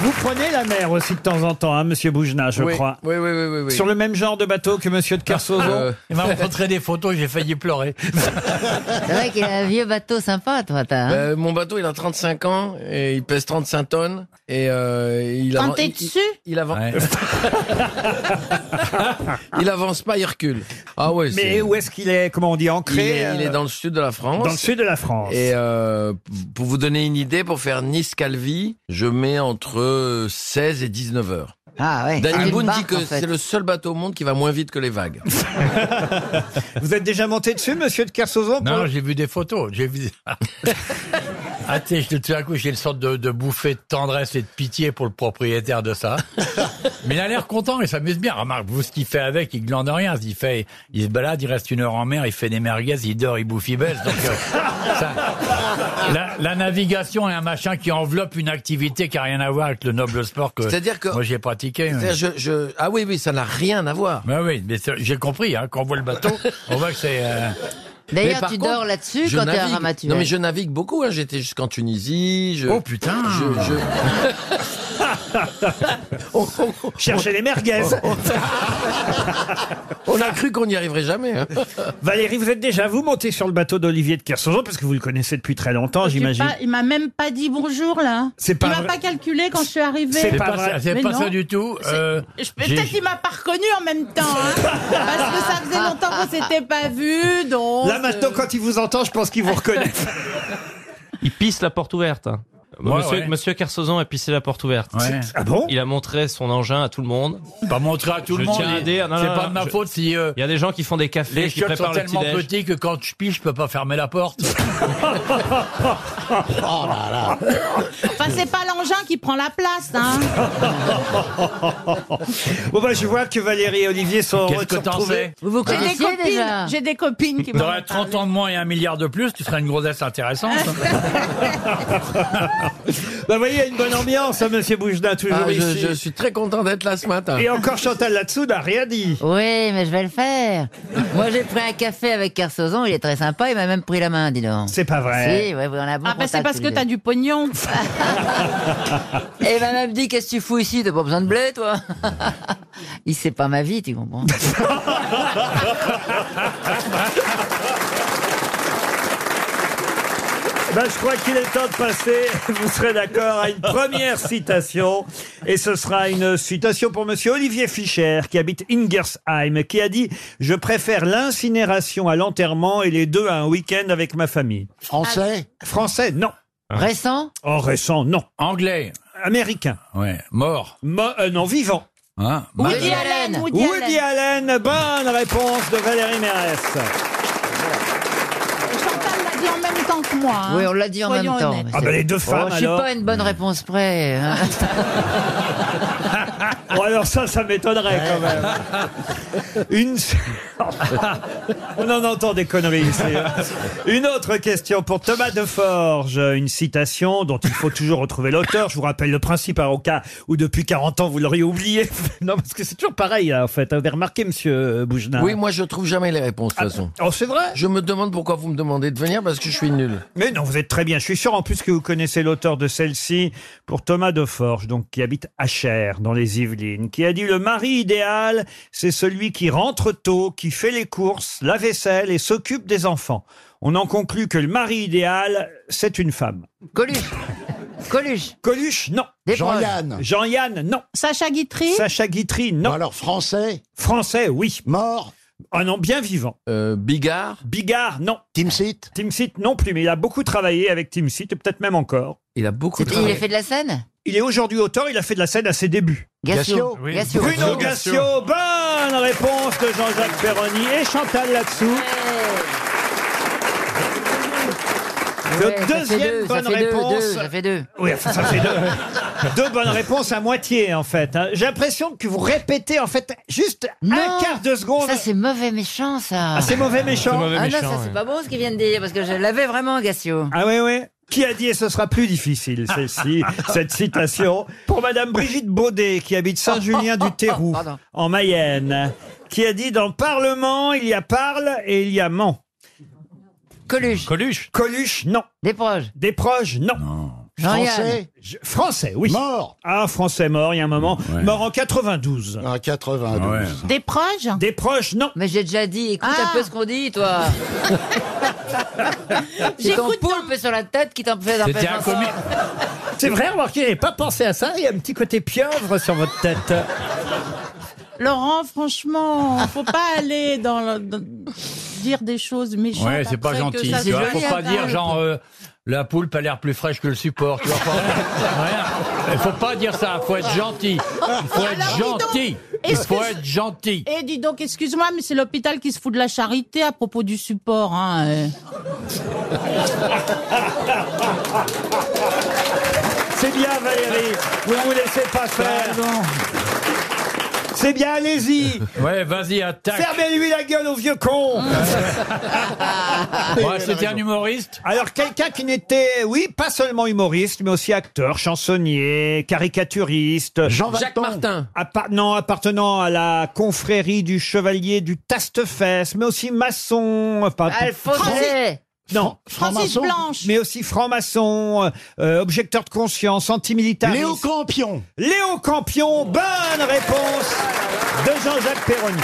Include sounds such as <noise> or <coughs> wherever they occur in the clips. Vous prenez la mer aussi de temps en temps, hein, Monsieur Boujna, je oui. crois. Oui, oui, oui, oui, oui. Sur le même genre de bateau que Monsieur de Kersauzon. Euh, Il m'a montré des photos, j'ai failli pleurer. C'est vrai qu'il a un vieux bateau sympa, toi, t'as. hein euh, mon bateau, il a 35 ans et il pèse 35 tonnes et euh, il Quand avance. t'es il- dessus il, il, avance. <laughs> il avance pas, il recule. Ah ouais. Mais c'est- où est-ce qu'il est Comment on dit il, ancré euh, est, il est dans le sud de la France. dans le sud de la France. Et euh, pour vous donner une idée, pour faire Nice-Calvi, je mets entre 16 et 19 heures. Ah ouais. Danny une Boone dit barque, que en fait. c'est le seul bateau au monde qui va moins vite que les vagues. <laughs> Vous êtes déjà monté dessus, Monsieur de Kersauzon Non, pour- j'ai vu des <laughs> photos. J'ai vu. ah, tu sais, je- tout à coup, j'ai une sorte de, de bouffée de tendresse et de pitié pour le propriétaire de ça. Mais il a l'air content, il s'amuse bien. Remarque, vous, ce qu'il fait avec, il glande rien. Il fait, il se balade, il reste une heure en mer, il fait des merguez, il dort, il bouffe, il baisse. Donc, euh, ça- la, la navigation est un machin qui enveloppe une activité qui a rien à voir avec le noble sport que C'est-à-dire que- moi j'ai pratiqué. C'est-à-dire, Je, je- Ah oui, oui, ça n'a rien à voir. Ben oui, mais c'est- j'ai compris. Hein, quand on voit le bateau, on voit que c'est. euh, Mais D'ailleurs, par tu contre, dors là-dessus je quand t'es à navigue. Ramatuel. Non, mais je navigue beaucoup. hein. J'étais jusqu'en Tunisie. Je... Oh putain Je, je- <laughs> on, on- Cherchez <laughs> les merguez. on a cru qu'on n'y arriverait jamais. hein. <laughs> Valérie, vous êtes déjà vous monté sur le bateau d'Olivier de Kersauzon parce que vous le connaissez depuis très longtemps, J'ai j'imagine. pas- il m'a même pas dit bonjour là. C'est pas il m'a vrai. pas calculé quand je suis arrivée. C'est C'est pas pas, vrai. ça, c'est Mais pas non. ça du tout. euh, Je- j'ai- Peut-être qu'il m'a pas reconnu en même temps, hein, <laughs> parce que ça faisait longtemps qu'on s'était pas vu, donc. Là maintenant, euh, quand il vous entend, je pense qu'il <laughs> vous reconnaît. <laughs> Il pisse la porte ouverte. hein. Ouais, monsieur, ouais. monsieur Kersauzon a pissé la porte ouverte. Ouais. ah bon Il a montré son engin à tout le monde. Pas montrer à tout Je le monde. tiens à et- dire- non, c'est non, pas non, de ma je- faute si euh, Il y a des gens qui font des cafés, les qui chiottes sont préparent le tellement petit-déj. petits que quand je pige, je peux pas fermer la <laughs> porte. Oh euh, Enfin, c'est pas l'engin qui prend la place, <laughs> hein. Bon bah je vois que Valérie et Olivier sont heureux Qu'est-ce de se que t'en retrouver. sais Vous vous J'ai des connaissiez déjà copines, j'ai des copines qui m'ont. T'aurais 30 ans de moins et un milliard de plus, tu serais une grossesse intéressante. Bah vous voyez, il y a une bonne ambiance, hein, Monsieur Boujna, toujours Ah, je, ici. je suis très content d'être là ce matin. Et encore Chantal là-dessous n'a rien dit. Oui, mais je vais le faire. Moi, j'ai pris un café avec Kersozon, il est très sympa, il m'a même pris la main, dis donc. C'est pas vrai. Si, ouais, ouais, on a bon Ah bah c'est contact parce tous que les t'as deux. <laughs> du pognon. Et il Eh ben, m'a même dit, qu'est-ce que tu fous ici T'as pas besoin de blé, toi <laughs> Il sait pas ma vie, tu comprends Bah, je crois qu'il est temps de passer, <laughs> vous serez d'accord, à une première citation. Et ce sera une citation pour monsieur Olivier Fischer, qui habite Ingersheim, qui a dit « Je préfère l'incinération à l'enterrement et les deux à un week-end avec ma famille. Ah. Français » Français, non. Récent En récent, non. Ah. Anglais. Américain. Ouais. Mort. Mo- euh, non, vivant. Hein, ma- Woody Allen, Woody Allen. Woody Allen, bonne réponse de Valérie Mérès. Chantal l'a dit en même temps que moi. hein. Oui, on l'a dit en Soyons même temps. honnêtes. mais Ah c'est- ben les deux Oh, femmes je suis alors. pas une bonne réponse près. <laughs> hein. Bon, alors ça, ça m'étonnerait quand même. Une... <laughs> On en entend des conneries ici. Une autre question pour Thomas Deforge. Une citation dont il faut toujours retrouver l'auteur. Je vous rappelle le principe hein, au cas où depuis 40 ans vous l'auriez oublié. <laughs> Non, parce que c'est toujours pareil là, en fait. Vous avez remarqué, monsieur Boujna Oui, moi je trouve jamais les réponses de toute façon. Oh, c'est vrai Je me demande pourquoi vous me demandez de venir parce que je suis nul. Mais non, vous êtes très bien. Je suis sûr en plus que vous connaissez l'auteur de celle-ci pour Thomas Deforge, donc qui habite à Cher, dans les Yvelines, qui a dit le mari idéal, c'est celui qui rentre tôt, qui fait les courses, la vaisselle et s'occupe des enfants. On en conclut que le mari idéal, c'est une femme. <laughs> Coluche Coluche Coluche, non. Des Jean-Yann. Jean-Yann, non. Sacha Guitry, Sacha Guitry, non. Bon, alors, français, Français, oui. mort, Un nom bien vivant. Euh, Bigard, Bigard, non. Team Seat, Tim Sit, non plus, mais il a beaucoup travaillé avec Tim Sit, et peut-être même encore. il a beaucoup C'était- Il a travaillé. fait de la scène Il est aujourd'hui auteur, il a fait de la scène à ses débuts. Gassio Gassio. Oui. Gassio. Bruno Bruno Gassio, bonne réponse de Jean-Jacques Ferroni et Chantal là-dessous. Ouais, ça fait deuxième deux, bonne ça fait deux, réponse. deux, ça fait deux. Oui, enfin, ça fait <laughs> deux, deux bonnes réponses à moitié en fait. hein. J'ai l'impression que vous répétez en fait juste un Non. quart de seconde. Ça, c'est mauvais méchant, ça. Ah, c'est mauvais C'est méchant. mauvais Ah méchant, non, ça, c'est ouais. pas bon ce qu'il vient de dire, parce que je l'avais vraiment, Gassio. Ah oui, oui. Qui a dit, et ce sera plus difficile, celle-ci, cette citation, pour Madame Brigitte Baudet, qui habite Saint-Julien-du-Térou, Pardon. en Mayenne, qui a dit, dans Parlement, il y a parle et il y a ment. Coluche, Coluche Coluche, non. des proches. Desproges, non. Jean-Yann. Français Je- Français, oui. Mort Ah, français mort, il y a un moment. Ouais. Mort en 92. En 92. Des proches Des proches, non. Mais j'ai déjà dit, écoute Ah. un peu ce qu'on dit, toi. C'est ton J'écoute poulpe sur la tête qui t'en fait C'était un comique. C'est vrai, remarquez, j'avais pas pensé à ça. Il y a un petit côté pieuvre sur votre tête. Laurent, franchement, faut pas aller dans le- dans- dire des choses méchantes. Ouais, c'est pas après, que gentil. ça Tu se vois, voit faut à pas la dire table. genre euh, la poulpe a l'air plus fraîche que le support. Tu vois pas Rien. Il faut pas dire ça. Faut être gentil. Il faut Alors, être dis donc, gentil. Il est-ce faut que- être gentil. Eh, dis donc, excuse-moi, mais c'est l'hôpital qui se fout de la charité à propos du support. Hein, euh. C'est bien, Valérie. Vous vous laissez pas faire. C'est bien, allez-y. Ouais, vas-y, attaque. Fermez-lui la gueule au vieux <laughs> con. Ouais, C'était un humoriste. Alors, quelqu'un qui n'était, oui, pas seulement humoriste, mais aussi acteur, chansonnier, caricaturiste. Jean Jacques Vatton. Martin. Appar- non, appartenant à la confrérie du chevalier du Tastefesse, mais aussi maçon, enfin, Alphonse Allais. non, Francis Franc-maçon. Blanche. mais aussi franc-maçon, euh, objecteur de conscience, antimilitariste. Léo Campion. Léo Campion, bonne réponse de Jean-Jacques Perroni.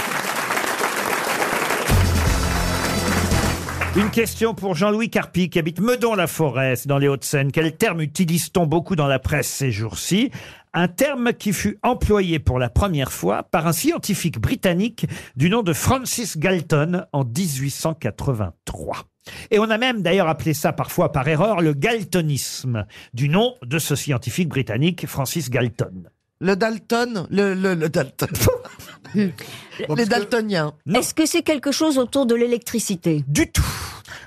Une question pour Jean-Louis Carpi qui habite Meudon-la-Forêt, c'est dans les Hauts-de-Seine. Quel terme utilise-t-on beaucoup dans la presse ces jours-ci Un terme qui fut employé pour la première fois par un scientifique britannique du nom de Francis Galton en 1883. Et on a même d'ailleurs appelé ça parfois par erreur le galtonisme, du nom de ce scientifique britannique Francis Galton. Le Dalton, le, le, <laughs> le Dalton. Les Daltoniens. Non. Est-ce que c'est quelque chose autour de l'électricité Du tout.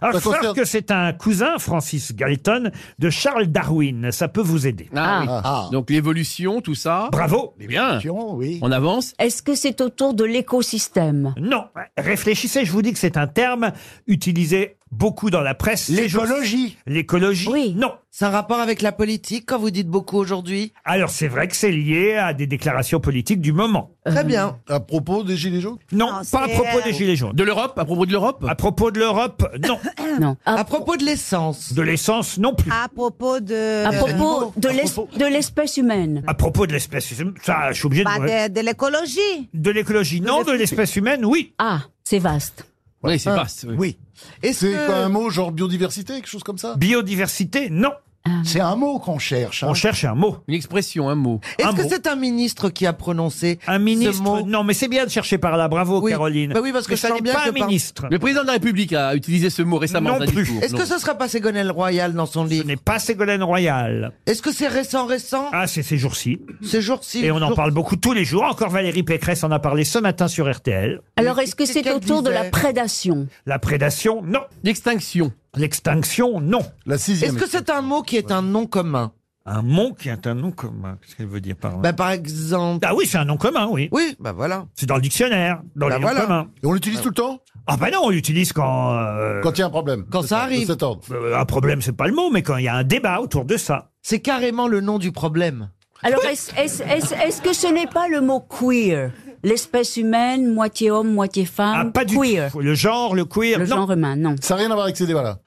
Alors, il Ça faut savoir concerne- que c'est un cousin, Francis Galton, de Charles Darwin. Ça peut vous aider. Ah. Ah, Donc l'évolution, tout ça. Bravo. C'est bien. Pion, oui. On avance. Est-ce que c'est autour de l'écosystème Non, réfléchissez, je vous dis que c'est un terme utilisé beaucoup dans la presse. ces jours- L'écologie. L'écologie Oui. Non. C'est un rapport avec la politique, quand vous dites beaucoup aujourd'hui Alors, c'est vrai que c'est lié à des déclarations politiques du moment. Très bien. À propos des Gilets jaunes Non, Non, pas à c'est, propos euh, des Gilets jaunes. De l'Europe, à propos de l'Europe. À propos de l'Europe, non. Non. À, À propos de l'essence. De l'essence, non plus. À propos de, à propos de l'es- de l'espèce humaine. À propos de l'espèce ça, je suis obligé de... bah, de- de l'écologie. De l'écologie, non. De l'espèce humaine, oui. Ah, c'est vaste. Oui, Ah. c'est vaste. oui. Oui. Est-ce C'est quoi un que... mot genre biodiversité, quelque chose comme ça Biodiversité, non. C'est un mot qu'on cherche. hein. On cherche un mot. Une expression, un mot. un Est-ce que mot. c'est un ministre qui a prononcé Un ministre. ce mot Non, mais c'est bien de chercher par là. Bravo, Oui. Caroline. Bah oui, parce que Mais je ça sens n'est bien pas que un par- ministre. Le président de la République a utilisé ce mot récemment Non dans un plus. discours. Est-ce Non. que ce serait pas Ségolène Royal dans son Ce livre n'est pas Ségolène Royal. Est-ce que c'est récent, récent Ah, c'est ces jours-ci. Ces jours-ci Et on en jours- parle beaucoup tous les jours. Encore Valérie Pécresse en a parlé ce matin sur RTL. Alors, est-ce que Qu'est-ce c'est qu'elle autour de la disait prédation La prédation, non. L'extinction. L'extinction, non. La sixième. Est-ce que c'est un mot qui est un nom commun Un mot qui est un nom commun. Qu'est-ce qu'elle veut dire par là Bah, Par exemple... Ah oui, c'est un nom commun, oui. Oui, bah voilà. C'est dans le dictionnaire, dans Bah les voilà. noms communs. Et on l'utilise tout le temps Ah bah non, on l'utilise quand... euh, Quand il y a un problème. Quand De ça cet- arrive. De cet ordre. euh, un problème, c'est pas le mot, mais quand il y a un débat autour de ça. C'est carrément le nom du problème. Alors, est-ce est-ce- est-ce- est-ce que ce n'est pas le mot queer L'espèce humaine, moitié homme, moitié Ah, femme. pas du queer. tout. Le genre, le queer, Le non. genre humain, non. Ça n'a rien à voir avec ces débats-là.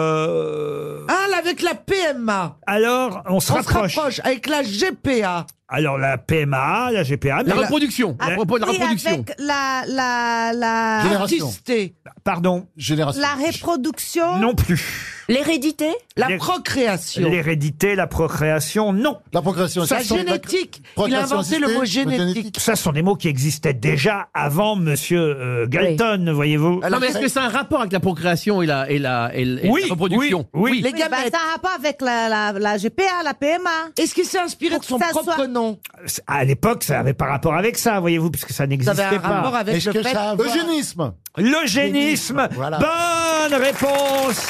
Euh... Ah, là, avec la PMA Alors, on se On rapproche. se rapproche avec la GPA. Alors, la PMA, la GPA, mais La reproduction. Ah, À propos de la oui, reproduction. avec la, la, la, Génération. Artisté. pardon, Génération. la reproduction. non plus. L'hérédité Les- La procréation. L'hérédité, la procréation, non. La procréation. La assistée. génétique. Il a Procréation inventé le mot assistée, génétique. Ça, ce sont des mots qui existaient déjà avant Monsieur euh, Galton, voyez-vous. Non, mais est-ce que c'est un rapport avec la procréation et la, et la, et la- et Oui, la reproduction oui, oui. Les Oui, bah, gamètes. ça a rapport avec la, la, la GPA, la PMA. Est-ce qu'il s'est inspiré Pour de son que ça propre soit- nom À l'époque, ça n'avait pas rapport avec ça, voyez-vous, puisque ça Ça avait n'existait un rapport pas. avec Est-ce le que fait... ça a à voir- Eugénisme. L'eugénisme. Voilà. Bonne réponse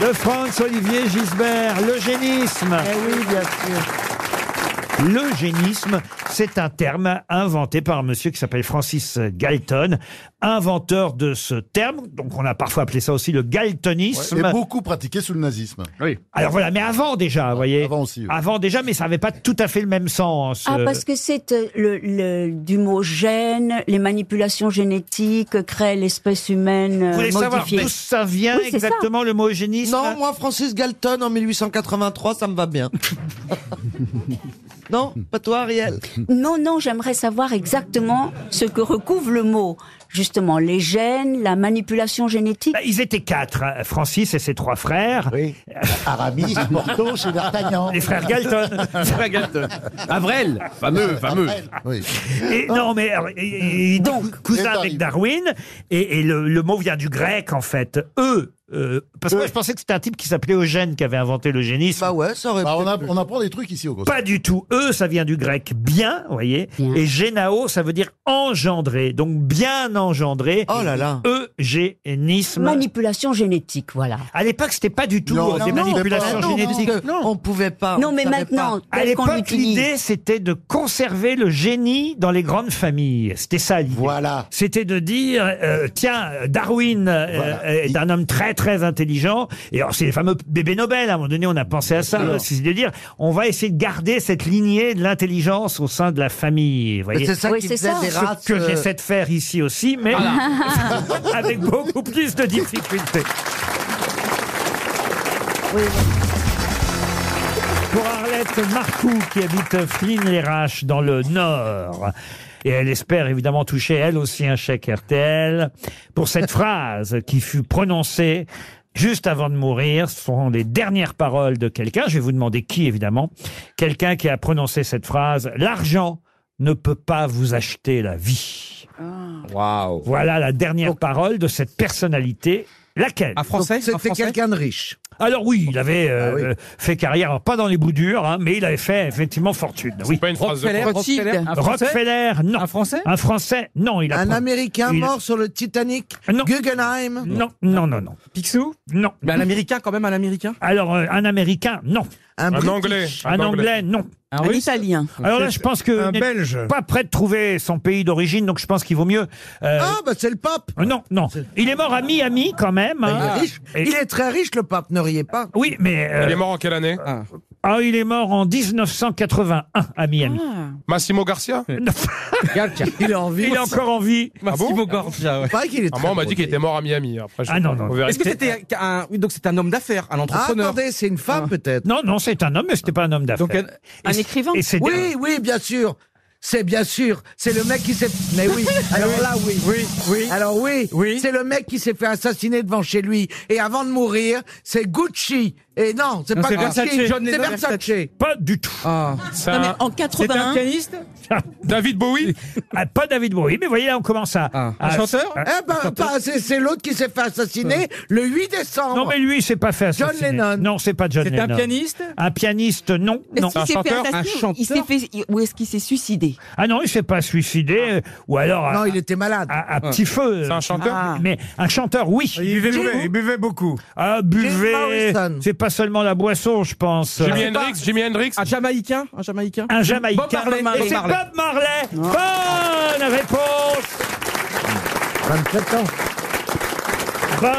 de Franz Olivier Gisbert. L'eugénisme. Eh oui, bien sûr. L'eugénisme, C'est un terme inventé par un monsieur qui s'appelle Francis Galton, inventeur de ce terme. Donc on a parfois appelé ça aussi le galtonisme. Et beaucoup pratiqué sous le nazisme. Oui. Alors voilà, mais avant déjà, vous voyez. Avant aussi. Avant déjà, mais ça n'avait pas tout à fait le même sens. Ah, euh, parce que c'est euh, le, le- du mot gène, les manipulations génétiques créent l'espèce humaine euh, Vous voulez savoir modifiée. d'où ça vient Oui, c'est ça. exactement le mot eugénisme Non, moi, Francis Galton en 1883, ça me va bien. non, pas toi, Ariel. <laughs> Non, non, j'aimerais savoir exactement ce que recouvre le mot. Justement, les gènes, la manipulation génétique. Bah, Ils étaient quatre, hein, Francis et ses trois frères. <laughs> Oui. Aramis, Porthos et D'Artagnan. Les frères Galton. <laughs> Avrel, fameux, fameux. Ah. Oui. Ah. Et, non, mais alors, et- et- et donc, cousin Darwin. avec Darwin. Et, et le, le mot vient du grec, en fait. Eux. euh, parce que moi, je pensais que c'était un type qui s'appelait Eugène qui avait inventé l'eugénisme. Bah ouais, ça aurait Bah, on, peut-être a- pu. on apprend des trucs ici au conseil. Pas du tout. Eux, ça vient du grec bien, vous voyez. Et génao, ça veut dire engendré. Donc bien engendré. Oh là là. Eugénisme. Manipulation génétique, voilà. à l'époque, c'était pas du tout Non, euh, des non, manipulations bah non, génétiques. Ah parce que On pouvait pas. Non, on mais savait maintenant, À tel qu'on l'époque, l'utilise. l'idée, c'était de conserver le génie dans les grandes familles. C'était ça l'idée. Voilà. C'était de dire, euh, tiens, Darwin euh, est un homme très très intelligent. Et alors, c'est les fameux bébés Nobel. À un moment donné, on a pensé à ça. C'est de dire, on va essayer de garder cette lignée de l'intelligence au sein de la famille. Vous Mais voyez C'est ça Oui, qui c'est faisait ça. des Ce races. que euh, j'essaie de faire ici aussi, mais <laughs> avec beaucoup plus de difficultés. Pour Arlette Marcoux, qui habite Flines-les-Raches, dans le Nord. Et elle espère évidemment toucher, elle aussi, un chèque RTL pour cette phrase qui fut prononcée juste avant de mourir. Ce sont les dernières paroles de quelqu'un. Je vais vous demander qui, évidemment. Quelqu'un qui a prononcé cette phrase. L'argent ne peut pas vous acheter la vie. Waouh. Voilà la dernière parole de cette personnalité. Laquelle Un français Donc, C'était quelqu'un de riche. Alors oui, il avait euh, Ah oui. euh, fait carrière, alors pas dans les bouts durs, hein, mais il avait fait effectivement fortune. Oui. Pas une phrase de Rockefeller, Rothschild. Rothschild. Un français Rockefeller, non. Un français Un français, non. Il a Un pro- Américain Il- mort sur le Titanic. Non. Guggenheim. Non, non, non, non, Picsou non. Mais un américain quand même, un américain Alors euh, un Américain, non. Un, Un Brit- anglais. Un Anglais, non. Un Un russe italien. Alors là, je pense que vous n'êtes Belge. pas prêt de trouver son pays d'origine, donc je pense qu'il vaut mieux. euh, Ah, bah c'est le pape. non, non. Il est mort à Miami quand même. Il est hein. riche. Et- Il est très riche, le pape, ne riez pas. Oui, mais euh, Il est mort en quelle année ah, il est mort en 1981 à Miami. Ah. Massimo <laughs> Garcia Il est en vie. Il est encore en vie. Massimo Gorgia, Il paraît qu'il est Ah, très moi, on m'a beau. dit qu'il était mort à Miami. Après, je- Ah, non, non. on verra. Est-ce que c'était un, oui, donc c'est un homme d'affaires, un Ah, entrepreneur. attendez, c'est une femme peut-être. Non, non, c'est un homme, mais c'était pas un homme d'affaires. donc un, Un Et- écrivain. et c'est- Oui, oui, bien sûr. C'est bien sûr. C'est le mec qui s'est. Mais <laughs> oui. Alors là, oui. oui, oui. Alors oui, Oui. c'est le mec qui s'est fait assassiner devant chez lui. Et avant de mourir, c'est Gucci. Et non, c'est Non, pas c'est Gucci, Versace. John c'est Lennon, Versace. Pas du tout. Ah. Non, mais en C'est un 81, <laughs> pianiste David Bowie Ah, pas David Bowie, mais voyez, là, on commence à. Ah. à- Un chanteur à- Eh ben, pas- c'est c'est l'autre qui s'est fait assassiner le 8 décembre. Euh. Non, mais lui, c'est pas fait John assassiner. Lennon. Non, c'est pas John C'est Lennon. un pianiste Un pianiste, non, non. Un est-ce qu'il s'est fait chanteur, un assassiner ou il s'est chanteur fait- ou est-ce qu'il s'est suicidé Ah non, il s'est pas suicidé, euh, ou alors Non, à, il était malade. à- à petit feu. C'est un chanteur Ah. Mais un chanteur, oui. Il buvait, il buvait beaucoup. Ah, buvez. Morrison. C'est pas seulement la boisson, je pense. Ah, Jimi Hendrix Jimi Hendrix Un Jamaïcain Un Jamaïcain Un Jamaïcain. Bob Marley, Et c'est Bob Marley. Bob Marley. Bonne réponse. 27 ans. Bob,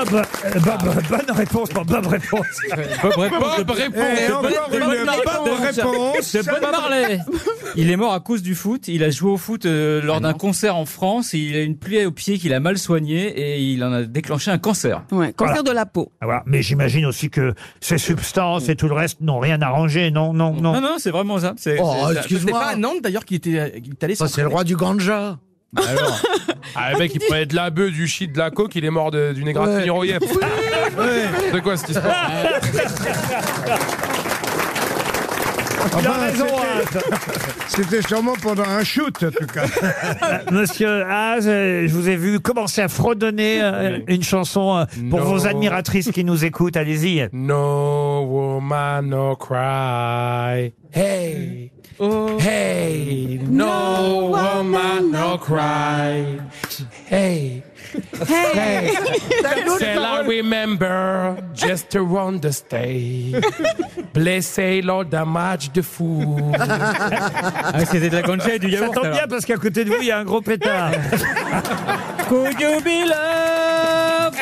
euh, Bob, bonne réponse. Bon, Bob réponse. Bob réponse. Bob répond <laughs> réponse. Bob Marley. Il est mort à cause du foot. Il a joué au foot euh, Ah lors d'un concert en France. Il a une plaie au pied qu'il a mal soignée et il en a déclenché un cancer. Ouais, cancer Voilà. de la peau. Ah, voilà. Mais j'imagine aussi que ces substances et tout le reste n'ont rien arrangé. Non, non, non. Non, non, c'est vraiment ça. C'est, Oh, c'est- ça- excuse-moi. C'était pas à Nantes d'ailleurs qui était, qui est allé Ça, c'est le roi du ganja. Ah, le mec, il prenait de la bœuf, du shit, de la coke, il est mort de- d'une égratignure au yep. <laughs> C'est quoi cette histoire Il a bah, raison, hein. C'était sûrement pendant un shoot, Ah en tout cas. <laughs> Monsieur Haas, euh, je vous ai vu commencer à fredonner euh, une chanson euh, pour Non. vos admiratrices qui nous écoutent. Allez-y. No woman, no cry. Hey, hey, no woman, no cry. Hey, Hey. T'as d'autres Celle I paroles remember just around the stage, blessé lors d'un match de foot. Ah, c'était de la concha et du yaourt, Ça tombe alors. bien parce qu'à côté de vous, il y a un gros pétard. <laughs> Could you be loved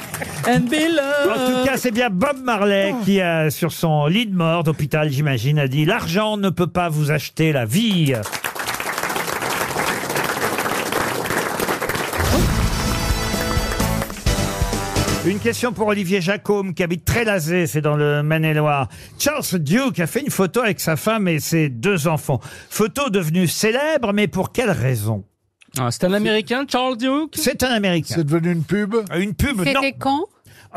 and be loved En tout cas, c'est bien Bob Marley qui, a, sur son lit de mort d'hôpital, j'imagine, a dit L'argent ne peut pas vous acheter la vie. Une question pour Olivier Jacome qui habite Trélazé, c'est dans le Maine-et-Loire. Charles Duke a fait une photo avec sa femme et ses deux enfants. Photo devenue célèbre, mais pour quelle raison Ah, C'est un Américain, Charles Duke C'est un Américain. C'est devenu une pub Une pub, non. C'était quand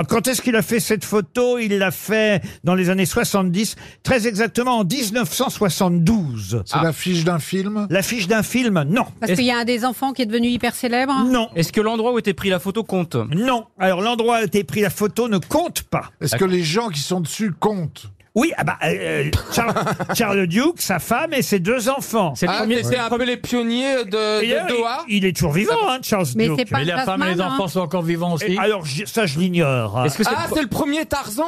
Ah, Quand est-ce qu'il a fait cette photo Il l'a fait dans les années 70, très exactement en 1972. C'est l'affiche d'un film Ah. L'affiche d'un film, non. Parce qu'il y a un des enfants qui est devenu hyper célèbre Non. Est-ce que l'endroit où était pris la photo compte Non. Alors l'endroit où a été pris la photo ne compte pas. Est-ce que les gens qui sont dessus comptent Oui, ah bah, euh, <laughs> Charles, Charles Duke, sa femme et ses deux enfants. C'est Ah, un peu les pionniers de, Et, euh, de Doha. il, il est toujours vivant, hein, Charles Mais Duke. c'est pas Mais la femme et les Tasman, enfants hein. sont encore vivants aussi. alors j- ça, je l'ignore. ah, c'est le premier Tarzan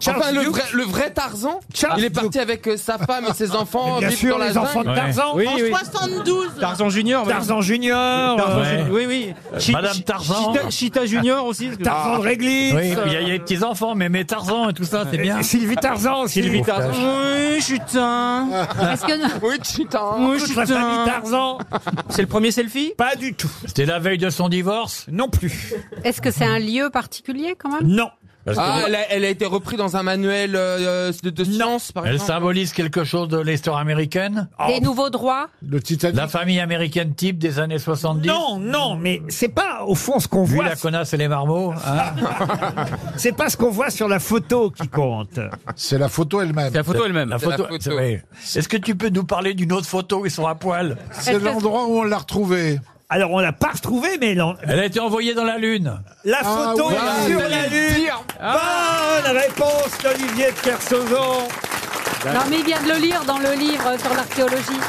Charles Enfin, le Duke. vrai, le vrai Tarzan Charles Il est parti avec euh, sa femme et ses enfants Mais bien vivre sûr, dans la les enfants de jungle. Tarzan. Oui, En oui. 72 Tarzan Junior. oui. Tarzan Junior. Tarzan euh, Junior, Oui, oui. Euh, Chi- Madame Chi- Tarzan. Chita, Chita Junior aussi. Ah. Tarzan de Réglisse. Oui, il y a- il y a les petits-enfants, mais, mais Tarzan et tout ça, c'est bien. Et Sylvie Tarzan aussi. Sylvie Tarzan. Oui, chutin. Parce que... Oui, chutin. Oui, Toute la chutin. famille Tarzan. C'est le premier selfie Pas du tout. C'était la veille de son divorce Non plus. Est-ce que c'est un lieu particulier quand même Non. Ah, elle, a, elle a été reprise dans un manuel euh, de, de science, par Elle exemple. Oh. symbolise quelque chose de l'histoire américaine Des nouveaux droits La famille américaine type des années 70 Non, non, mais c'est pas au fond ce qu'on Vu voit. la connasse et les marmots. hein. <laughs> C'est pas ce qu'on voit sur la photo qui compte. C'est la photo elle-même. La photo elle-même. La photo, c'est vrai. Est-ce que tu peux nous parler d'une autre photo où ils sont à poil C'est l'endroit où on l'a retrouvé. Alors on l'a pas retrouvé, mais l'en- Elle a été envoyée dans la Lune. la Ah photo oui, est sur oui. la lune. Bonne réponse d'Olivier de Kersauzon. Non, mais il vient de le lire dans le livre sur l'archéologie.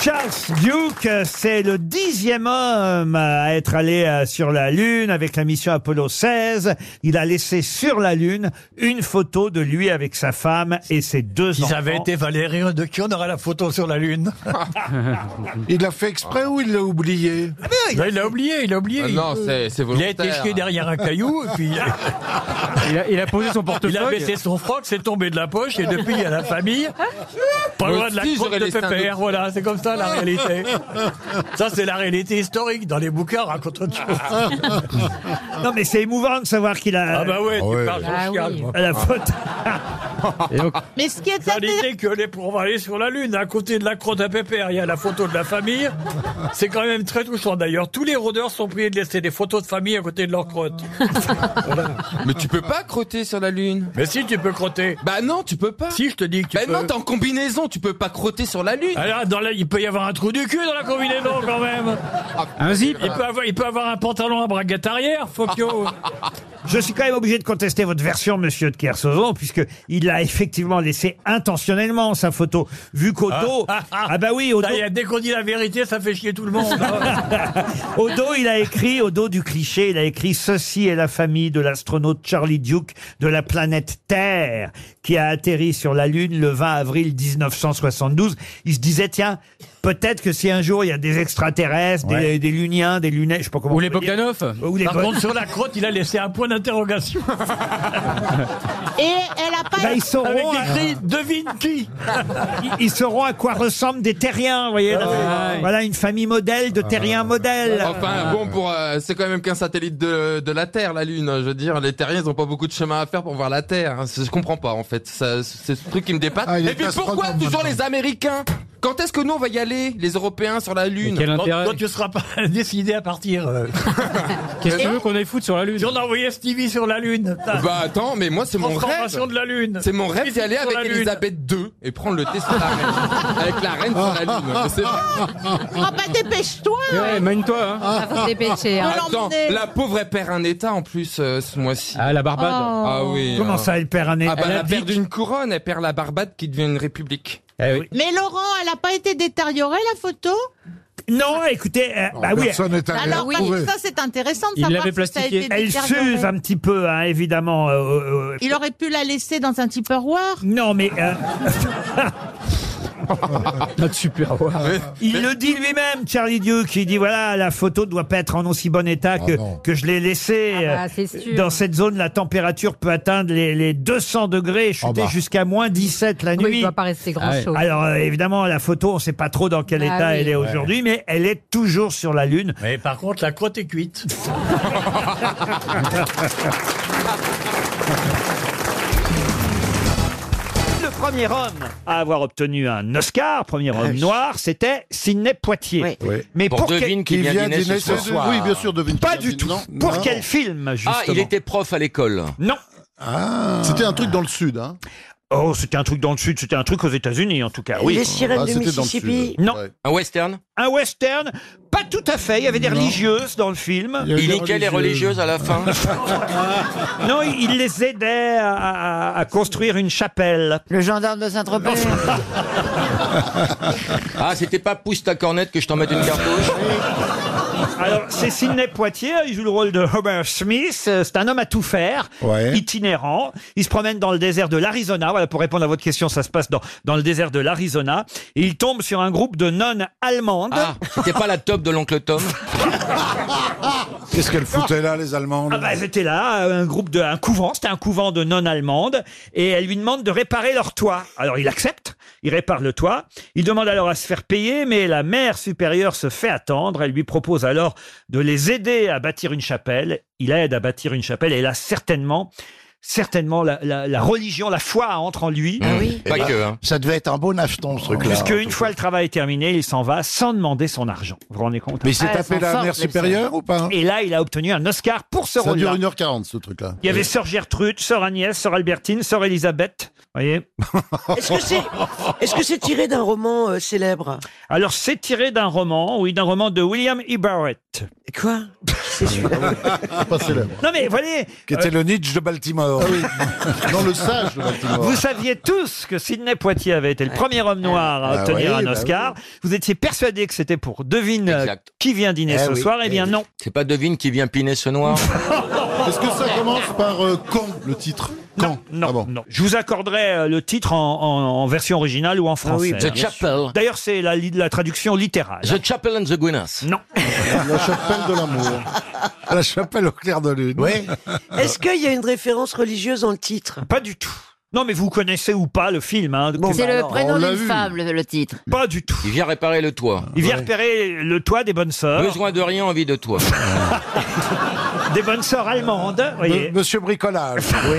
Charles Duke, c'est le dixième homme à être allé euh, sur la Lune avec la mission Apollo 16. Il a laissé sur la Lune une photo de lui avec sa femme et ses deux Si enfants. ça avait été Valérie de qui on aurait la photo sur la Lune <laughs> Il l'a fait exprès ou il l'a oublié Ben, Il l'a oublié, il l'a oublié. Ah non, c'est- c'est Il a été volontaire. jeté derrière un caillou et puis... <laughs> Il a, posé son Il a baissé son froc, c'est tombé de la poche et depuis il y a la famille. Pas Moi loin de la aussi, crotte j'aurais de laissé un pépère, doute. voilà, c'est comme ça la <laughs> réalité. Ça c'est la réalité historique, dans les bouquins on raconte autre chose. <laughs> <laughs> Non mais c'est émouvant de savoir qu'il a Ah bah ouais, tu parles à son chien, moi. la photo. Mais ce qui est Ça l'idée que les pour aller sur la Lune, à côté de la crotte à pépère, il y a la photo de la famille. C'est quand même très touchant d'ailleurs. Tous les rôdeurs sont priés de laisser des photos de famille à côté de leur crotte. <laughs> Mais tu peux pas crotter sur la lune. Mais si tu peux crotter. Bah non, tu peux pas. Si je te dis que tu bah peux. non, t'es en combinaison, tu peux pas crotter sur la lune. Alors, dans la- il peut y avoir un trou du cul dans la combinaison quand même. Un zip. Il peut avoir, il peut avoir un pantalon à braguette arrière, Fokio. Je suis quand même obligé de contester votre version, monsieur de Kersauzon, puisque il a effectivement laissé intentionnellement sa photo. Vu qu'au dos, ah, bah oui, au dos, Ça y est, dès qu'on dit la vérité, ça fait chier tout le monde. au dos, il a écrit, au dos du cliché, il a écrit ceci est la famille de l'astronaute Charlie Duke de la planète Terre, qui a atterri sur la Lune le 20 avril 1972. Il se disait, tiens, peut-être que si un jour il y a des extraterrestres, des, des luniens, des lunettes, je sais pas comment. Ou les on peut dire. Euh, Bogdanov. Ou les Par Bo- contre, sur <laughs> la crotte, il a laissé un point d'interrogation. <laughs> Et elle a pas. Là, ils sauront, Avec hein. écrit Devine qui <laughs> ils, ils sauront à quoi ressemblent des terriens, vous voyez. Ah là. Voilà une famille modèle de terriens modèles. Enfin, bon, pour euh, c'est quand même qu'un satellite de, de la Terre, la Lune. hein, Je veux dire, les Terriens, ils ont pas beaucoup de chemin à faire pour voir la Terre. C'est- Je comprends pas, en fait. Ça, C'est ce truc qui me Bah, dépasse. Ah, il est Et puis astronome, pourquoi toujours maintenant. les Américains Quand est-ce que nous, on va y aller, les Européens, sur la Lune Quel quand, intérêt quand tu seras pas <laughs> décidé à partir. euh, <laughs> Qu'est-ce que tu veux qu'on aille foutre sur la Lune si on a envoyé Stevie sur la Lune. putain. Bah attends, mais moi, c'est mon rêve. Transformation de la Lune. C'est mon rêve d'y Stevie aller sur avec la Lune. Elisabeth II et prendre le thé sur la reine. avec la reine sur la Lune. C'est vrai. Ah bah dépêche-toi Ouais, mène-toi. hein. Ah, faut se dépêcher. hein. Attends, l'emmener. la pauvre, elle perd un état en plus euh, ce mois-ci. Ah, la Barbade. Oh. Ah oui. Comment hein. ça, elle perd un nez Ah bah, Elle elle, abdique. perd une couronne, elle perd la Barbade qui devient une république. Eh oui. Mais Laurent, elle a pas été détériorée la photo Non, écoutez, euh, bah oui. personne n'est allé Alors, par contre, ça, c'est intéressant de savoir si ça a été Elle détérioré. s'use un petit peu, hein, évidemment. euh, euh, euh, Il aurait pu la laisser dans un Tupperware Non, mais... euh, <laughs> Notre super Il le dit lui-même, Charlie Dieu, qui dit voilà, la photo doit pas être en aussi bon état que, que je l'ai laissée. Ah bah, Euh, c'est sûr. Dans cette zone, la température peut atteindre les, les 200 degrés, et chuter bah. jusqu'à moins 17 la Ah Oui, nuit. il doit pas rester grand-chose. Ah Alors euh, évidemment, la photo, on sait pas trop dans quel Bah état oui. elle est Ouais. aujourd'hui, mais elle est toujours sur la lune. Mais par contre, la crotte est <laughs> cuite. <laughs> Le premier homme à avoir obtenu un Oscar, premier Ah, homme noir, c'était Sidney Poitier. Mais Pour devine qui vient dîner ce soir. Oui, bien sûr, devine qui Pas vient du dîner. tout. Non. Pour Non. quel film, justement Ah, il était prof à l'école. Non. C'était un truc dans le sud, hein Oh, c'était un truc dans le sud, c'était un truc aux États-Unis en tout cas. Oui. Les sirènes Ah, du c'était dans le Mississippi. sud, Non. ouais. Un western Un western, pas tout à fait. Il y avait des religieuses dans le film. Il y avait Il des niquait les religieuses. religieuses à la fin. <laughs> non, il, il les aidait à, à- à construire une chapelle. Le gendarme de <laughs> Saint-Tropez. Ah, c'était <laughs> pas pousse ta cornette que je t'en mette une <laughs> cartouche Alors, c'est Sidney Poitier, il joue le rôle de Homer Smith. Euh, C'est un homme à tout faire, itinérant. Il se promène dans le désert de l'Arizona. Voilà, pour répondre à votre question, ça se passe dans, dans le désert de l'Arizona. Et il tombe sur un groupe de nonnes allemandes. Ah, c'était pas la top de l'oncle Tom Qu'est-ce qu'elles foutaient là, les Allemandes ah bah, Elles étaient là, un groupe de, un couvent, c'était un couvent de non-allemandes, et elles lui demandent de réparer leur toit. Alors il accepte, il répare le toit, il demande alors à se faire payer, mais la mère supérieure se fait attendre, elle lui propose alors de les aider à bâtir une chapelle, il aide à bâtir une chapelle, et là certainement, certainement la, la- la religion, la foi entre en lui. Ah bah, Pas que, Ça devait être un beau nacheton, ce truc-là. Puisque une fois le travail terminé, il s'en va sans demander son argent. Vous vous rendez compte Mais il s'est Ah, elles tapé sont la fortes, mère les supérieure hein ou pas Et là, il a obtenu un Oscar pour ce Ça dure rôle-là. 1h40, ce truc-là. Il y avait Sœur Gertrude, Sœur Agnès, Sœur Albertine, Sœur Elisabeth. Voyez. Est-ce que c'est est-ce que c'est tiré d'un roman euh, célèbre Alors c'est tiré d'un roman, oui, d'un roman de William E. Barrett. Quoi C'est celui-là. Pas célèbre. Non mais voyez. euh, Qui était le Nietzsche de Baltimore. <laughs> Non, le sage de Baltimore. Ah Vous saviez tous que Sidney Poitier avait été le premier homme noir à Ah obtenir oui, un bah Oscar. Vous étiez persuadé que c'était pour devine euh, qui vient dîner ce soir. Eh bien non. C'est pas devine qui vient piner ce <laughs> noir Est-ce que ça commence par euh, quand, le titre Quand Ah Non, non. Je vous accorderai euh, le titre en, en- en version originale ou en français. Ah oui, The hein. Chapel. D'ailleurs, c'est la, li- la traduction littérale. The Chapel and the Guinness. Non. <laughs> La chapelle de l'amour. La chapelle au clair de lune. Oui. Est-ce qu'il y a une référence religieuse dans le titre Pas du tout. Non, mais vous connaissez ou pas le film hein, de- C'est le prénom d'une femme, le, le titre. Pas du tout. Il vient réparer le toit. Il vient repérer le toit des bonnes sœurs. Besoin de rien, envie de toi. <laughs> Des bonnes sœurs allemandes, voyez. Monsieur <laughs> Bricolage. Oui.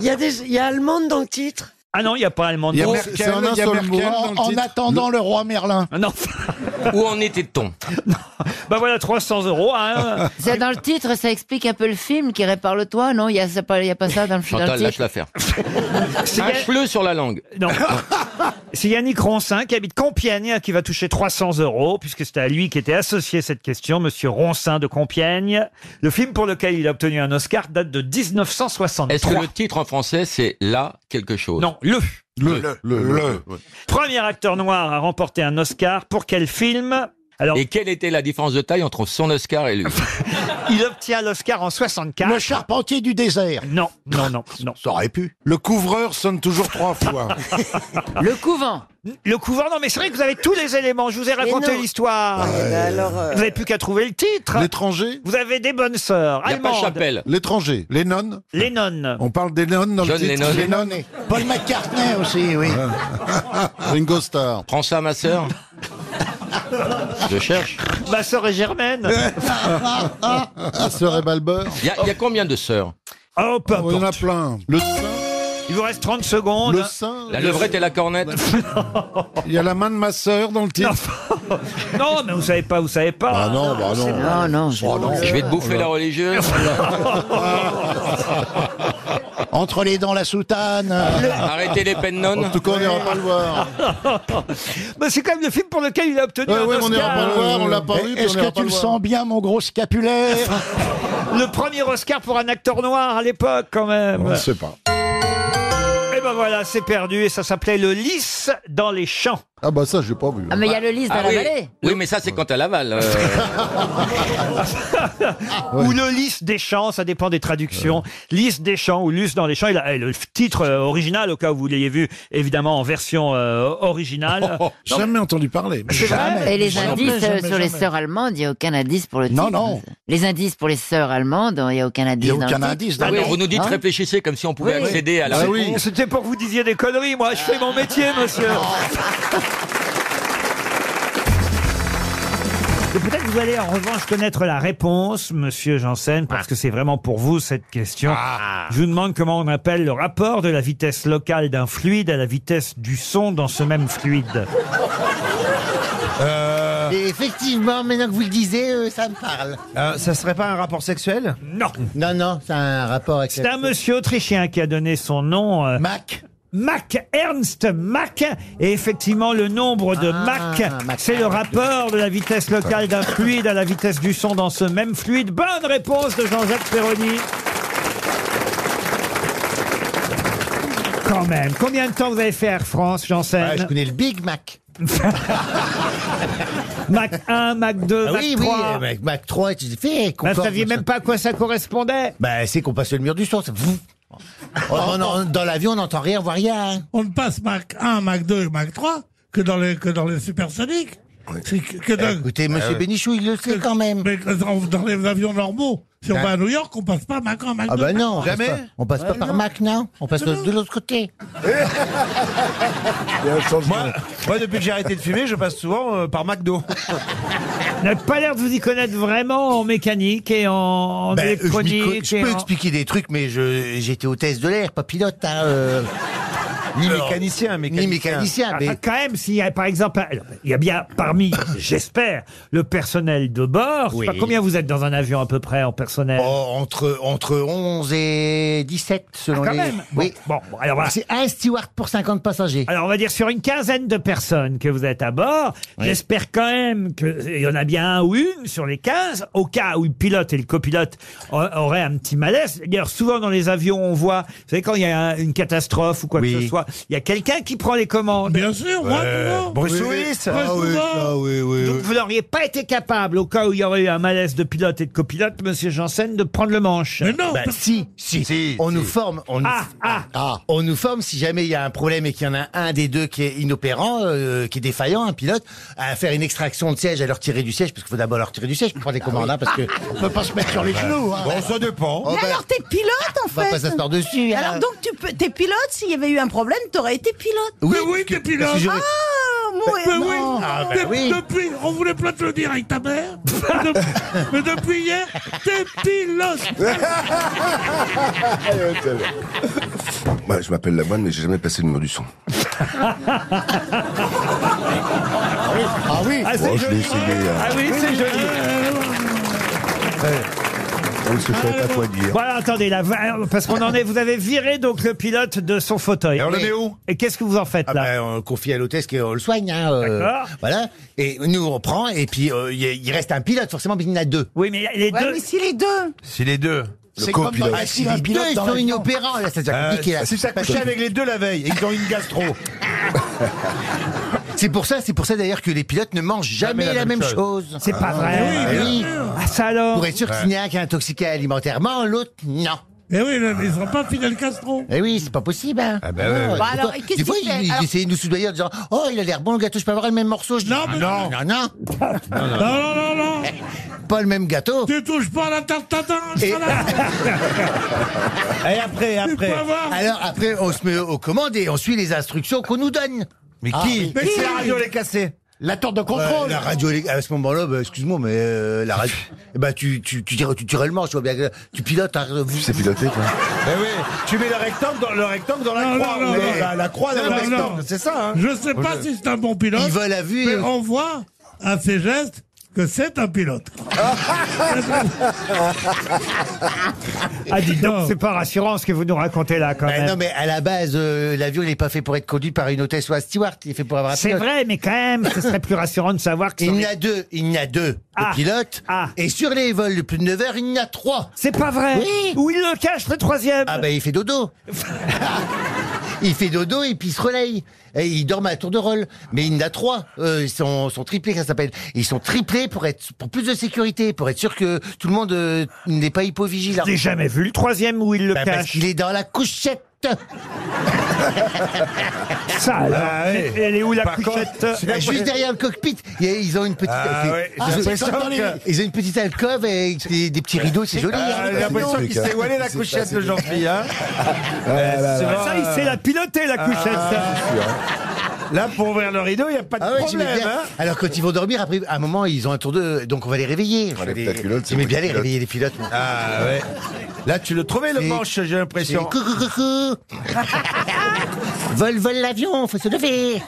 Il y a des il y a allemande dans le titre Ah non, il n'y a pas allemande. Il y a Oh, Merkel, c'est un il y a seul Merkel mot. dans le En titre. attendant Le- le roi Merlin. Ah Non. Où en <laughs> était-on Bah voilà, 300 euros. Hein. C'est dans le titre, ça explique un peu le film qui répare le toit, non Il n'y a, c'est pas- il y a pas ça dans le, dans le Chantal, lâche titre. <laughs> l'affaire. Ah, Un cheveu sur la langue. Non. <laughs> C'est Yannick Roncin qui habite Compiègne qui va toucher 300 euros puisque c'était à lui qui était associé cette question, Monsieur Roncin de Compiègne. Le film pour lequel il a obtenu un Oscar date de 1963. Est-ce que le titre en français, c'est là quelque chose Non, le. Le. Le. le. Premier acteur noir à remporter un Oscar pour quel film Alors, Et quelle était la différence de taille entre son Oscar et lui <laughs> il obtient l'Oscar en 64. Le charpentier du désert. Non, non, non, non. Ça aurait pu. Le couvreur sonne toujours trois fois. <laughs> Le couvent. Le couvent, non, mais c'est vrai que vous avez tous les éléments. Je vous ai raconté non. l'histoire. Vous n'avez plus qu'à trouver le titre. L'étranger. Vous avez des bonnes sœurs. Il y a pas allemandes. chapelle. L'étranger. Les nonnes. Les nonnes. On parle des nonnes dans John le titre. Lennon. Paul McCartney aussi, <laughs> oui. Ringo Starr. Prends ça, ma sœur. Je cherche. Ma sœur <laughs> est germaine. La sœur et Balbeur. Il y, a- il y a combien de sœurs Oh, peu Il y en a importe. plein. Le Il vous reste 30 secondes. Le sein. La levrette et la cornette Il y a la main de ma sœur dans le titre. <laughs> non, mais vous savez pas, vous savez pas. Ah non, bah non. Non, non, Oh non. Je vais te bouffer la <laughs> religieuse. Ah Entre les dents, la soutane. Arrêtez les peines nonnes. En tout cas, on n'ira pas le <laughs> voir. Bah, Mais c'est quand même le film pour lequel il a obtenu un Ah ouais, on Oscar. n'ira pas le voir, on l'a pas vu. puis on n'ira pas le voir. bien, mon gros scapulaire Le premier Oscar pour un acteur noir à l'époque, quand même. Eh On ne sait pas. Et ben voilà, c'est perdu et ça s'appelait Le Lys dans les champs. Ah bah ça, j'ai pas vu. Ah, mais il y a le lys dans Ah la oui. vallée. Oui, mais ça, c'est quand à Laval. euh. <laughs> Ou le lys des champs, ça dépend des traductions. Lys des champs ou lys dans les champs. Il a- et le titre euh, original, au cas où vous l'ayez vu, évidemment en version euh, originale. Jamais entendu parler. Et les indices euh, sur les sœurs allemandes, il n'y a aucun indice pour le titre. Non, non. Les indices pour les sœurs allemandes, il n'y a aucun indice. dans le titre. Ah oui, vous nous dites Hein réfléchissez comme si on pouvait Oui, oui. accéder à la C'est- réponse. C'était pour que vous disiez des conneries. Moi, je fais mon métier, monsieur. Oh. Et Peut-être vous allez en revanche connaître la réponse, monsieur Janssen, Ah. parce que c'est vraiment pour vous cette question. Je vous demande comment on appelle le rapport de la vitesse locale d'un fluide à la vitesse du son dans ce même fluide. Euh, Et Effectivement, maintenant que vous le disiez, euh, ça me parle. ça serait pas un rapport sexuel Non. Non, non, c'est un rapport avec... C'est un monsieur autrichien qui a donné son nom. Mac. Mac, Ernst Mac. Et effectivement, le nombre de Ah, Mac, c'est le rapport de la vitesse locale d'un fluide à la vitesse du son dans ce même fluide. Bonne réponse de Jean-Jacques Perroni. Quand même. Combien de temps vous avez fait Air France, Janssen Ouais, je connais le Big Mac. <laughs> Mac 1, Mac 2, Ah Mac oui, 3. oui, euh, Mac, Mac 3, tu fais... Bah, vous saviez même pas à quoi ça correspondait Bah, c'est qu'on passe le mur du son, c'est... Vous. On- on- on- dans l'avion, on n'entend rien, on voit rien. hein. On ne passe Mac 1, Mac 2 et Mac 3 que dans les, que dans les supersoniques. C'est Que, que dans- Écoutez, monsieur Ah oui. Bénichou, il le sait quand même. Mais dans, dans les avions normaux, si on Ah. va à New York, on passe pas Mac 1, Mac Ah 2. bah non, on Jamais. passe pas, on passe pas par Mac, non. On passe Non, de, non. de l'autre <laughs> côté. moi, moi, depuis que j'ai arrêté de fumer, je passe souvent euh, par McDo. Vous n'avez pas l'air de vous y connaître vraiment en mécanique et en, en Ben, je m'y co- électronique. je, et peux en- expliquer des trucs, mais je- j'étais hôtesse de l'air, pas pilote. hein, euh. Ni Alors, mécanicien, Ni mécanicien, mais... Ah, Quand même, s'il y a par exemple, alors, il y a bien parmi, <laughs> j'espère, le personnel de bord. Je sais Oui. pas combien vous êtes dans un avion à peu près en personnel Oh, entre, entre 11 et 17, selon Ah, quand les... même. Oui. Bon, bon, alors voilà. C'est un steward pour 50 passagers. Alors on va dire sur une quinzaine de personnes que vous êtes à bord. J'espère quand même qu'il y en a bien un ou une sur les 15, au cas où le pilote et le copilote a- auraient un petit malaise. D'ailleurs, souvent dans les avions, on voit, vous savez, quand il y a un- une catastrophe ou quoi que ce soit, il y a quelqu'un qui prend les commandes. Euh, Bien sûr, moi, toujours. Bruce Oui, oui. Willis. Bruce Ah oui, Willis. ça, Donc vous n'auriez pas été capable, au cas où il y aurait eu un malaise de pilote et de copilote, monsieur Janssen, de prendre le manche. Mais non Ben, si, si, on nous forme, on nous, Ah, on nous forme si jamais il y a un problème et qu'il y en a un des deux qui est inopérant, euh, qui est défaillant, un pilote, à faire une extraction de siège, à leur tirer du siège, parce qu'il faut d'abord leur tirer du siège pour prendre les commandes, hein, parce que on peut pas se mettre sur les genoux. Hein. Bon, ça dépend. Oh, Mais ben, alors, t'es pilote, en on va fait pas s'asseoir dessus, hein. Alors, donc, tu peux... t'es pilote, s'il y avait eu un problème, t'aurais été pilote Oui, Mais oui, parce que- t'es pilote. parce que j'aurais- Ah, bah Ah, Bah, mon Mais héros. oui, de- depuis, on voulait pas te le dire avec ta mère, mais, <laughs> de- mais depuis hier, t'es pilote. Moi, je m'appelle Lamoine, mais j'ai jamais passé le mur du son. Ah oui, Bon, je l'ai essayé. hein. c'est joli. Oui, parce que je savais pas quoi dire. Voilà, attendez, là, va- parce qu'on en est, vous avez viré donc le pilote de son fauteuil. Et on le met où Et qu'est-ce que vous en faites Ah là ben, on confie à l'hôtesse qu'on le soigne. Hein, euh, D'accord. voilà. Et nous, on prend, et puis euh, il y a- il reste un pilote, forcément, parce qu'il y en a deux. Oui, mais les Ouais, mais si les deux C'est les deux. C'est comme dans- Ah, si les deux sont inopérants, là, ça devient compliqué, là. Si ça couchait avec les deux la veille et qu'ils ont une gastro. <laughs> C'est pour ça, c'est pour ça d'ailleurs que les pilotes ne mangent jamais, la, même, chose. C'est pas vrai. Ah bien oui. Ah, ça alors. Pour être sûr qu'il n'y a qu'un intoxiqué alimentairement, l'autre non. Mais oui, là, ils sont pas Fidel Castro. Eh oui, c'est pas possible. Hein. ben ouais, ouais. des Bah fois- alors, et qu'est-ce des fois, qu'il fait ils, ils Alors- essayaient de nous soudoyer en disant Oh, il a l'air bon le gâteau, je peux avoir le même morceau. Je dis, non, non, non, non, Non, non, non, non. <laughs> Pas le même gâteau. Tu touches pas à la tarte tatin, Et- salade. Et après, après. pas voir. Alors après, on se met aux commandes et on suit les instructions qu'on nous donne. Mais Ah, qui Mais c'est la radio, elle est cassée. La tour de Ouais, la radio, elle est- à ce moment-là, bah, excuse-moi, mais euh, <laughs> la radio, eh ben, tu, tu, tu, dirais- tu tirais le manche, tu vois bien que tu pilotes. hein, vous- Tu sais piloter, quoi. Ben oui, tu mets le rectangle dans, le rectangle dans la <laughs> Non, Oh, croix. non, non, ou non. la, la croix dans Non, le non. rectangle, c'est ça. Hein Je sais pas si c'est un bon pilote. Ils veulent la vue. Mais on voit à ses gestes que c'est un pilote. Ah, <laughs> dites donc, c'est pas rassurant ce que vous nous racontez là quand Ben même. non, mais à la base, euh, l'avion, il n'est pas fait pour être conduit par une hôtesse ou un steward. Il est fait pour avoir un C'est pilote. vrai, mais quand même, ce serait plus rassurant de savoir que. Il y en a deux. Il y en a deux. Ah. le pilote. Et sur les vols de plus de 9 heures, il y en a trois. C'est pas vrai Oui. <laughs> Où il le cache, le troisième Ah ben, il fait dodo. Il fait dodo et puis il se relaye. Et il dort à la tour de rôle. Mais il en a trois. Euh, ils sont, sont triplés, ça s'appelle. Et Ils sont triplés pour être pour plus de sécurité, pour être sûr que tout le monde euh, n'est pas hypovigilant. Je n'ai jamais vu le troisième où il le Ben, cache. Parce qu'il est dans la couchette. Ça, alors. Et- Elle est où la couchette Ben, Juste derrière le cockpit, il y a- ils ont une petite. Ah c'est- ouais, j'ai Ah, c'est l'impression comme dans les- que- Ils ont une petite alcôve et des, des petits rideaux, c'est joli. Ah, hein. j'ai l'impression qu'il s'est Où elle est la couchette de Jean-Pierre hein C'est vrai, ça, il sait la piloter, la couchette. Là, pour ouvrir le rideau, il n'y a pas de problème, hein. Alors, quand ils vont dormir, après, à un moment, ils ont un tour de. Donc, on va les réveiller. Je lève vais ta les- culotte, c'est J'aimais moi bien qui les pilote. réveiller, les pilotes. moi. Ah ouais. Là, tu le trouvais le C'est- manche, j'ai l'impression. c'est Coucou, coucou. <laughs> vol, vol l'avion, faut se lever.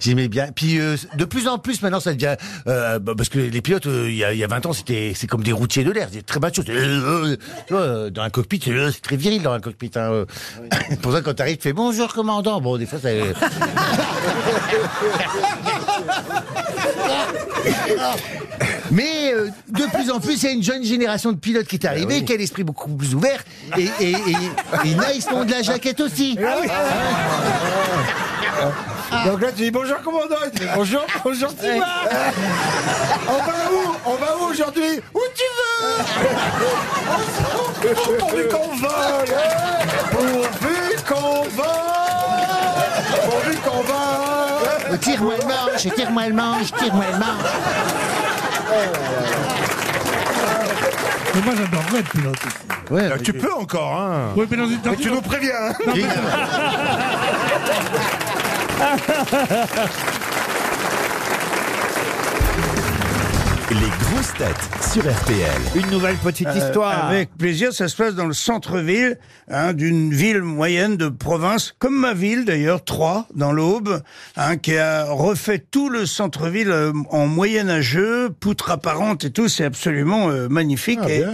J'aimais bien. Puis euh, de plus en plus maintenant, ça devient euh, bah, parce que les pilotes, euh, il y, a- il y a 20 ans, c'était c'est comme des routiers de l'air, c'est très macho. c'est, euh, euh, tu vois, euh, dans un cockpit, c'est euh, c'est très viril dans un cockpit. Hein, euh. C'est <coughs> Pour ça, quand t'arrives, tu fais bonjour commandant. Bon, des fois, ça. Mais euh, de plus en plus, il y a une jeune génération de pilotes qui est arrivée, Ben qui a l'esprit beaucoup plus ouvert. Et, et, et, et là, ils se font de la jaquette aussi. Eh Ah. Donc là, tu dis bonjour, commandant. Il te dit, bonjour, bonjour, tu vas. On va où On va où aujourd'hui Où tu veux On s'en fout pourvu qu'on vole. Pourvu qu'on vole. Pourvu qu'on vole. Euh, Tire-moi le manche, tire-moi le manche, tire-moi le manche. Mais moi, j'adorerais être pilote. Euh, tu peux encore, hein Oui, mais dans une- dans tu une- nous préviens. hein. Non, mais- <laughs> Les grosses têtes sur RTL. Une nouvelle petite Euh, histoire. avec plaisir, ça se passe dans le centre-ville hein, d'une ville moyenne de province, comme ma ville d'ailleurs, Troyes, dans l'Aube, hein, qui a refait tout le centre-ville euh, en moyenne à jeu, poutre apparente et tout, c'est absolument euh, magnifique. Et-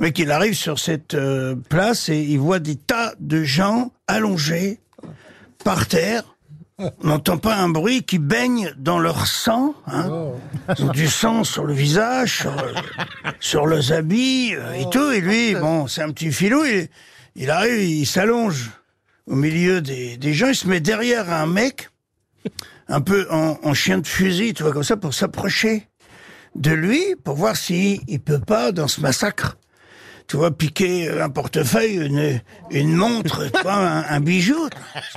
mais qu'il arrive sur cette euh, place et il voit des tas de gens allongés par terre. On n'entend pas un bruit qui baigne dans leur sang. hein. Ils ont du sang sur le visage, sur, sur leurs habits euh, et tout. Et lui, bon, c'est un petit filou. Il, il arrive, il s'allonge au milieu des, des gens. Il se met derrière un mec, un peu en, en chien de fusil, tu vois, comme ça, pour s'approcher de lui, pour voir s'il il peut pas, dans ce massacre, tu vois, piquer un portefeuille, une, une montre, tu vois, un, un bijou.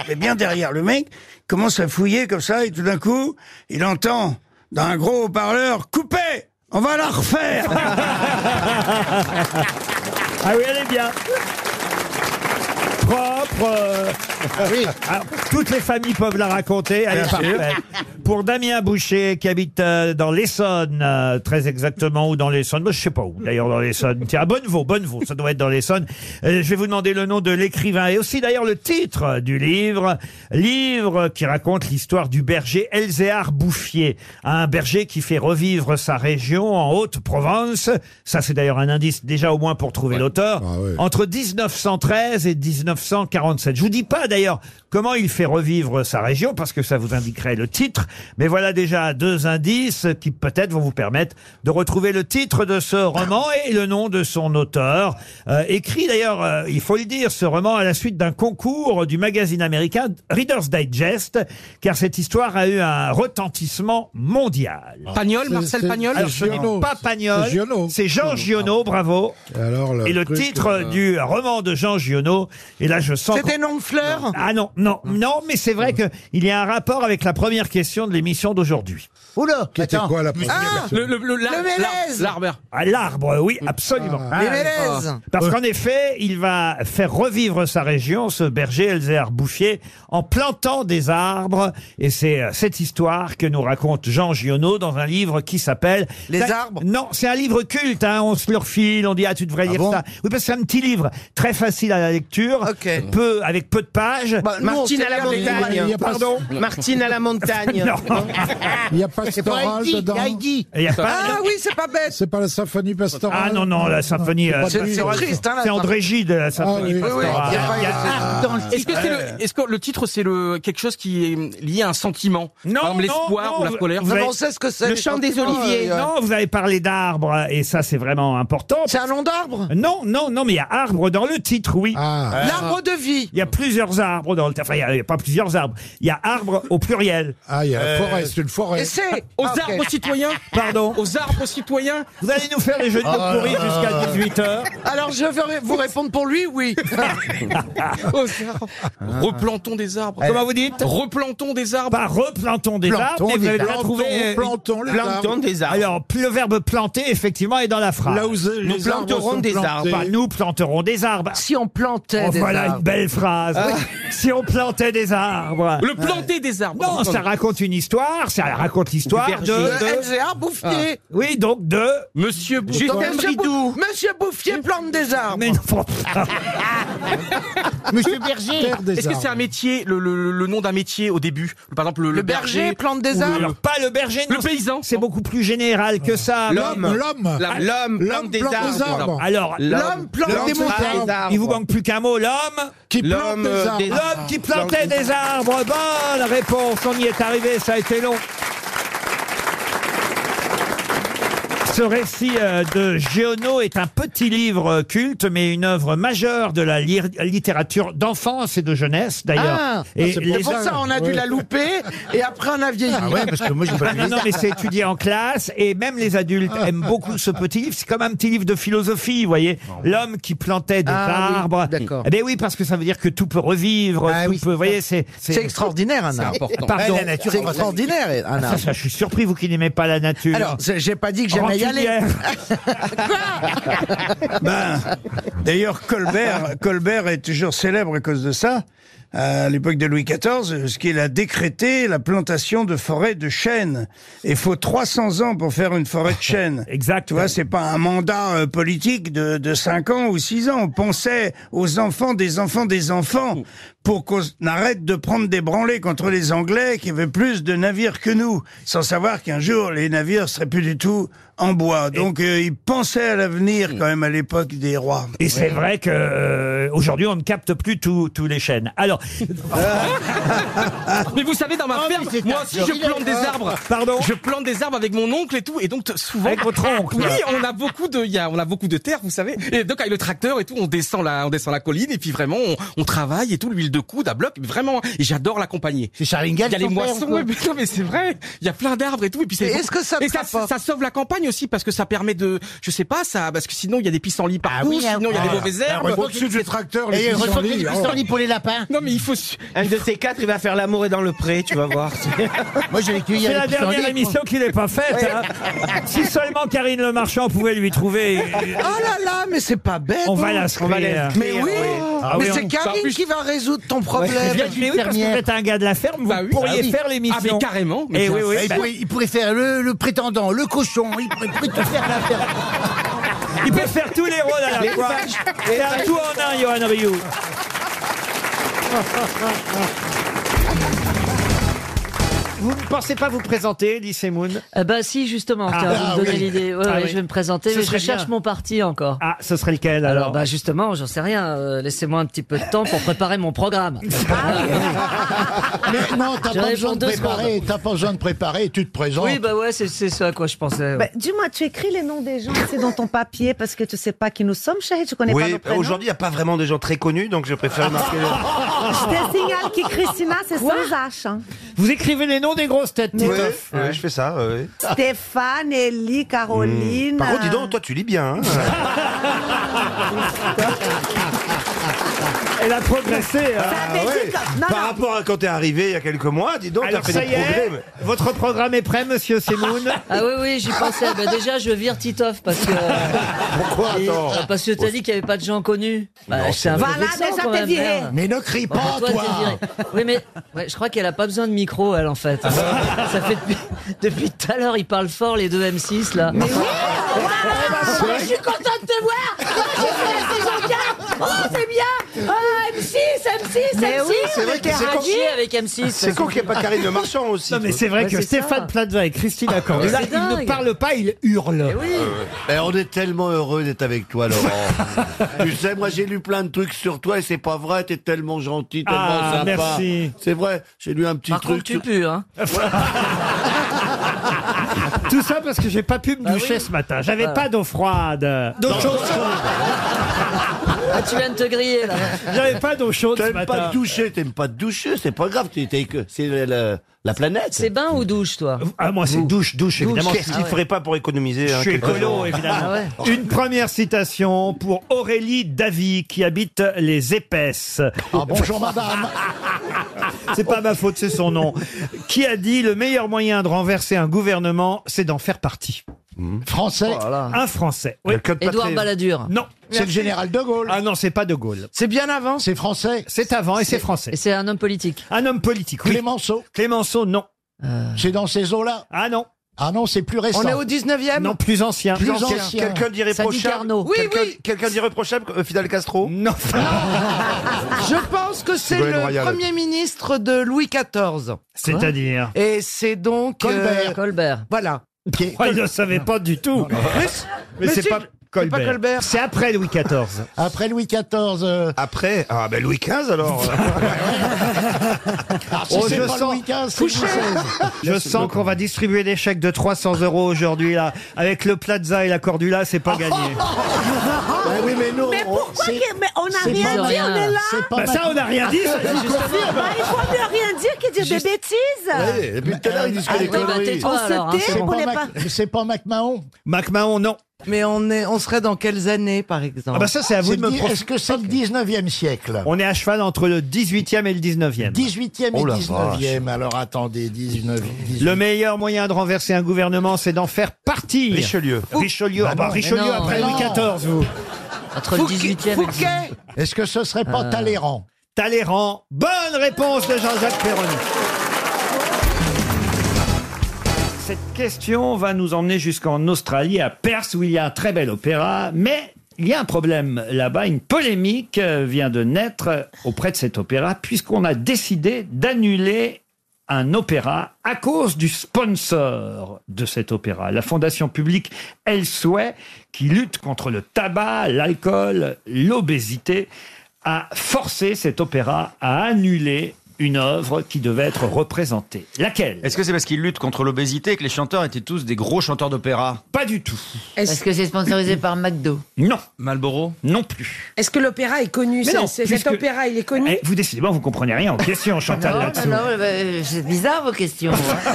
Je mets bien derrière le mec, commence à fouiller comme ça, et tout d'un coup, il entend dans un gros haut-parleur Coupez On va la refaire <laughs> Ah oui, elle est bien. Propre. euh, alors, toutes les familles peuvent la raconter. Elle est Ah Bien sûr. parfaite. Pour Damien Boucher, qui habite euh, dans l'Essonne, euh, très exactement, ou dans l'Essonne, moi, je sais pas où, d'ailleurs, dans l'Essonne. Tiens, à Bonnevaux, Bonnevaux, ça doit être dans l'Essonne. Euh, je vais vous demander le nom de l'écrivain et aussi, d'ailleurs, le titre euh, du livre. Livre qui raconte l'histoire du berger Elzéar Bouffier. Un berger qui fait revivre sa région en Haute-Provence. Ça, c'est d'ailleurs un indice, déjà au moins pour trouver l'auteur. Ah Entre 1913 et 1947. Je vous dis pas, d'ailleurs, comment il fait revivre sa région, parce que ça vous indiquerait le titre. Mais voilà déjà deux indices qui peut-être vont vous permettre de retrouver le titre de ce roman et le nom de son auteur. Euh, écrit d'ailleurs, euh, il faut le dire, ce roman à la suite d'un concours du magazine américain Reader's Digest, car cette histoire a eu un retentissement mondial. Pagnol, C'est- Marcel c'est- Pagnol Alors, c'est ce n'est Giono, pas c'est- Pagnol, c'est Giono. c'est Jean Giono, bravo. Alors, le Et le truc, titre euh, du roman de Jean Giono, et là je sens... C'était qu'on- nom de fleur ah non, non, non, mais c'est vrai qu'il y a un rapport avec la première question de l'émission d'aujourd'hui. Oula C'était quoi la première Ah, question le- le- le- l'ar- Le Mélèze l'ar- l'arbre. Ah, l'arbre, oui, absolument. Ah. Les Mélèzes. Parce qu'en effet, il va faire revivre sa région, ce berger Elzéar Bouffier, en plantant des arbres. Et c'est euh, cette histoire que nous raconte Jean Giono dans un livre qui s'appelle... Les arbres Non, c'est un livre culte, hein, on se le refile, on dit « Ah, tu devrais lire ça ». Oui, parce que c'est un petit livre, très facile à la lecture, peu, avec peu de pages. nous, on Martine sait à la lire les montagne. livres, il y a pas- Pardon Martine à <laughs> la montagne. <laughs> Non. Il n'y a pas Storal dedans Il y a pas- Ah oui, c'est pas bête. C'est pas la symphonie pastorale Ah non, non, la symphonie. euh, pas lui. hein, C'est André Gide, Ah, la Ah, symphonie. oui, oui, pastorale. il y a pas- Il y a- Est-ce que, c'est le, est-ce que le titre c'est le quelque chose qui est lié à un sentiment Non, Par exemple, l'espoir non, ou la vous- colère vous avez- Le chant des oliviers. Non, vous avez parlé d'arbres euh, et ça, c'est vraiment important. C'est un nom d'arbre Non, non, non, mais il y a arbre dans le titre, oui. Ah. arbre de vie. Il y a plusieurs arbres dans le Enfin, il y a- il n'y a, pas plusieurs arbres. Il y a arbres au pluriel. Ah, il y a la forêt, c'est une forêt. Et c'est Aux arbres citoyens Pardon Aux arbres citoyens Vous allez nous faire les jeux de mots Ah, pourris ah, jusqu'à ah. 18h. Alors je vais vous répondre pour lui, <laughs> oui. Replantons des arbres. Comment vous dites Replantons des arbres. Pas replantons des arbres, mais vous avez déjà trouvé. euh, Plantons des arbres. Alors, le verbe planter, effectivement, est dans la phrase. Là où les Nous arbres planterons sont des plantés. arbres. Pas nous planterons des arbres. Si on plantait Oh, des voilà arbres. une belle phrase. Ah. Si on plantait des arbres. Euh, Le planter des arbres. Non, ça raconte une histoire, ça raconte l'histoire de, verger. Le de- LGA Bouffier. Ah. Oui, donc de Monsieur Bouffier. Monsieur, Bou- Monsieur Bouffier plante des arbres. Mais non, <laughs> Monsieur Berger. Est-ce que c'est un métier, le, le- le nom d'un métier au début Par exemple, le, Le berger plante des ou le- arbres. Alors, pas le berger, Le paysan. C'est beaucoup plus général que ça. L'homme. L'homme. Ah, L'homme plante des arbres. Alors, L'homme plante des montagnes. Il vous manque plus qu'un mot. L'homme Qui plante L'homme, des euh, arbres. des L'homme qui arbres. plantait Plante- des arbres. Bonne réponse. On y est arrivé. Ça a été long. Ce récit euh, de Giono est un petit livre euh, culte, mais une œuvre majeure de la lir- littérature d'enfance et de jeunesse, d'ailleurs. Ah, et c'est pour ça on a dû la louper et après on a vieilli. Ah non, non, mais c'est étudié en classe et même les adultes <laughs> aiment beaucoup ce petit livre. C'est comme un petit livre de philosophie, vous voyez. L'homme qui plantait des Ah oui, arbres. d'accord. Ah Eh bien oui, parce que ça veut dire que tout peut revivre. tout peut- vous voyez, c'est C'est extraordinaire un arbre. Pardon. Ouais, la nature est extraordinaire un Ah, ça, arbre. ça, je suis surpris, vous qui n'aimez pas la nature. Alors, c'est- j'ai pas dit que j'aimais y aller. Renturière. <laughs> Ben, d'ailleurs, Colbert, Colbert est toujours célèbre à cause de ça. À l'époque de Louis XIV, ce qu'il a décrété, la plantation de forêts de chênes. Il faut 300 ans pour faire une forêt de chênes. Exact. Tu vois, c'est pas un mandat euh, politique de, de 5 ans ou 6 ans. On pensait aux enfants des enfants des enfants pour qu'on s- arrête de prendre des branlées contre les Anglais qui avaient plus de navires que nous, sans savoir qu'un jour les navires seraient plus du tout en bois. Donc euh, ils pensaient à l'avenir quand même à l'époque des rois. Et c'est vrai que euh, aujourd'hui on ne capte plus tous tous les chaînes. Alors, Mais vous savez, dans ma ferme, moi aussi je joli plante des arbre. arbres. Pardon Je plante des arbres avec mon oncle et tout, et donc t- souvent. Avec votre oncle. Oui, on a beaucoup de, il y a, on a beaucoup de terre, vous savez. Et donc avec le tracteur et tout, on descend la, on descend la colline et puis vraiment on, on travaille et tout, l'huile de coude à bloc, vraiment. Et j'adore l'accompagner. C'est Charlingale, Il y a les son père, moissons, ou quoi ouais, <laughs> mais non mais c'est vrai. Il y a plein d'arbres et tout, et puis c'est. Et bon. est-ce que ça Et te ça, rapporte ça sauve la campagne aussi parce que ça permet de, je sais pas, ça, parce que sinon il y a des pissenlits partout, oui, sinon il y a ah, des mauvaises ah, herbes. au-dessus du tracteur, Et retrouvez du oh. pissenlit pour les lapins. Non mais il faut. Un de ces quatre, il va faire l'amour et dans le pré, tu vas voir. Moi j'ai vécu c'est la dernière émission qu'il n'est pas faite. hein. si seulement Karine Le Marchand pouvait lui trouver. euh, Oh là là, mais c'est pas bête. hein. On va l'inscrire. Mais oui, Ah oui, mais on- c'est Karine qui va résoudre ton problème. Mais oui, parce que vous êtes un gars de la ferme, vous Bah oui. pourriez Ah oui. faire l'émission. Ah, mais carrément, mais Eh bien oui, oui, sûr. Ah, il, bah- pourrait, il pourrait faire le, le prétendant, le cochon, il pourrait, il pourrait tout faire la faire. Il peut faire tous les rôles à Les la fois. vaches. C'est un tout en un, Johan Rioux. <laughs> Vous ne pensez pas vous présenter, lycée Moon Euh, bah si, justement, Ah, tiens, vous ah me donnez oui. l'idée. Ouais, Ah ouais, oui. Je vais me présenter, Ce mais je serait cherche bien. mon parti encore. Ah, ce serait lequel alors, Alors, bah justement, j'en sais rien. euh, Laissez-moi un petit peu de temps pour préparer <laughs> mon programme. Ah Ah, Mais non, t'as pas Je réponds besoin de deux préparer, t'as pas besoin de préparer, tu te présentes. Oui, bah ouais, c'est c'est ce à quoi je pensais. ouais. Bah, Dis-moi, tu écris les noms des gens c'est dans ton papier parce que tu sais pas qui nous sommes, chérie, tu connais pas Oui, nos prénoms. aujourd'hui, il n'y a pas vraiment de gens très connus, donc je Ah, préfère marquer le... Je te signale qui Christina, c'est sans H. hein. Vous écrivez les noms des grosses têtes, Oui, Titoff. oui, je fais ça, oui. Stéphane, Ellie, Caroline. euh, Hmm. Par contre, dis euh, donc, toi, tu lis <laughs> bien. hein. Elle a progressé. hein. Ah ouais. Par rapport à quand t'es arrivé il y a quelques mois, dis donc, t'as Alors fait ça des y est, progrès. votre programme est prêt, monsieur Semoun Ah oui, oui, j'y pensais. Bah déjà, je vire Titoff parce que... Pourquoi Et- attends bah, parce que t'as dit qu'il n'y avait pas de gens connus. Bah, Non, c'est un peu Voilà, vexant, déjà, quand t'es même, viré. merde. Mais ne crie Bon, pas, bah, toi, t'es viré. Oui, mais ouais, je crois qu'elle a pas besoin de micro, elle, en fait. <laughs> Ça fait depuis, depuis tout à l'heure, ils parlent fort, les deux M6, là. Ah, Mais Eh ben, Je suis contente de te voir Comment j'ai fait la saison 4 Oh, c'est bien Ah, M6, M6, M6 c'est vrai que c'est con- avec M6. C'est con qu'il n'y ait pas Karine Le Marchand aussi. <laughs> Non, mais toi. c'est vrai Ouais, que c'est ça. Ah, Stéphane Plaza et Christina Cordula, c'est ils ne dingue. parlent pas, ils hurlent. Euh, Eh, Ben, on est tellement heureux d'être avec toi, <laughs> Laurent. tu sais, moi j'ai lu plein de trucs sur toi et c'est pas vrai, t'es tellement gentil, tellement Ah, sympa. merci. C'est vrai, j'ai lu un petit Par truc. contre, tu <laughs> pues, hein. Tout ça parce que j'ai pas pu me doucher ce matin. J'avais Ah. pas d'eau froide. D'autres choses. Ah, tu viens de te griller, là. J'avais pas d'eau chaude T'aimes ce pas matin. te doucher, t'aimes pas te doucher, c'est pas grave, t'es- t'es que- c'est le- le- la planète. C'est bain ou douche, toi Ah, moi, c'est douche, douche, évidemment. Qu'est-ce Qu'est-ce qu'il qu'il ferait ferait pas pour économiser hein, Je suis écolo, <laughs> évidemment. Ah Ah Une première citation pour Aurélie Davy, qui habite Les Épaisses. Ah bonjour, madame. <laughs> C'est pas ma faute, c'est son nom. Qui a dit le meilleur moyen de renverser un gouvernement, c'est d'en faire partie Français. Un Français. Oui. Édouard Balladur. Non. C'est le général de Gaulle. Ah non, c'est pas de Gaulle. C'est bien avant. C'est français. C'est avant et c'est français. Et c'est un homme politique. Un homme politique. oui. Clémenceau. Clémenceau, non. Euh. C'est dans ces eaux-là. Ah non. Ah non, c'est plus récent. On est au 19e Non, plus ancien. Plus Quel- ancien. Quelqu'un d'irréprochable Oui, Quelqu'un- oui. Quelqu'un d'irréprochable, euh, Fidel Castro Non. <laughs> Je pense que c'est Ségolène le Royal. premier ministre de Louis XIV. C'est-à-dire Et c'est donc... Colbert. Colbert. Voilà. Oh, il ne savait pas du tout. Mais c- Mais mais c'est si, pas c'est pas Colbert. Colbert. C'est après Louis XIV. Après Louis XIV. euh, Après Ah ben Louis XV alors <laughs> Ah, si Oh, c'est je pas sens- Louis XV, c'est Louis XVI. Je sens qu'on va distribuer des chèques de 300 euros aujourd'hui là. Avec le Plaza et la Cordula, c'est pas gagné. Ben oui, mais non. Mais pourquoi c'est- que- mais on n'a c'est rien pas dit, ma- on est là c'est pas Bah, ma- ça, on n'a rien dit, <laughs> ça, je vous confirme. Bah, il faut mieux rien dire que dire des bêtises. Ouais, et puis tout à Ah, l'heure, ils disent que des bah, conneries. bah, Oh, On se hein. tait C'est pour les pas, Mac- c'est pas MacMahon. MacMahon, non. Mais on, est, on serait dans quelles années, par exemple Ah bah ça, c'est à vous C'est de me le- prof- Est-ce que c'est le 19e siècle On est à cheval entre le 18e et le 19e. 18e Oh la et 19e. Alors attendez, 19e. 18e. Le meilleur moyen de renverser un gouvernement, c'est d'en faire partie. Richelieu. Richelieu, ah bah, non, Richelieu mais non, après mais Louis non. XIV, vous. Entre le 18e et le 19e. Est-ce que ce serait pas Euh. Talleyrand Talleyrand. Bonne réponse de Jean-Jacques Perroni. Cette question va nous emmener jusqu'en Australie, à Perth, où il y a un très bel opéra, mais il y a un problème là-bas, une polémique euh, vient de naître euh, auprès de cet opéra, puisqu'on a décidé d'annuler un opéra à cause du sponsor de cet opéra, la fondation publique Elsewhere, qui lutte contre le tabac, l'alcool, l'obésité, a forcé cet opéra à annuler une œuvre qui devait être représentée. Laquelle Est-ce que c'est parce qu'ils luttent contre l'obésité que les chanteurs étaient tous des gros chanteurs d'opéra Pas du tout. Est-ce que c'est sponsorisé par McDo Non. Malboro Non plus. Est-ce que l'opéra est connu Mais c'est- non, c'est- puisque- Cet opéra, il est connu Ah Eh, vous décidément, vous comprenez rien aux questions, Chantal, Non, là-dessous. non, non, bah, euh, c'est bizarre vos questions. <laughs>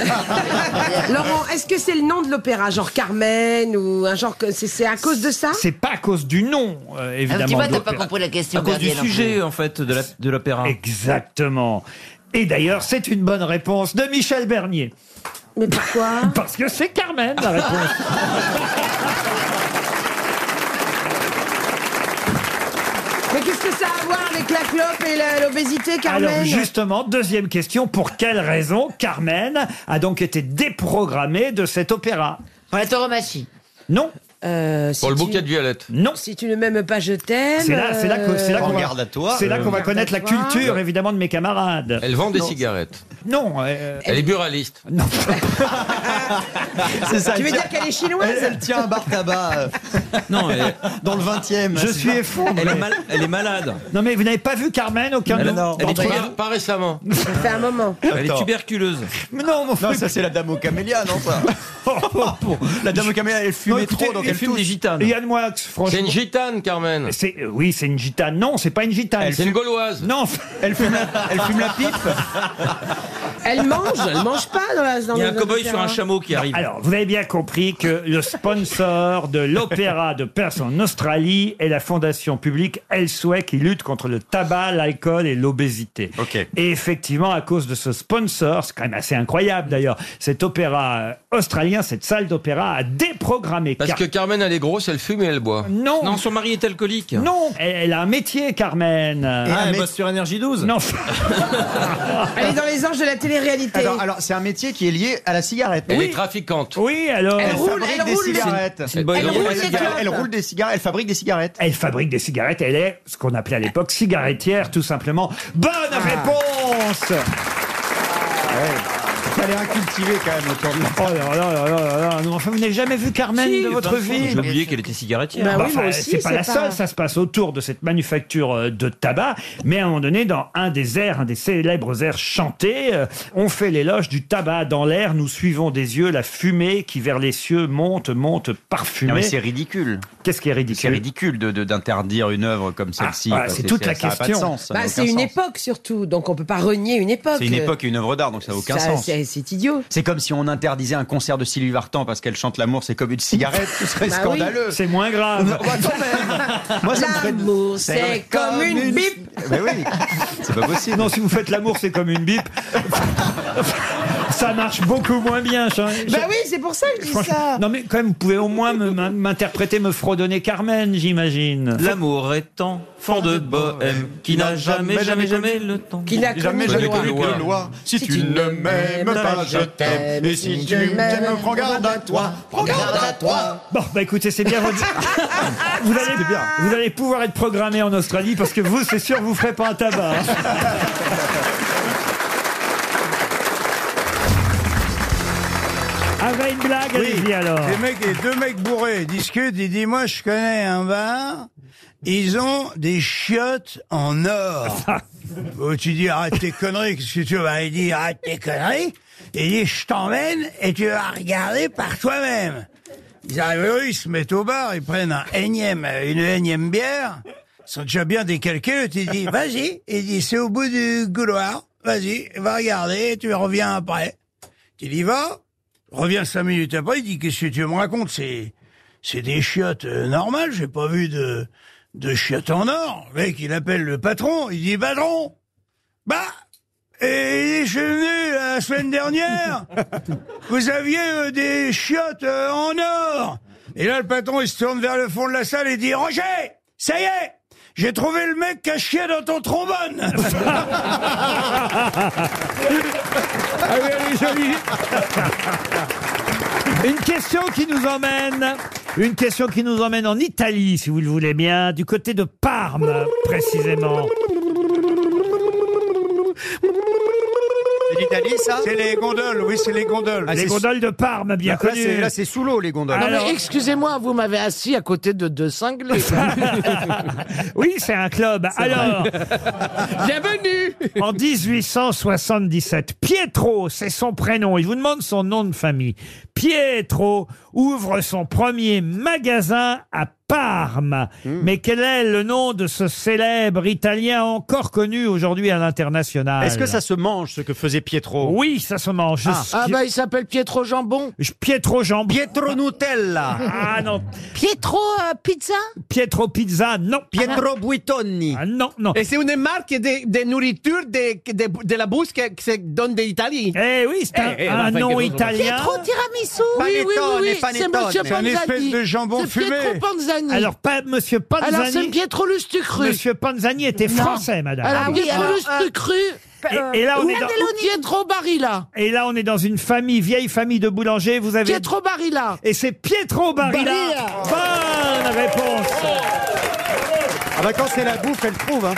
Laurent, est-ce que c'est le nom de l'opéra, genre Carmen ou un genre que c'est- c'est à cause de ça C'est pas à cause du nom, euh, évidemment. tu vois, Ah, de t'as pas l'opéra. compris la question. À cause du Gabriel, en plus. sujet, en fait, de la- de l'opéra. Exactement. Et d'ailleurs, c'est une bonne réponse de Michel Bernier. Mais pourquoi <laughs> Parce que c'est Carmen, la réponse. Mais qu'est-ce que ça a à voir avec la clope et la- l'obésité, Carmen Alors, justement, deuxième question. Pour quelle raison Carmen a donc été déprogrammée de cet opéra Pour la tauromatie. Non, Euh, si Pour le tu- bouquet de violettes. non. Si tu ne m'aimes pas, je t'aime. C'est là, c'est là, que- c'est là qu'on Regarde va, à toi. c'est là qu'on va Regarde connaître à la toi. culture, évidemment, de mes camarades. Elle vend des Non. cigarettes. Non. euh, Elle est buraliste. C'est ça. Ah, Tu veux dire qu'elle est chinoise tient un bar euh, <laughs> tabac Non, elle est dans le 20 e Je suis effondré. Elle est, mal- elle est malade. Non, mais vous n'avez pas vu Carmen, aucun Elle, de vous elle est d'entre- tuber- pas récemment. Ça fait un moment. Elle est tuberculeuse. Mais Non, mon frère. c'est <laughs> la dame au camélia, non ça Ah La dame au camélia, elle Non, fumait écoutez, trop, donc elle elle fume tousse. des gitanes. Yann Moix, franchement. C'est une gitane, Carmen. C'est- euh, oui, c'est une gitane. Non, c'est pas une gitane. Elle C'est c'est une gauloise. Non, <laughs> Elle fume, la, elle fume la pipe. Elle mange, elle mange pas dans la. dans Il y a un les cow-boy opéras. sur un chameau qui arrive. alors vous avez bien compris que le sponsor de l'opéra de Perth en Australie est la fondation publique Elsewhere qui lutte contre le tabac, l'alcool et l'obésité. Ok. Et effectivement, à cause de ce sponsor, c'est quand même assez incroyable d'ailleurs, cet opéra euh, australien, cette salle d'opéra a déprogrammé. Parce Car- que Carmen, elle est grosse, elle fume et elle boit. Non, Non, son mari est alcoolique. non, elle, elle a un métier, Carmen. Ah, elle mais- bosse sur énergie <laughs> 12 Non. Elle est dans les anges de la télé-réalité. c'est un métier qui est lié à la cigarette. Elle est trafiquante. Oui, alors. euh, Elle roule, elle roule. les- une bonne Elle idée. roule les clopes. des cigarettes, elle fabrique des cigarettes. Elle fabrique des cigarettes, elle est ce qu'on appelait à l'époque cigarettière, tout simplement. Bonne réponse Elle est incultivée quand même autour de la Oh là là là là là là. Non, enfin, vous n'avez jamais vu Carmen Si, de votre bien sûr, vie J'ai oublié qu'elle était cigarettière. Bah, enfin, c'est pas la seule, ça se passe autour de cette manufacture euh, de tabac, mais à un moment donné, dans un des airs, un des célèbres airs chantés, euh, on fait l'éloge du tabac dans l'air, nous suivons des yeux la fumée qui vers les cieux monte, monte, parfumée. Non, mais c'est ridicule. Qu'est-ce qui est ridicule C'est ridicule de- de- d'interdire une œuvre comme celle-ci. Ah, voilà, quoi. c'est toute la ça a pas de question. sens, ça Bah, n'a c'est aucun une sens. époque surtout, donc on peut pas renier une époque. C'est une époque et une œuvre Ah, d'art, donc ça n'a aucun Ça, sens. C'est c'est idiot. C'est comme si on interdisait un concert de Sylvie Vartan parce qu'elle chante l'amour, c'est comme une cigarette, ce <laughs> serait Bah oui. scandaleux. C'est moins grave. Non, bah, quand <laughs> même. Moi, ça me ferait- L'amour, c'est comme une bip. Eh Mais oui, c'est pas possible. Non, si vous faites l'amour, c'est comme une <laughs> bip. ça marche beaucoup moins bien. Bah Bah oui, c'est pour ça que je dis Franchement, <laughs> ça. Non mais quand même, vous pouvez au moins me- m'in- m'interpréter, me fredonner Carmen, j'imagine. L'amour est enfant de bohème qui n'a jamais, jamais, jamais le temps. Qui n'a Jamais, jamais connu de loi. Si tu ne m'aimes pas, je t'aime. Et si tu m'aimes, prends garde à toi. Prends garde à toi. Bon, bah écoutez, c'est bien <laughs> votre... vous, allez, vous allez pouvoir être programmé en Australie parce que vous, c'est sûr, vous ferez pas un tabac. hein. Ah bah une blague, allez-y alors. Les mecs, les deux mecs bourrés discutent, ils disent moi je connais un bar, ils ont des chiottes en or. Ah. <laughs> Oh, tu dis arrête tes conneries, qu'est-ce que tu veux Bah, Il dit arrête tes conneries, il dit je t'emmène et tu vas regarder par toi-même. Ils arrivent, eux, ils se mettent au bar, ils prennent un énième, euh, une énième bière, ils sont déjà bien décalqués, l'autre il dit vas-y, il dit c'est au bout du couloir, vas-y, va regarder, tu reviens après. Il y va, revient cinq minutes après, il dit Qu'est-ce que tu me racontes C'est c'est des chiottes euh, normales, j'ai pas vu de, de chiottes en or. Le mec, il appelle le patron, il dit Patron Bah et je suis venu euh, la semaine <laughs> dernière, vous aviez euh, des chiottes euh, en or Et là, le patron, il se tourne vers le fond de la salle et dit Roger, ça y est j'ai trouvé le mec caché dans ton trombone. <laughs> Ah oui, elle est jolie. Une question qui nous emmène, une question qui nous emmène en Italie, si vous le voulez bien, du côté de Parme, précisément. C'est l'Italie, ça C'est les gondoles, oui, c'est les gondoles. Ah, les gondoles de Parme, bien Là, connues. c'est- là, c'est sous l'eau, les Ah, gondoles. Alors- excusez-moi, vous m'avez assis à côté de deux cinglés. <laughs> Oui, c'est un club. C'est Alors, vrai. bienvenue. En 1877, Pietro, c'est son prénom. Il vous demande son nom de famille. Pietro ouvre son premier magasin à Parme. Mais quel est le nom de ce célèbre Italien encore connu aujourd'hui à l'international Est-ce que ça se mange ce que faisait Pietro Oui, ça se mange. Ah, Je- ah bah il s'appelle Pietro Jambon. Je- Pietro Jambon. Pietro Nutella. Ah non. Pietro euh, Pizza. Pietro Pizza, non. Pietro Buitoni. Ah non, non. Et c'est une marque de, de nourriture de, de, de la bouffe que, que se donne d'Italie. Eh oui, c'est un, un nom italien. Pietro Tiramisu. Panettone, oui, oui, oui, panettone. C'est Monsieur C'est un Panzani. espèce de jambon C'est fumé. Pietro Panzani. Alors, pas Monsieur Panzani. Alors, c'est Pietro Lustucru. Monsieur Panzani était Non. Ah français, madame. Ah Alors, Pietro euh, Lustucru. euh, Et- et là, on ou est dans- ou Pietro Barilla. Et là, on est dans une famille, vieille famille de boulangers. Vous avez. Pietro Barilla. Et c'est Pietro Barilla. Barilla. Bonne réponse. Ah bah quand c'est la bouffe, elle trouve. Hein.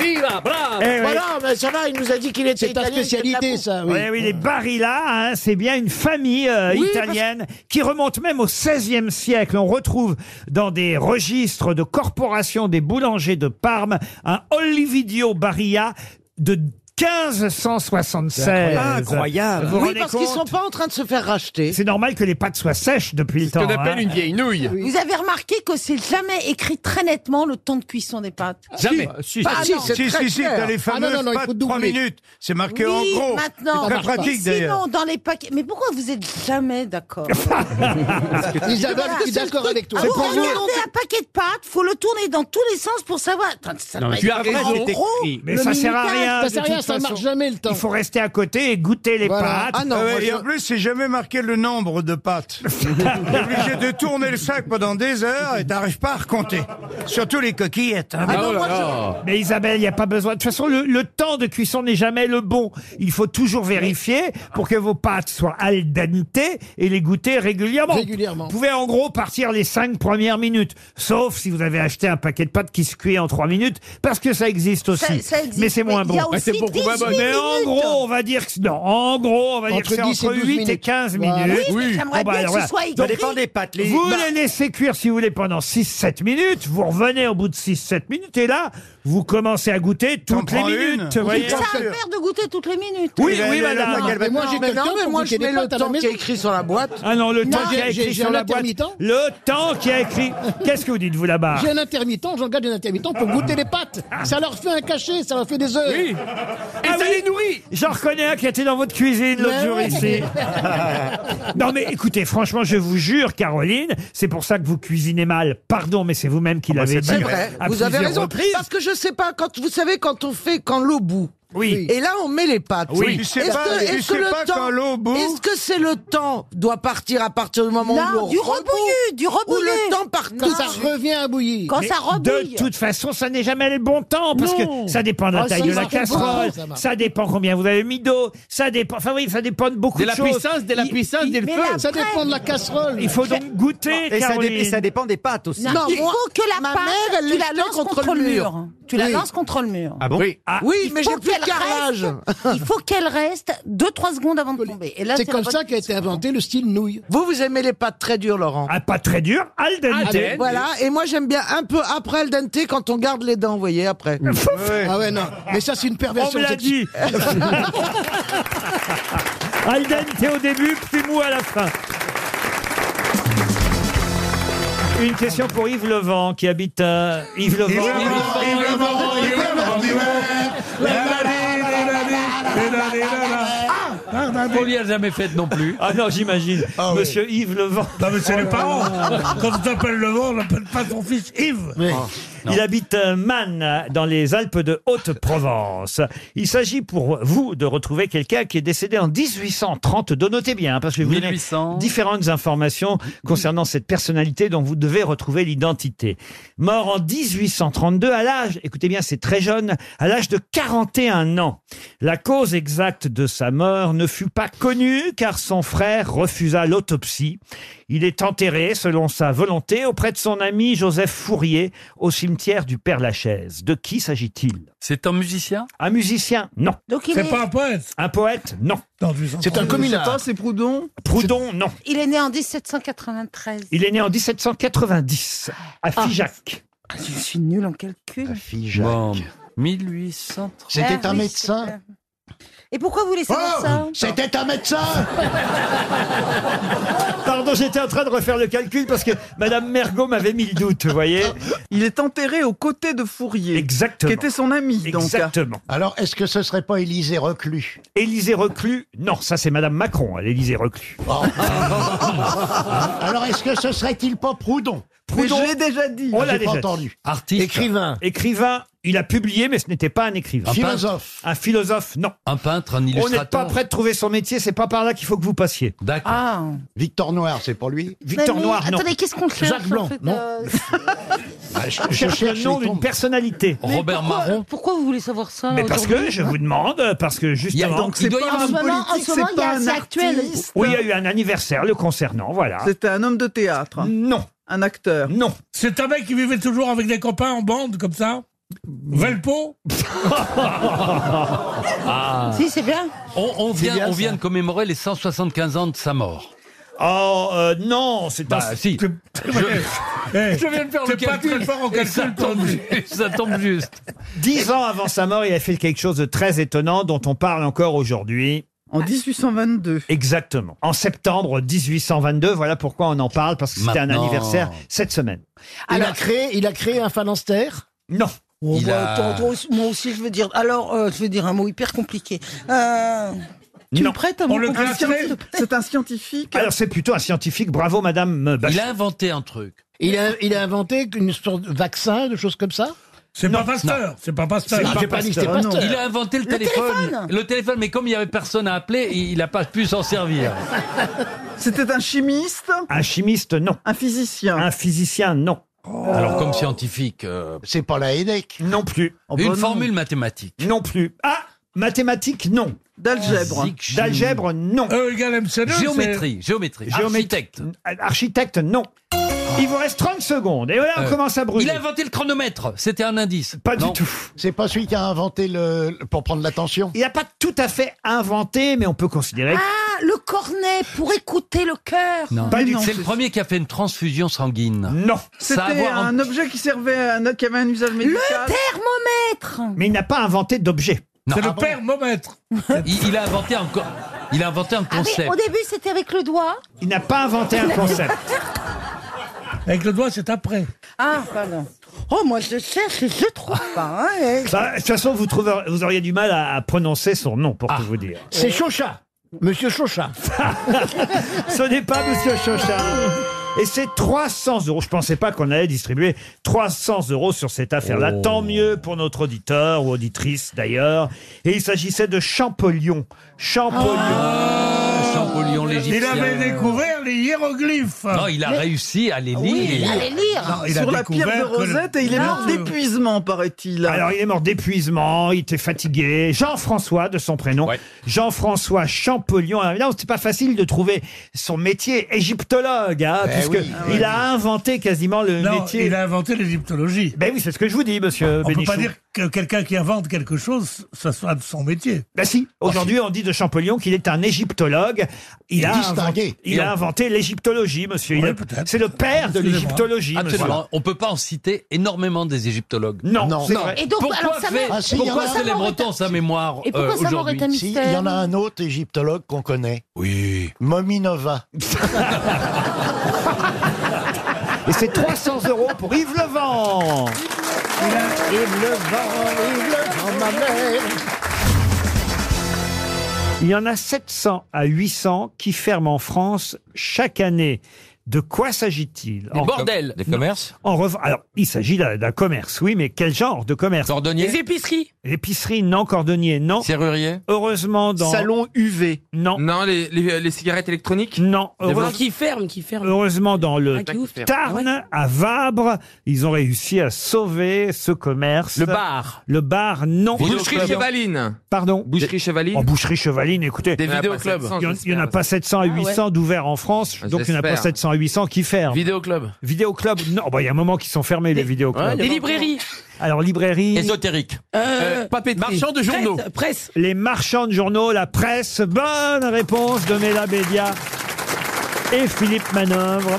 Viva, bravo. Eh oui. Voilà, mais ça va, il nous a dit qu'il était italien. il fait de la bouffe. Ah Oui, oui, les Barilla, hein, c'est bien une famille euh, Oui, parce- italienne qui remonte même au XVIe siècle. On retrouve dans des registres de corporations des boulangers de Parme un Olividio Barilla de 1576. C'est incroyable. Vous vous Oui, rendez parce qu'ils compte sont pas en train de se faire racheter. C'est normal que les pâtes soient sèches depuis le temps. hein. vieille nouille. Vous avez remarqué que c'est jamais écrit très nettement le temps de cuisson des pâtes. Jamais. Si, Ah, si, non, c'est si, très si, si, clair. t'as les Ah, non, fameuses non, non, il faut pâtes 3 doubler. minutes. C'est marqué oui, en gros. maintenant. C'est très Mais pratique d'ailleurs. Sinon, dans les paquets. Mais pourquoi vous êtes jamais <laughs> d'accord Isabelle, Voilà, je suis c'est le d'accord truc. avec toi. Ah, C'est Vous pour vous. regardez un paquet de pâtes, faut le tourner dans tous les sens pour savoir. Attends, ça Non, doit mais tu être as en raison. gros. Mais Le ça sert à minutage, rien. ça sert à de rien, toute ça façon. marche jamais, le temps. Il faut rester à côté et goûter les Voilà. pâtes. Ah non, Ah ouais, moi, et je- en plus, c'est jamais marqué le nombre de pâtes. T'es obligé de tourner le sac pendant des heures et t'arrives pas à recompter. Surtout les coquillettes. Ah hein. bah Oh Mais Isabelle, il n'y a pas besoin. De toute façon, le, le temps de cuisson n'est jamais le bon. Il faut toujours vérifier pour que vos pâtes soient al dente et les goûter régulièrement. Régulièrement. Vous pouvez en gros partir les cinq premières minutes. Sauf si vous avez acheté un paquet de pâtes qui se cuit en trois minutes, parce que ça existe aussi. Ça- ça existe, mais c'est moins mais bon. Il y a aussi beaucoup moins bonne. Mais en gros, on va dire que non, en gros, on va dire Entre que c'est 10 et entre 12 8 et minutes. 15 minutes. bah, Voilà. Oui, mais j'aimerais bien que ce voilà. soit écrit. Ça dépend des pâtes, les- vous bah- les laissez cuire si vous voulez pendant 6-7 minutes. Vous revenez au bout de 6-7 minutes et là, vous commencez à goûter toutes les prends minutes. une. vous voyez. Ça a l'air de goûter toutes les minutes. Oui, oui, madame. Mais moi, j'ai quelqu'un quelqu'un pour moi, goûter je des mets le pâtes à la temps qui maison. est écrit sur la boîte. Ah non, le Non, temps qui a j'ai- écrit j'ai sur un la boîte. intermittent. Le temps qui a <laughs> écrit. Qu'est-ce que vous dites, vous, là-bas J'ai un intermittent, j'en garde un intermittent pour goûter les pâtes. Ça leur fait un cachet, ça leur fait des œufs. Ah. Oui. Ah oui, J'en reconnais un qui était dans votre cuisine l'autre Mais jour oui. <laughs> ici. non mais écoutez, franchement, je vous jure, Caroline, c'est pour ça que vous cuisinez mal. Pardon, mais c'est vous-même qui l'avez dit. Ah, bah, C'est vrai, à vous avez plusieurs raison. reprises. Parce que je sais pas, quand, vous savez, quand on fait, quand l'eau bout. Oui. Et là, on met les pâtes. Oui. Est-ce Tu sais pas- que- tu est-ce que sais le pas temps- quand l'eau bout Est-ce que c'est le temps doit partir à partir du moment où Non, l'eau du rebout rebouillu, du Ou rebouillé. le temps part Quand ça revient à bouillir. Mais De toute façon, ça n'est jamais le bon temps Oh, parce Non. que ça dépend de la Ah, taille ça de la marche pas, casserole, ça ça, marche. dépend combien vous avez mis d'eau, ça dépend. Enfin oui, ça dépend de beaucoup De de, la choses. puissance, de la Il- puissance, il- des Mais feux. la- Ça dépend de la casserole. Il faut donc goûter. Et ça, dé- Caroline. et ça dépend des pâtes aussi. Non, Il moi, faut que la ma pâte, mère, elle tu le la jette lances contre le mur. Tu la Oui. lances contre le <laughs> mur. Ah bon Oui, Ah. Oui, Il mais faut j'ai plus qu'elle de carrelage. reste- Il faut qu'elle reste 2-3 secondes avant de tomber. Et là, c'est comme ça qu'a été inventé le style nouille. Vous, vous aimez les pâtes très dures, Laurent Ah, pas très dur, al dente. Ah, ben, Voilà, et moi j'aime bien un peu après al dente quand on garde les dents, vous voyez, après. Ah ouais, non, mais ça c'est une perversion. On me l'a sexuelle. <laughs> dit. <laughs> Al dente au début, plus mou à la fin. Une question pour Yves Levent qui habite euh, Yves Levent. Ah, On lui a jamais fait non plus. Ah non, j'imagine. Monsieur Yves Levent. Non, mais c'est les parents. Euh, Quand on t'appelle Levent, on n'appelle pas ton fils Yves. Ah. Il habite euh, Mannes, dans les Alpes de Haute-Provence. Il s'agit pour vous de retrouver quelqu'un qui est décédé en 1832. Notez bien, hein, parce que je vais vous donner 1800. différentes informations concernant cette personnalité dont vous devez retrouver l'identité. Mort en 1832 à l'âge, écoutez bien, c'est très jeune, à l'âge de 41 ans. La cause exacte de sa mort ne fut pas connue car son frère refusa l'autopsie. Il est enterré, selon sa volonté, auprès de son ami Joseph Fourier au cimetière du Père-Lachaise. De qui s'agit-il C'est un musicien Un musicien Non. Donc il C'est est- pas un poète Un poète Non. C'est un communard. Je sais pas, c'est Proudhon Proudhon, non. Il est né en 1793. Il est né en 1790 à Figeac. Ah. Je suis nul en calcul. Figeac. 1830. C'était un médecin. Et pourquoi vous laissez Oh, ça C'était un médecin <laughs> Pardon, j'étais en train de refaire le calcul parce que Madame Mergot m'avait mis le doute, vous voyez. Il est enterré aux côtés de Fourier. Exactement. Qui était son ami, donc. Exactement. Alors, est-ce que ce serait pas Élisée Reclus Élysée Reclus Non, ça c'est Madame Macron, à l'Élysée Reclus. Oh. <laughs> Alors, est-ce que ce serait-il pas Proudhon Proudhon, déjà dit. On l'a J'ai déjà pas dit. entendu. Artiste. Écrivain. Écrivain, il a publié, mais ce n'était pas un écrivain. Un Philosophe. Un philosophe, non. Un peintre, un On n'est illustrateur. pas prêt de trouver son métier, c'est pas par là qu'il faut que vous passiez. D'accord. Victor Noir, c'est pour lui Victor Ah. Mais Noir, non. attendez, qu'est-ce qu'on cherche, Jacques Blanc, en fait, non euh, Ah, je, On je cherche le cherche nom les d'une tombes. personnalité. Robert Marron. Pourquoi vous voulez savoir ça Mais parce que aujourd'hui je vous demande, parce que justement, donc c'est doit y pas avoir un un moment- en politique, ce moment, c'est il y pas a un assez actuel. artiste. Oui, il y a eu un anniversaire le concernant, voilà. C'était un homme de théâtre. Non. Un acteur. Non. C'est un mec qui vivait toujours avec des copains en bande, comme ça Velpo Ah. Si, c'est bien. On, on C'est vient, bien, on ça. vient de commémorer les 175 ans de sa mort. Oh euh, non, c'est Bah, <laughs> un... si. Eh, Je viens de faire t'es le pas calcul. très fort en Et calcul, ça toi, tombe, ju- <laughs> ça tombe juste. Dix ans avant sa mort, il a fait quelque chose de très étonnant dont on parle encore aujourd'hui. En 1822. Exactement. En septembre 1822, voilà pourquoi on en parle, parce que c'était un Maintenant. anniversaire cette semaine. Il, a créé, il a créé un phalanstère Non. Oh, Il bah, a- attends, toi moi aussi, je veux dire. Alors, euh, je veux dire un mot hyper compliqué. tu tu Euh, Non. me me prêtes un mot On mot le compliqué, compliqué classerait- s'il te C'est un scientifique. Alors c'est plutôt un scientifique, bravo Madame Bachelot. Il a inventé un truc. il a, <laughs> il a inventé une sorte de vaccin, de choses comme ça C'est pas Pasteur, c'est pas Pasteur. C'est pas C'est Pasteur. Ah non. Il a inventé le, Le téléphone. téléphone. Le téléphone, mais comme il n'y avait personne à appeler, il n'a pas pu s'en servir. C'était un chimiste. Un chimiste, non. Un physicien. Un physicien, non. Alors, comme scientifique, euh, C'est pas la Hédec. Non plus. Oh, bah une formule mathématique. Non plus. Ah, mathématiques, non. D'algèbre. Physique, D'algèbre, non. E égale MC2. c'est- Géométrie, géométrie. Géométrie. Architecte. Architecte, non. Il vous reste 30 secondes. Et voilà, on Euh, commence à brûler. Il a inventé le chronomètre. C'était un indice. Pas du tout. C'est pas celui qui a inventé le. pour prendre l'attention. Il n'a pas tout à fait inventé, mais on peut considérer. que- Ah, le cornet pour écouter le cœur. Non. Pas du tout. C'est le premier qui a fait une transfusion sanguine. Non. C'était un objet qui servait à un, qui avait un usage médical. Le thermomètre. Mais il n'a pas inventé d'objet. Non. C'est Ah le bon thermomètre. Il, il a inventé un. co- Il a inventé un Ah oui, concept. au début c'était avec le doigt. Il n'a pas <laughs> inventé un concept. Avec le doigt, c'est après. Ah, pardon. Oh, moi je cherche et je trouve pas. hein. Bah, de toute façon, vous, trouverez- vous auriez du mal à, à prononcer son nom, pour Ah. tout vous dire. <laughs> C'est Chauchat. <laughs> Monsieur Chauchat. Ce n'est pas Monsieur Chauchat. Et c'est 300 euros. Je pensais pas qu'on allait distribuer 300 euros sur cette affaire-là. Oh. Tant mieux pour notre auditeur ou auditrice d'ailleurs. Et il s'agissait de Champollion. Champollion. Ah, Champollion l'Égyptien. Il avait découvert les hiéroglyphes. Non, il a réussi à les lire. Non, il a découvert que le- Non. d'épuisement, paraît-il. Alors, il est mort d'épuisement, il était fatigué. Jean-François, de son prénom. Jean-François Champollion. Alors, évidemment, c'était pas facile de trouver son métier égyptologue, Eh hein, Ben puisque oui. il a inventé quasiment le Non, métier. il a inventé l'égyptologie. Ben oui, c'est ce que je vous dis, monsieur On ne peut pas Bénichou. dire que quelqu'un qui invente quelque chose, ça soit de son métier. Ah, Ben si, aujourd'hui on dit de Champollion qu'il est un égyptologue. Il a Distingué. inventé, il Et a on- inventé l'égyptologie, monsieur. Il a- c'est le père de Absolument. l'égyptologie. monsieur. Absolument. On peut pas en citer énormément des égyptologues. Non, Non. c'est vrai. Et donc, pourquoi alors, ça fait- m'a- Ah, si, pourquoi il y en a fait un. les Bretons sa mémoire Et pourquoi euh, ça m'aurait aujourd'hui un Si, mystère il y en a un autre égyptologue qu'on connaît. Oui. Mominova. Et c'est 300 euros pour Yves Levent. Yves Levent, Yves Levent, ma mère. Il y en a 700 à 800 qui ferment en France chaque année. De quoi s'agit-il Des En- bordels. Des commerces En rev- alors, il s'agit d'un d'un commerce, oui, mais quel genre de commerce Cordonnier Les épiceries Épiceries, non. Cordonnier, non. Serrurier Heureusement, <laughs> dans... Salon UV Non. Non, les, les- les cigarettes électroniques Non. Euh, Heureusement. Heureusement- qui ferme, qui ferme. Heureusement, dans le Ah, qui ouvre. Tarn, à Vabre, ils ont réussi à sauver ce commerce. Le bar. Le bar, non. Boucherie chevaline. Pardon Boucherie chevaline. En Oh, boucherie chevaline, écoutez. Des Il y en a pas vidéoclubs. 700, Il n'y en a pas 700 à Ah ouais. 800 d'ouverts en France, Ah, donc il n'y en a pas j'espère. 700 à 800 qui ferment. Vidéoclub. Vidéoclub, non, bah, il y a un moment qu'ils sont fermés, les vidéoclubs. Des librairies. Alors, librairie. Ésotérique. Euh, papeterie. Marchands de journaux. Presse, Les marchands de journaux, la presse. Bonne réponse de Mela Bédia et Philippe Manœuvre.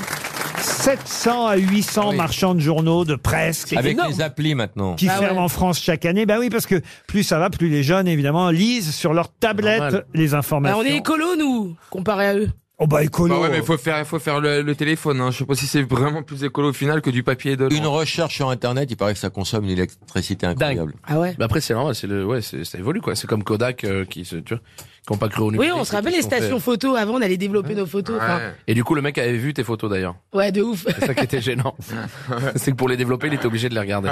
700 à 800 marchands de journaux, de presse. Avec les applis maintenant. Ah qui ferment en France chaque année. Ben oui, parce que plus ça va, plus les jeunes, évidemment, lisent sur leur tablette normal. les informations. écolos, nous, comparé à eux. Oh bah écolo. Bah ouais, mais faut faire, faut faire le, le téléphone. Hein. Je sais pas si c'est vraiment plus écolo au final que du papier et de Une recherche sur Internet, il paraît que ça consomme une électricité incroyable. Ah ouais. Mais Bah, après, c'est normal, c'est le, ouais, c'est- ça évolue, quoi. C'est comme Kodak euh, qui se, tu vois, qui ont pas cru au Oui, numérique. on se et rappelle qui les se sont stations fait- photos. Avant, on allait développer nos photos. enfin, Ouais, Et du coup, le mec avait vu tes photos d'ailleurs. de ouf. C'est ça qui <laughs> était gênant. <laughs> c'est que pour les développer, il était obligé de les regarder.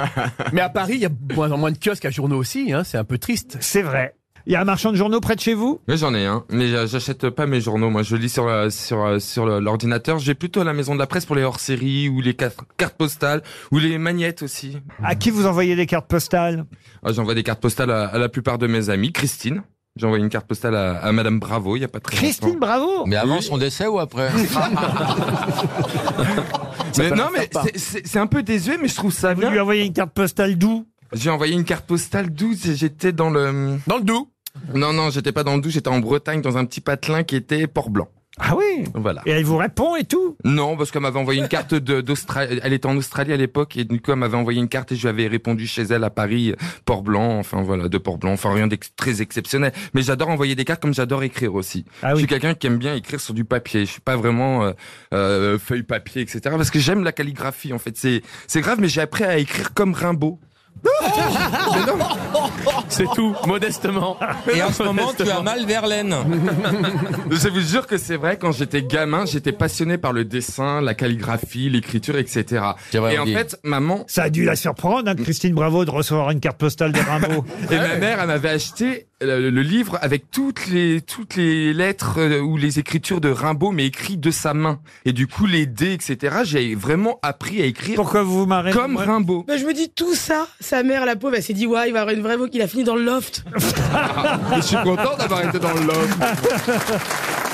Mais à Paris, il y a moins en moins de kiosques à journaux aussi, hein, c'est un peu triste. C'est vrai. Il y a un marchand de journaux près de chez vous Mais j'en ai un. Mais j'a- j'achète pas mes journaux. Moi, je lis sur la- sur euh, sur le- l'ordinateur. J'ai plutôt la maison de la presse pour les hors-séries ou les cartes, cartes postales ou les magnettes aussi. À qui vous envoyez des cartes postales Ah, J'envoie des cartes postales à, à la plupart de mes amis. Christine. J'ai envoyé une carte postale à, à Madame Bravo. Il y a pas très Christine Bravo Mais avant son décès <laughs> ou après Mais peut non, leur mais faire part. c'est- c'est c'est un peu désuet, mais je trouve ça bien. Vous lui envoyez une carte postale d'où J'ai envoyé une carte postale d'où c'est- J'étais dans le. Dans le Doubs Non, non, j'étais pas dans le Doubs, j'étais en Bretagne, dans un petit patelin qui était Port-Blanc. Ah oui Voilà. Et elle vous répond et tout Non, parce qu'elle m'avait envoyé une carte de- d'Australie. Elle était en Australie à l'époque, et du coup, elle m'avait envoyé une carte et je lui avais répondu chez elle à Paris, Port-Blanc, enfin voilà, de Port-Blanc, enfin rien de très exceptionnel. Mais j'adore envoyer des cartes comme j'adore écrire aussi. Ah je suis quelqu'un qui aime bien écrire sur du papier. Je suis pas vraiment euh, euh, feuille papier, etc. Parce que j'aime la calligraphie, en fait. C'est c'est grave, mais j'ai appris à écrire comme Rimbaud. C'est tout, modestement. Et en ce moment, tu as mal Verlaine. <laughs> Je vous jure que c'est vrai, quand j'étais gamin, j'étais passionné par le dessin, la calligraphie, l'écriture, etc. vrai, et on en dit. fait, maman... Ça a dû la surprendre, hein, Christine Bravo, de recevoir une carte postale de Rimbaud. Et ma mère, elle m'avait acheté le, le livre avec toutes les toutes les lettres euh, ou les écritures de Rimbaud, mais écrites de sa main. Et du coup, les dés, etc. J'ai vraiment appris à écrire. Pourquoi vous vous marrez Comme <laughs> Rimbaud. Ben, je me dis tout ça, sa mère, la pauvre, elle s'est dit, ouais, il va avoir une vraie voix qu'il a fini dans le loft. Et je suis content d'avoir été dans le loft.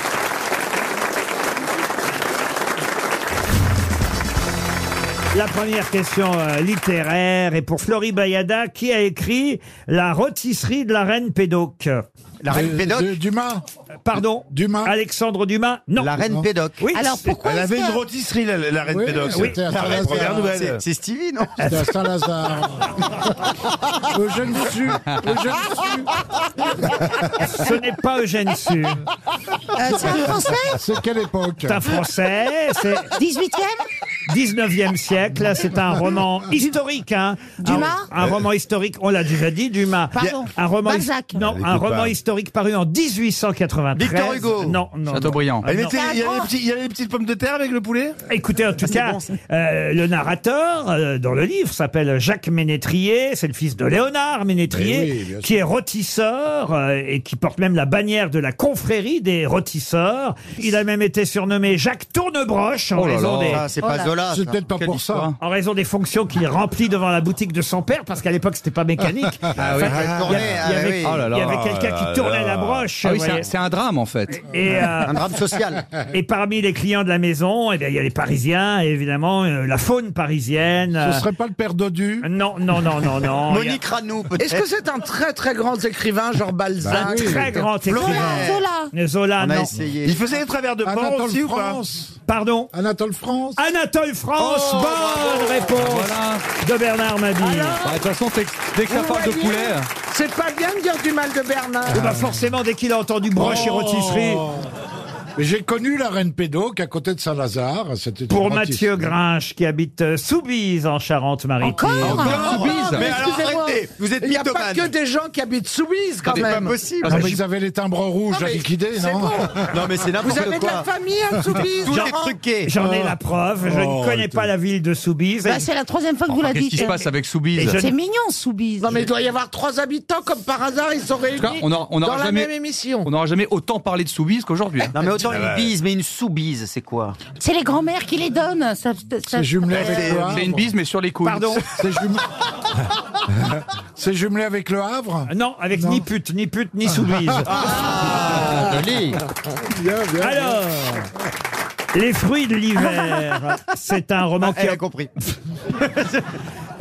La première question euh, littéraire est pour Flori Bayada qui a écrit La rôtisserie de la reine Pédoc. La reine Pédoc Du- Dumas Pardon Dumas Alexandre Dumas Non. La reine Pédoc. Oui. Alors, pourquoi Elle est-ce avait que- une rôtisserie, la- la reine Oui, Pédoc. Oui. c'était à La reine Saint-Lazare. Première Nouvelle. Ah, C'est- c'est Stevie, <laughs> non C'était à Saint-Lazare. Au jeune su. Au jeune su. Ce n'est pas Eugène Sue. Ah, c'est un Français C'est quelle époque C'est un Français. C'est 18e 19e siècle. Là, C'est un roman historique. Hein. Dumas un, un roman historique. On l'a déjà dit, Dumas. Pardon. Un roman, his- Balzac. non, Elle un écoute roman pas. historique paru en 1893. Victor Hugo. Non, non. Chateaubriand. non. Elle Non. mettait- il y avait les petits- il y avait les petites pommes de terre avec le poulet Écoutez, Ah, en tout cas, euh, le narrateur euh, dans le livre s'appelle Jacques Ménétrier, c'est le fils de Léonard Mais oui, Ménétrier, bien sûr. qui est rôtisseur euh, et qui porte même la bannière de la confrérie des rôtisseurs. Il a même été surnommé Jacques Tournebroche en Oh là raison là. des... Ah, c'est pas Oh là. Zola, C'est ça. peut-être pas Quelle pour histoire. En raison des fonctions qu'il remplit devant la boutique de son père, parce qu'à l'époque c'était pas mécanique. <laughs> Ah oui, Enfin, ah, il y tourner, a- ah il y avait- oui. il y avait quelqu'un Oh là qui tournait là. la broche. Ah oui, vous c'est un- voyez. c'est un, drame en fait. Et, euh, un drame social. <laughs> Et parmi les clients de la maison, eh bien, il y a les Parisiens, et évidemment, euh, la faune parisienne. Ce serait pas le père Dodu Non, non, non, non, non. Il y a- Ranou, Est-ce que c'est un très très grand écrivain, genre Balzac un très grand écrivain. Bah Zola. Zola, On a non. essayé. Il faisait les travers de Anatole Port aussi ou pas France. Pardon Anatole France. Anatole France, bonne réponse de Bernard Mabille. Bah, De toute façon, dès que- dès que ça parle de poulet. C'est pas bien de dire du mal de Bernard. Ah bah forcément, dès qu'il a entendu broche Oh. et rôtisserie. Oh Mais j'ai connu la reine Pédoc à côté de Saint-Lazare. C'était une Pour rôtisserie. Mathieu Grinche, qui habite euh, Soubise, en Charente-Maritime. Mais excusez-moi, Il n'y a pas que des gens qui habitent Soubise quand C'est même. pas possible. Ah, mais ils avaient les timbres rouges à liquider, Ah, c'est <laughs> non bon. Non, mais c'est n'importe Vous avez de la quoi. famille à Soubise J'en- Laurent J'en ai la preuve. Je Oh, ne connais écoute. pas la ville de Soubise. Bah, c'est la troisième fois que vous la Qu'est-ce dites. qui se passe avec Et Soubise je- C'est mignon, Soubise. Non mais il doit y avoir trois habitants comme par hasard, ils sont réunis En tout cas, on aura- on dans aura la jamais- même émission. On n'aura jamais autant parlé de Soubise qu'aujourd'hui. hein. Non, mais autant une bise, mais une sous-bise, c'est quoi C'est les grands-mères qui les donnent. Ça, ça- Euh, C'est c'est une bise, mais sur les couilles. <laughs> Pardon C'est jumelé. C'est <laughs> jumelé avec Le Havre Non, avec ni pute, ni pute, ni Soubise. Ah, joli. Alors, Les fruits de l'hiver, c'est un roman qui a... compris. <laughs>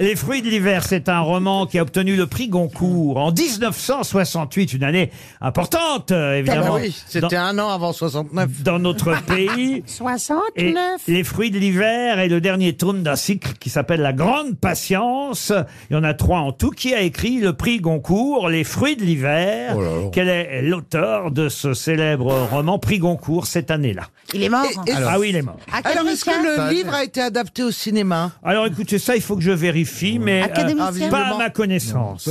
Les fruits de l'hiver, c'est un roman qui a obtenu le prix Goncourt en 1968, une année importante, euh, évidemment. Ah bah oui, c'était un an avant 69. Dans notre pays. 69. Et les fruits de l'hiver est le dernier tome d'un cycle qui s'appelle La Grande Patience. Il y en a trois en tout qui a écrit le prix Goncourt, Les fruits de l'hiver. Oh là là. Quel est l'auteur de ce célèbre roman prix Goncourt cette année-là Il est mort. Et- et- Ah oui, il est mort. Alors est-ce que Ça a le été- livre a été adapté au cinéma Alors écoutez, ça, il faut que je vérifie, mais euh, Académicien pas à Non. ma connaissance.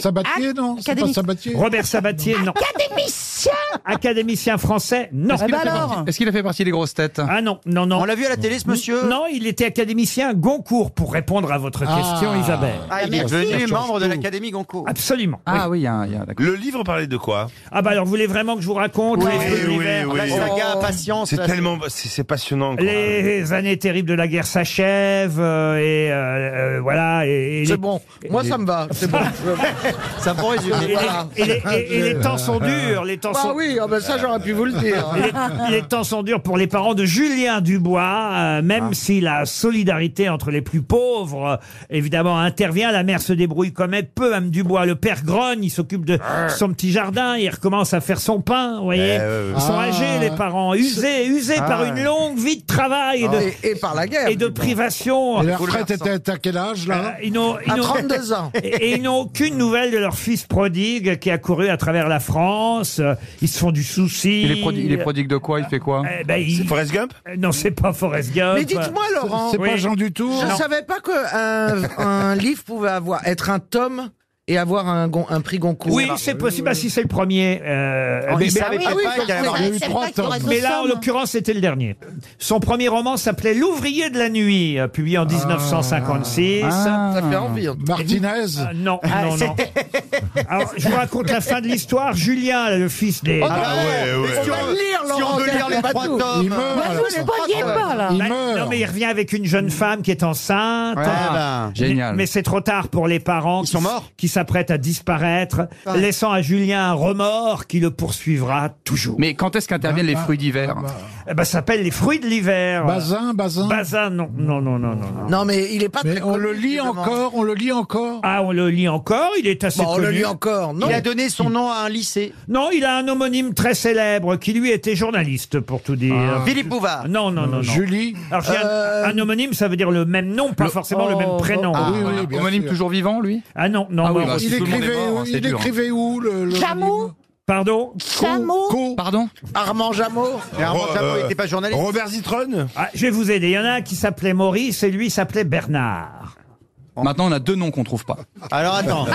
Sabatier, non C'est pas Académic- Sabatier Robert Sabatier, non. Académicien Académicien français, non. Est-ce qu'il a fait partie- est-ce qu'il a fait partie des grosses têtes Ah non, non, non. On l'a vu à la télé, ce monsieur Non, il était académicien Goncourt, pour répondre à votre question, Isabelle. Ah, il est devenu membre de l'Académie Goncourt. Absolument. Ah oui, il y a un- Le livre parlait de quoi Ah bah alors, vous voulez vraiment que je vous raconte les fruits de l'hiver La saga Oh. Patience. C'est bah, tellement- C'est passionnant. Les années terribles de la guerre s'achèvent euh, et euh, euh, voilà. Et, et C'est les- bon. Moi les- ça me va. C'est bon. Ça me résumer. Et les- et les- et- et les temps sont durs, les temps bah sont- oui, ah bah ça j'aurais pu vous le dire. <laughs> Les, les temps sont durs pour les parents de Julien Dubois, euh, Ah. même si la solidarité entre les plus pauvres, euh, évidemment, intervient. La mère se débrouille comme elle peut, même Dubois. Le père grogne, il s'occupe de son petit jardin, il recommence à faire son pain, vous voyez. Eh, ouais, ouais. Ils sont Ah. âgés, les parents, usés, usés Ah. par une longue vie de travail et de, Et- et par la guerre, Et de Dubois. privation. Et la retraite était à quel âge, là Euh, ils n'ont- ils À n'ont- 32 ans. <laughs> Et, et ils n'ont aucune nouvelle de leur fils prodigue qui a couru à travers la France. Euh, Ils se font du souci. Il est, prodi- il est prodigue de quoi Il fait quoi Eh ben, il- Euh, Non, c'est pas Forrest Gump. Mais dites-moi, Laurent. Oui. Je Non. savais pas qu'un un livre pouvait avoir, être un tome et avoir un, gon- un prix Goncourt. Oui, c'est possible. Bah, si c'est le premier. euh, Oh, il savait ah pas oui, qu'il allait avoir- forcément. Il y a eu trois Mais tomes. hein. Mais là, en Somme. l'occurrence, c'était le dernier. Son premier roman s'appelait L'ouvrier de la nuit, euh, publié en 1956. Ah. Ça fait envie, en tout cas. Martinez Euh, Non, Ah, non, non. <laughs> Alors, je vous raconte la fin de l'histoire. Julien, le fils des. Ah bah Ah ouais, ouais. ouais. On va le lire, Si on Laurent, veut lire c'est les pas trois tout. tomes. Il meurt, Bah, alors. vous ne spoiliez pas, là. Il Bah, meurt. Non, mais il revient avec une jeune femme qui est enceinte. Ouais, bah, Mais- ben, génial. Mais c'est trop tard pour les parents. Ils sont morts. Qui s'apprête à disparaître, laissant à Julien un remords qui le poursuivra toujours. Mais quand est-ce qu'interviennent Bah, les fruits d'hiver Eh ben, ça s'appelle les fruits de l'hiver. Bazin, bazin. Bazin, non, non, non, non, non. Non, mais il est pas. Mais on le lit encore, on le lit encore. Ah, on le lit encore, il est assez Bon, on le connu. lit encore, non. Il a donné son nom à un lycée. Non, il a un homonyme très célèbre qui lui était journaliste, pour tout dire. Ah. Philippe Bouvard. Non, non, non. non. Julie. Alors, j'ai un- Euh, un, homonyme, ça veut dire le même nom, pas forcément le même prénom. Ah, oui, oui, bien homonyme sûr. toujours vivant, lui Ah non, non, Ah oui, non. bah, si Il tout le monde est écrivait mort, où- c'est il dur. hein. écrivait où le, Jameau Pardon Chameau Pardon Armand Jameau euh, euh, Zitrone Ah, Je vais vous aider. Il y en a un qui s'appelait Maurice et lui s'appelait Bernard. Maintenant, on a deux noms qu'on trouve pas. Alors <laughs> attends,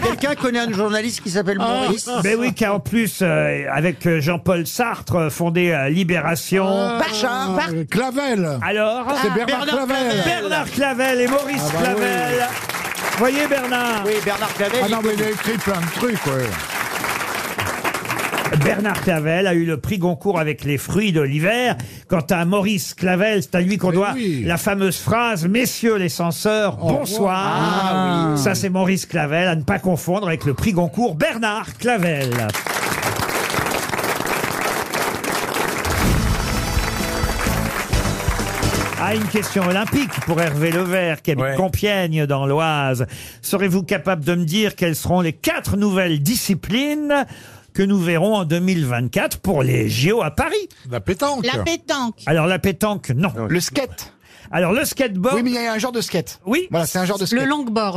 quelqu'un connaît un journaliste qui s'appelle Maurice Ah. Mais Ben oui, car en plus, euh, avec euh, Jean-Paul Sartre, euh, fondé à Libération. Ah, Bachar, Clavel. Alors C'est Bernard Clavel. Bernard Clavel et Maurice Ah bah oui. Clavel. Voyez Bernard. Oui, Bernard Clavel. Ah non, mais il a écrit plein de trucs, ouais. Bernard Clavel a eu le prix Goncourt avec les fruits de l'hiver. Quant à Maurice Clavel, c'est à lui qu'on doit la fameuse phrase Messieurs les censeurs, bonsoir. Ah oui. Ça, c'est Maurice Clavel, à ne pas confondre avec le prix Goncourt Bernard Clavel. Ah, une question olympique pour Hervé Levert, qui habite Compiègne dans l'Oise. Serez-vous capable de me dire quelles seront les quatre nouvelles disciplines que nous verrons en 2024 pour les JO à Paris La pétanque. La pétanque. Alors la pétanque, non. Le skate. Alors le skateboard. Oui, mais il y a un genre de skate. Oui. Voilà, c'est un genre de skate.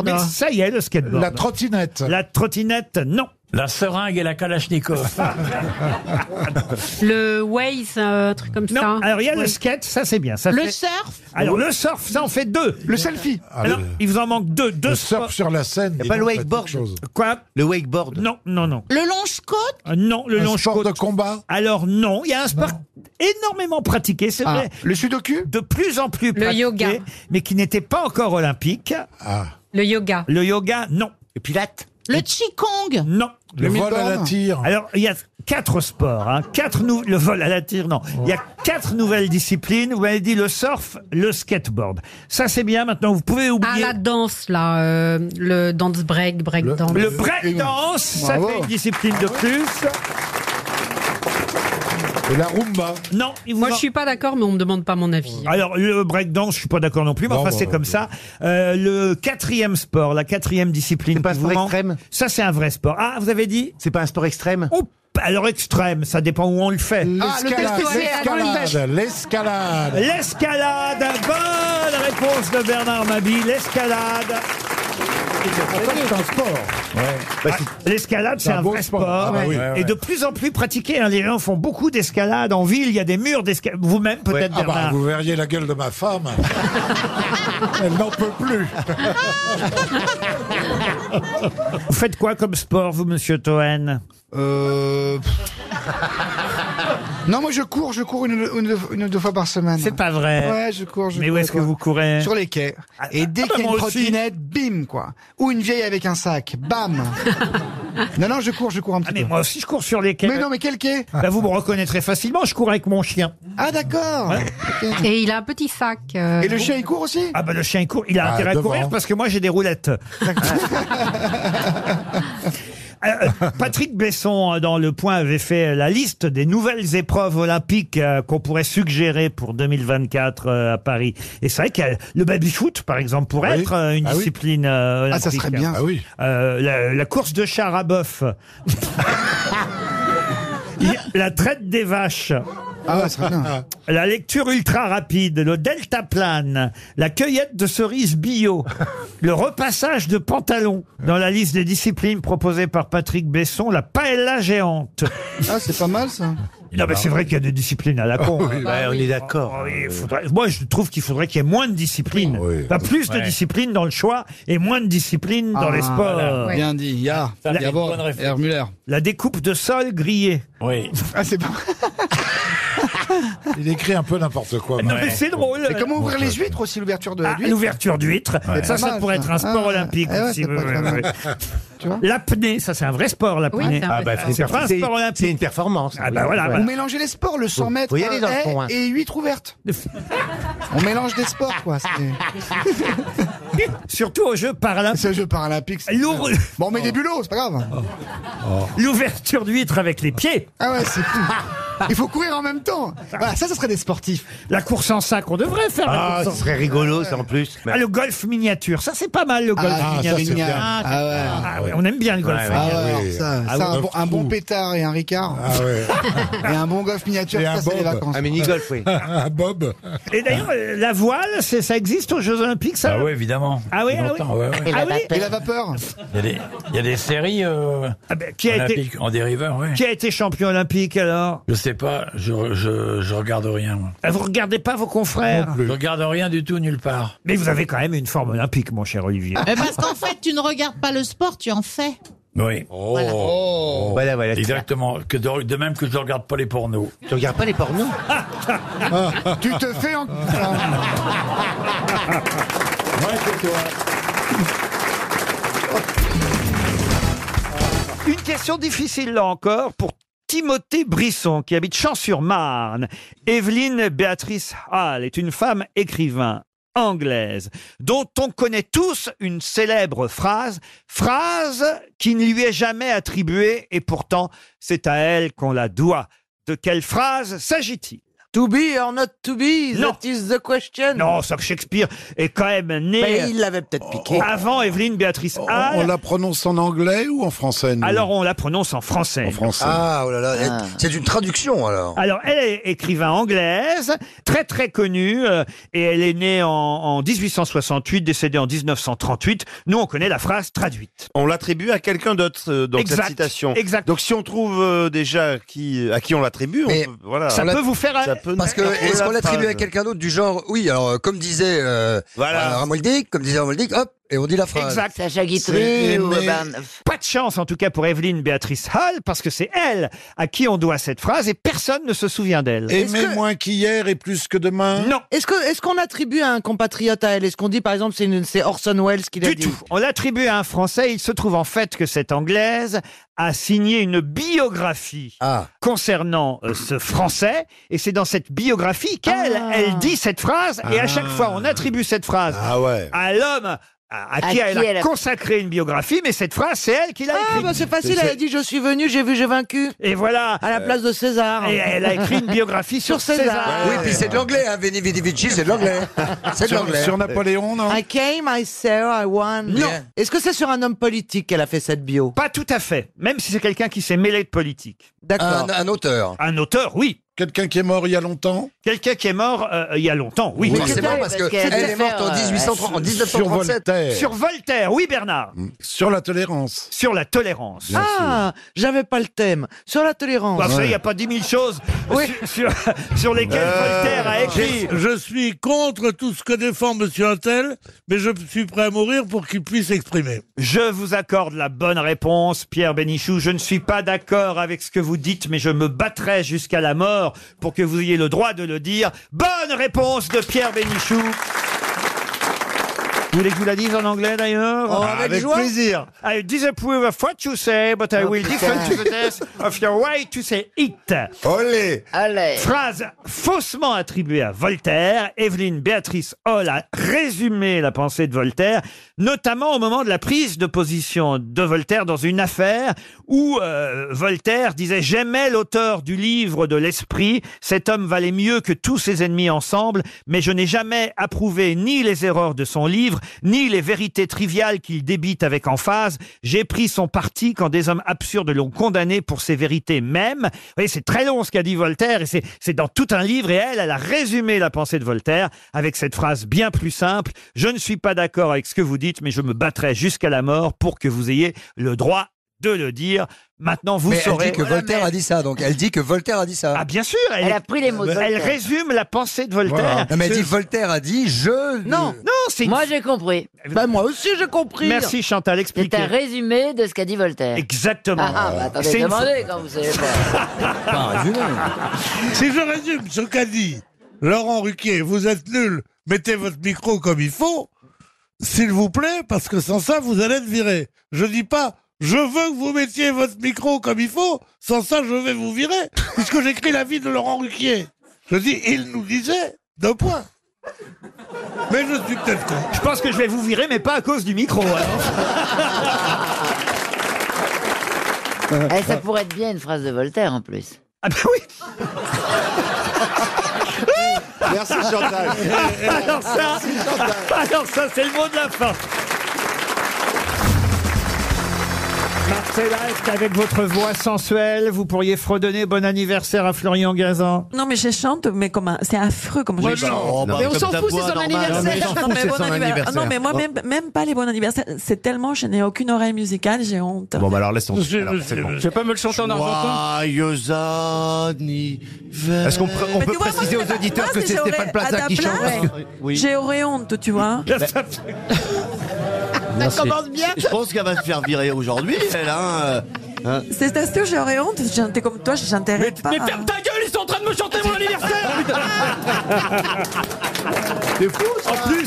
Mais ça y est, le skateboard. La trottinette. La trottinette, non. La seringue et la kalachnikov. <laughs> Ah, <laughs> Le Waze, un truc comme ça. Alors il y a le Oui. skate, ça c'est bien. Ça Le fait- surf Alors le surf, ça en fait deux. Le selfie. Alors, il vous en manque deux. Deux Le surf sur la scène. Y a dis pas le donc, ça dit wakeboard. quelque chose. Quoi Le wakeboard. Non, non, non. Le longe-côte Euh, Non, le Un long sport de combat. Alors non, il y a un sport énormément pratiqué, c'est Ah, vrai. Le sudoku De plus en plus pratiqué, yoga. mais qui n'était pas encore olympique. Le yoga. Le yoga, non. Le pilate Le qigong Non. Le vol à la tire. Alors, il y a quatre sports. hein, quatre nou- le vol à la tire, non. Il y a quatre nouvelles disciplines. Vous avez dit le surf, le skateboard. Ça, c'est bien. Maintenant, vous pouvez oublier... Ah, la danse, là. euh, le dance break, break dance. Le breakdance, ça Bravo. fait une discipline de plus. Et la rumba. Non, il vous Moi, en- je suis pas d'accord, mais on me demande pas mon avis. Alors, le breakdance, je suis pas d'accord non plus, mais Non, enfin, bah, c'est comme ça. Euh, le quatrième sport, la quatrième discipline. C'est pas un sport extrême Ça, c'est un vrai sport. Ah, vous avez dit C'est pas un sport extrême Alors, extrême, ça dépend où on le fait. l'escalade, l'escalade. L'escalade, bonne réponse de Bernard Mabille, l'escalade. C'est un sport. <laughs> L'escalade, c'est C'est un un beau vrai sport. sport. Ah bah oui. Ouais, ouais. Et de plus en plus pratiqué. hein. Les gens font beaucoup d'escalade en ville. Il y a des murs d'escalade. Vous-même, peut-être, Ah bah, Bernard. vous <laughs> verriez la gueule de ma <laughs> femme. Elle n'en peut plus. Vous faites quoi comme sport, vous, monsieur Toen Euh... Non, moi je cours, je cours une, une- une ou deux fois par semaine. C'est pas vrai. Ouais, je cours. Je Mais où cours, est-ce que quoi. vous courez Sur les quais. Et dès ah bah qu'il y a une moi aussi. trottinette, bim quoi. Ou une vieille avec un sac, bam. non, non, je cours, je cours un petit Ah, mais peu. moi aussi, je cours sur les quais. Mais non, mais quel quai Bah, vous me reconnaîtrez facilement, je cours avec mon chien. Ah d'accord. Et il a un petit sac. euh, Et le chien il court aussi Ah bah le chien il court, il a Ah, intérêt devant. à courir parce que moi j'ai <laughs> des roulettes. Euh, Patrick Besson, euh, dans Le Point, avait fait la liste des nouvelles épreuves olympiques euh, qu'on pourrait suggérer pour 2024 euh, à Paris. Et c'est vrai que euh, le baby-foot, par exemple, pourrait Ah oui. être euh, une Ah oui. discipline euh, Ah, olympique. ça serait bien. Ah oui. Euh, la, la course de char à <laughs> bœuf. <laughs> Il y a La traite des vaches. Ah, ça serait bien. La lecture ultra rapide, le delta plane, la cueillette de <laughs> cerises bio, le repassage de pantalons. Dans la liste des disciplines proposées par Patrick Besson, la paella géante. Ah, c'est pas mal ça. Non, mais c'est vrai qu'il y a des disciplines à la con. Ah oui, hein. bah Ah on oui. est hein. d'accord. Ah oui, il faudrait- Moi, je trouve qu'il faudrait qu'il y ait moins de disciplines. Enfin, plus de Ouais. disciplines dans le choix et moins de disciplines dans les sports. Ah, Bien dit, Ya, Ça, c'est Yavor, une bonne réflexion. Hermuller. La découpe de sol grillée. Oui. Ah, c'est pas <laughs> Il écrit un peu n'importe quoi. Ah Non, Marc. mais c'est drôle. Et comment ouvrir les huîtres aussi, l'ouverture de Ah, l'ouverture d'huîtres. Ouais. Ça, C'est pas ça mal, pourrait ça. être un sport Ah, olympique. ah ouais, aussi. c'est pas Ouais, mal. ouais, ouais. L'apnée, ça c'est un vrai sport, l'apnée. Oui, c'est un vrai Ah, bah, c'est sport. pas un C'est- sport olympique. C'est une performance. Ah bah voilà. Vous voilà. mélangez les sports, le 100 mètres Faut y aller dans le haie fond, hein. <laughs> et huîtres ouvertes. On mélange des sports, quoi. c'est- Surtout aux Jeux paralympiques. C'est jeu paralympiques. Bon, on met des bulots, c'est pas grave. Oh. L'ouverture d'huître avec les pieds. Ah ouais, c'est fou. Il faut courir en même temps. Voilà, ça, ça serait des sportifs. La course en sac, on devrait faire. la Ah, course en ce serait rigolo, ça en plus. Ah, le golf miniature, ça c'est pas mal le golf Ah, ça, miniature. c'est bien. Ah, Ah ouais. ouais, on aime bien le golf. Ah, miniature. ouais, alors ça, Ah ça, oui. un, bon, un bon pétard et un ricard. Ah, <laughs> et un bon golf miniature, Et ça, un c'est les bob. vacances. Un mini-golf, oui. <laughs> un bob. Et d'ailleurs, euh, la voile, c'est ça existe aux Jeux Olympiques, ça Ah oui, évidemment. Ah oui, Depuis ah oui. longtemps, ouais, ouais. Ah oui Et la vapeur Il y a des, il y a des séries euh, Ah ben, qui a été- olympiques en dériveur, oui. Qui a été champion olympique alors Je sais pas, je, je, je regarde rien. moi. Ah, Vous regardez pas vos confrères Je regarde rien du tout nulle part. Mais vous avez quand même une forme olympique, mon cher Olivier. Mais Eh, parce qu'en fait, tu ne regardes pas le sport, tu en fais. Oui. Voilà. Oh. Voilà, Exactement. Que de, de même que je regarde pas les pornos. Tu regardes pas <laughs> les pornos Tu te fais en... Une question difficile là encore pour Timothée Brisson qui habite Champs-sur-Marne. Evelyne Béatrice Hall est une femme écrivain anglaise dont on connaît tous une célèbre phrase, phrase qui ne lui est jamais attribuée et pourtant c'est à elle qu'on la doit. De quelle phrase s'agit-il To be or not to be, Non. that is the question. Non, ça que Shakespeare est quand même né. Mais il l'avait peut-être piqué. Avant Evelyne Béatrice Hall. On la prononce en anglais ou en français nous Alors on la prononce en français. En français. Ah, oh là là, c'est une traduction alors. Alors, elle est écrivain anglaise, très très connue, euh, et elle est née en, en 1868, décédée en 1938. Nous, on connaît la phrase traduite. On l'attribue à quelqu'un d'autre euh, donc Exact, cette citation. exact. Donc si on trouve euh, déjà qui, à qui on l'attribue, on Mais peut- voilà. on l'a- hein. Ça peut Parce que nous- est-ce la qu'on l'attribue à phrase. quelqu'un d'autre du genre Oui, alors euh, comme disait euh, Voilà. euh, Ramoldic, comme disait Ramoldic, hop, et on dit la phrase. Exact. C'est aimé. Pas de chance en tout cas pour Evelyne Béatrice Hall, parce que c'est elle à qui on doit cette phrase et personne ne se souvient d'elle. Aimer moins qu'hier et plus que demain Non. Est-ce que est-ce qu'on attribue à un compatriote à elle Est-ce qu'on dit par exemple c'est une- c'est Orson Welles qui l'a dit Du tout. On l'attribue à un Français. Il se trouve en fait que cette Anglaise a signé une biographie Ah. concernant euh, ce Français. Et c'est dans cette biographie qu'elle Ah. elle dit cette phrase. Et à chaque fois, on attribue cette phrase Ah à l'homme à, à qui, elle, a consacré une biographie. Mais cette phrase, c'est elle qui l'a Ah écrite. bah c'est facile, elle a dit je suis venu, j'ai vu, j'ai vaincu. Et voilà. À la Euh, place de César. Et elle a <laughs> écrit une biographie sur César. Oui, puis c'est de l'anglais, hein, Veni Vidi Vici, c'est <laughs> de l'anglais. C'est de l'anglais. non I came, I saw, I won. Non. Est-ce que c'est sur un homme politique qu'elle a fait cette bio Pas tout à fait. Même si c'est quelqu'un qui s'est mêlé de politique. D'accord. Un auteur. Un auteur, oui. Quelqu'un qui est mort il y a longtemps Quelqu'un qui est mort euh, il y a longtemps, oui. Oui, forcément, C'était- parce que elle est morte en 1830, en 1937. Sur Voltaire. euh, Mm. Sur Voltaire, oui Bernard. Sur la tolérance. Sur la tolérance. Ah, j'avais pas le thème. Sur la tolérance. Bah, vous savez, il n'y a pas 10 000 choses sur, sur- sur lesquelles Voltaire a écrit. Euh, Je, je suis contre tout ce que défend Monsieur Attel, mais je suis prêt à mourir pour qu'il puisse s'exprimer. Je vous accorde la bonne réponse, Pierre Bénichou. Je ne suis pas d'accord avec ce que vous dites, mais je me battrai jusqu'à la mort pour que vous ayez le droit de le dire. Bonne réponse de Pierre Bénichou. Vous voulez que je vous la dise en anglais d'ailleurs Oh, avec Avec joie. plaisir. I disapprove of what you say, but I Oh, will putain. defend to the death of your way to say it. Olé Phrase faussement attribuée à Voltaire, Evelyne Béatrice Hall a résumé la pensée de Voltaire, notamment au moment de la prise de position de Voltaire dans une affaire où euh, Voltaire disait « J'aimais l'auteur du livre de l'esprit, cet homme valait mieux que tous ses ennemis ensemble, mais je n'ai jamais approuvé ni les erreurs de son livre, ni les vérités triviales qu'il débite avec emphase. J'ai pris son parti quand des hommes absurdes l'ont condamné pour ses vérités mêmes. Vous voyez, c'est très long ce qu'a dit Voltaire, et c'est c'est dans tout un livre, et elle, elle a résumé la pensée de Voltaire avec cette phrase bien plus simple. Je ne suis pas d'accord avec ce que vous dites, mais je me battrai jusqu'à la mort pour que vous ayez le droit de le dire. Maintenant, vous Mais elle saurez... dit que Voltaire a dit ça, donc elle dit que Voltaire a dit ça. Ah bien sûr, elle, Euh, Elle a pris les mots de Elle Voltaire. résume la pensée de Voltaire. Non, mais elle dit Voltaire a dit je. Non. Non, c'est. Euh, Moi, j'ai compris. Bah, moi aussi, j'ai compris. Merci Chantal, C'est un expliquez. résumé de ce qu'a dit Voltaire. Exactement. Ah, ah bah, attendez, C'est une demandez quand vous savez pas. <laughs> Si je résume ce qu'a dit Laurent Ruquier, vous êtes nul, mettez votre micro comme il faut, s'il vous plaît, parce que sans ça, vous allez être viré. Je dis pas, je veux que vous mettiez votre micro comme il faut, sans ça, je vais vous virer, puisque j'écris la vie de Laurent Ruquier. Je dis, il nous disait, deux points. Mais je suis peut-être con. Je pense que je vais vous virer, mais pas à cause du micro. Eh, ça pourrait être bien une phrase de Voltaire en plus. Ah ben oui Merci, Chantal. <laughs> alors ça, Merci, Chantal. alors Ah, ça, c'est le mot de la fin. Marcella, est-ce qu'avec votre voix sensuelle, vous pourriez fredonner bon anniversaire à Florian Gazan Non, mais je chante, mais comment C'est affreux comme Ouais, je chante. non, Oh, bah, Mais on comme s'en ta fout, c'est voix son normale. anniversaire. Non, mais on s'en fout, c'est bon son Ah Non, mais moi, anniversaire. même, même pas les bons anniversaires. C'est tellement, je n'ai aucune oreille musicale, j'ai honte. Bon, bah alors laisse tomber. Je- Alors, je- c'est bon. je vais pas me le chanter en argentin Joyeux anniversaire. Est-ce qu'on pr- on Mais peut tu vois, moi, préciser je- aux auditeurs moi, que si c'est j'aurais- Stéphane à Plaza ta qui chante place, Oui. J'ai aurais honte, tu <laughs> vois. Merci. commence bien. Je pense qu'elle va se faire virer aujourd'hui, elle. Hein. Hein. C'est à ce j'aurais honte. Si je chantais comme toi, je chanterais pas. mais ferme ta gueule, ils sont en train de me chanter mon anniversaire, C'est fou, En plus...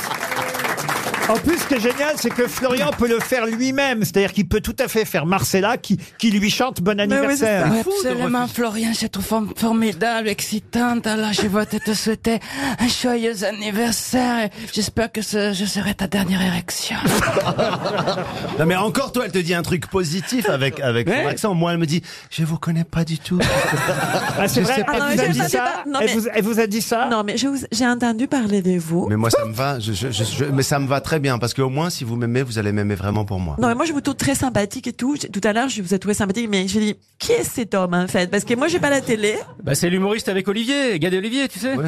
En plus, ce qui est génial, c'est que Florian peut le faire lui-même. C'est-à-dire qu'il peut tout à fait faire Marcella qui, qui lui chante bon anniversaire. c'est Ouais, Absolument, Florian, je te trouve form- formidable, excitante. Alors, je vais te souhaiter un joyeux anniversaire. et J'espère que ce, je serai ta dernière érection. Non mais encore toi, elle te dit un truc positif avec avec son accent. Moi, elle me dit, je vous connais pas du tout. Ah, c'est Je vrai, sais elle pas vous qui a vous dit a dit ça non, Elle mais- vous- elle vous a dit ça Non, mais je vous- j'ai entendu parler de vous. Mais moi, ça me va. Je, je- je- je- mais ça me va très bien parce qu'au moins, si vous m'aimez, vous allez m'aimer vraiment pour moi. Non, mais moi, je vous trouve très sympathique et tout. J'ai- Tout à l'heure, je vous ai trouvé sympathique, mais j'ai dit, qui est cet homme, en fait? Parce que moi, j'ai pas la télé. Bah, c'est l'humoriste avec Olivier, Gad Olivier, tu <laughs> sais. Moi,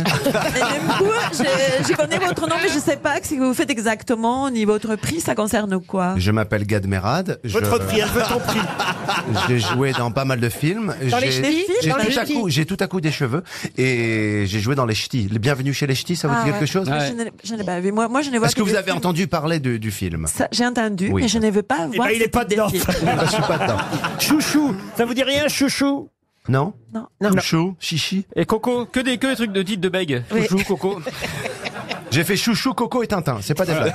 je, je connais votre nom, mais je sais pas ce que vous faites exactement, ni votre prix, ça concerne quoi? Je m'appelle Gad Merad. Je- Euh. Votre prix, elle veut ton prix. J'ai joué dans pas mal de films. Dans les J'ai- ch'tis j'ai Dans les tout à ch'tis coup- J'ai tout à coup des cheveux et j'ai joué dans les ch'tis. Le Bienvenue chez les ch'tis, ça vous Ah, dit ouais. quelque chose Je ne l'ai- Je ne l'ai pas vu. Moi, moi je ne vois Est-ce que des vous avez films. entendu parler de- du film Ça, J'ai entendu, Oui. Ah, mais je ne veux pas Eh voir. ben, il est pas dedans. <laughs> Je suis pas dedans. Chouchou, ça vous dit rien, chouchou Non Non. Chouchou, chichi. Et Coco, que des, que des trucs de titres de bègue. Oui. Chouchou, Coco. J'ai fait chouchou, coco et tintin. C'est pas des blagues.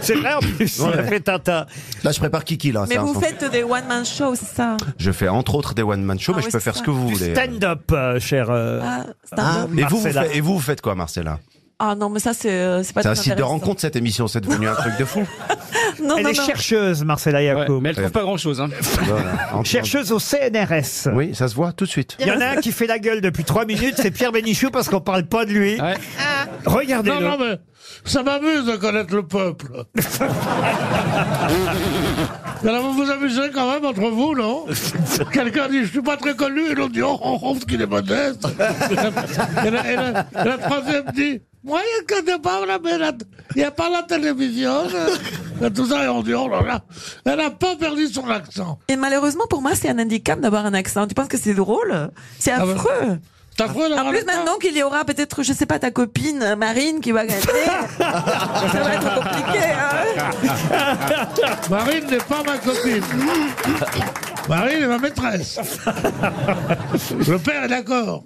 C'est vrai en plus. <laughs> Ouais. Ça fait Tintin. Là, je prépare Kiki là. Mais c'est un vous sens. faites des one-man shows, c'est ça? Je fais entre autres des one man shows, Ah mais oui, je peux c'est faire ça. ce que vous Du voulez. Stand-up, euh, cher. euh, Ah, stand-up. et, vous, vous Marcella. faites- et vous, vous faites quoi, Marcella Ah non, mais ça, c'est euh, c'est pas C'est un très site de intéressant. Ah, rencontre cette émission, c'est devenu un truc <laughs> de fou. Non, elle non, est non. chercheuse, Marcella Yacoub. mais elle trouve hein. pas grand chose. Chercheuse au CNRS. Oui, ça se voit tout de suite. Il y en a un qui fait la gueule depuis trois minutes, c'est Pierre Bénichou parce qu'on parle pas de lui. Ah. Regardez-le. Non, non, mais ça m'amuse de connaître le peuple. Alors vous vous amusez quand même entre vous, non Quelqu'un dit je suis pas très connu et l'autre dit oh, oh, oh qu'il est modeste. et, la, et la- et la troisième dit moi il y a quelque part là, mais la- il n'y a pas la télévision. là. Et tout ça et on dit oh là là, elle n'a pas perdu son accent. Et malheureusement, pour moi, c'est un handicap d'avoir un accent. Tu penses que c'est drôle C'est Ah ben, affreux. C'est affreux d'avoir En un plus, accent. maintenant qu'il y aura peut-être, je sais pas, ta copine euh, Marine qui va gagner, ça va être compliqué. hein. Marine n'est pas ma copine. Marine est ma maîtresse. Le père est d'accord.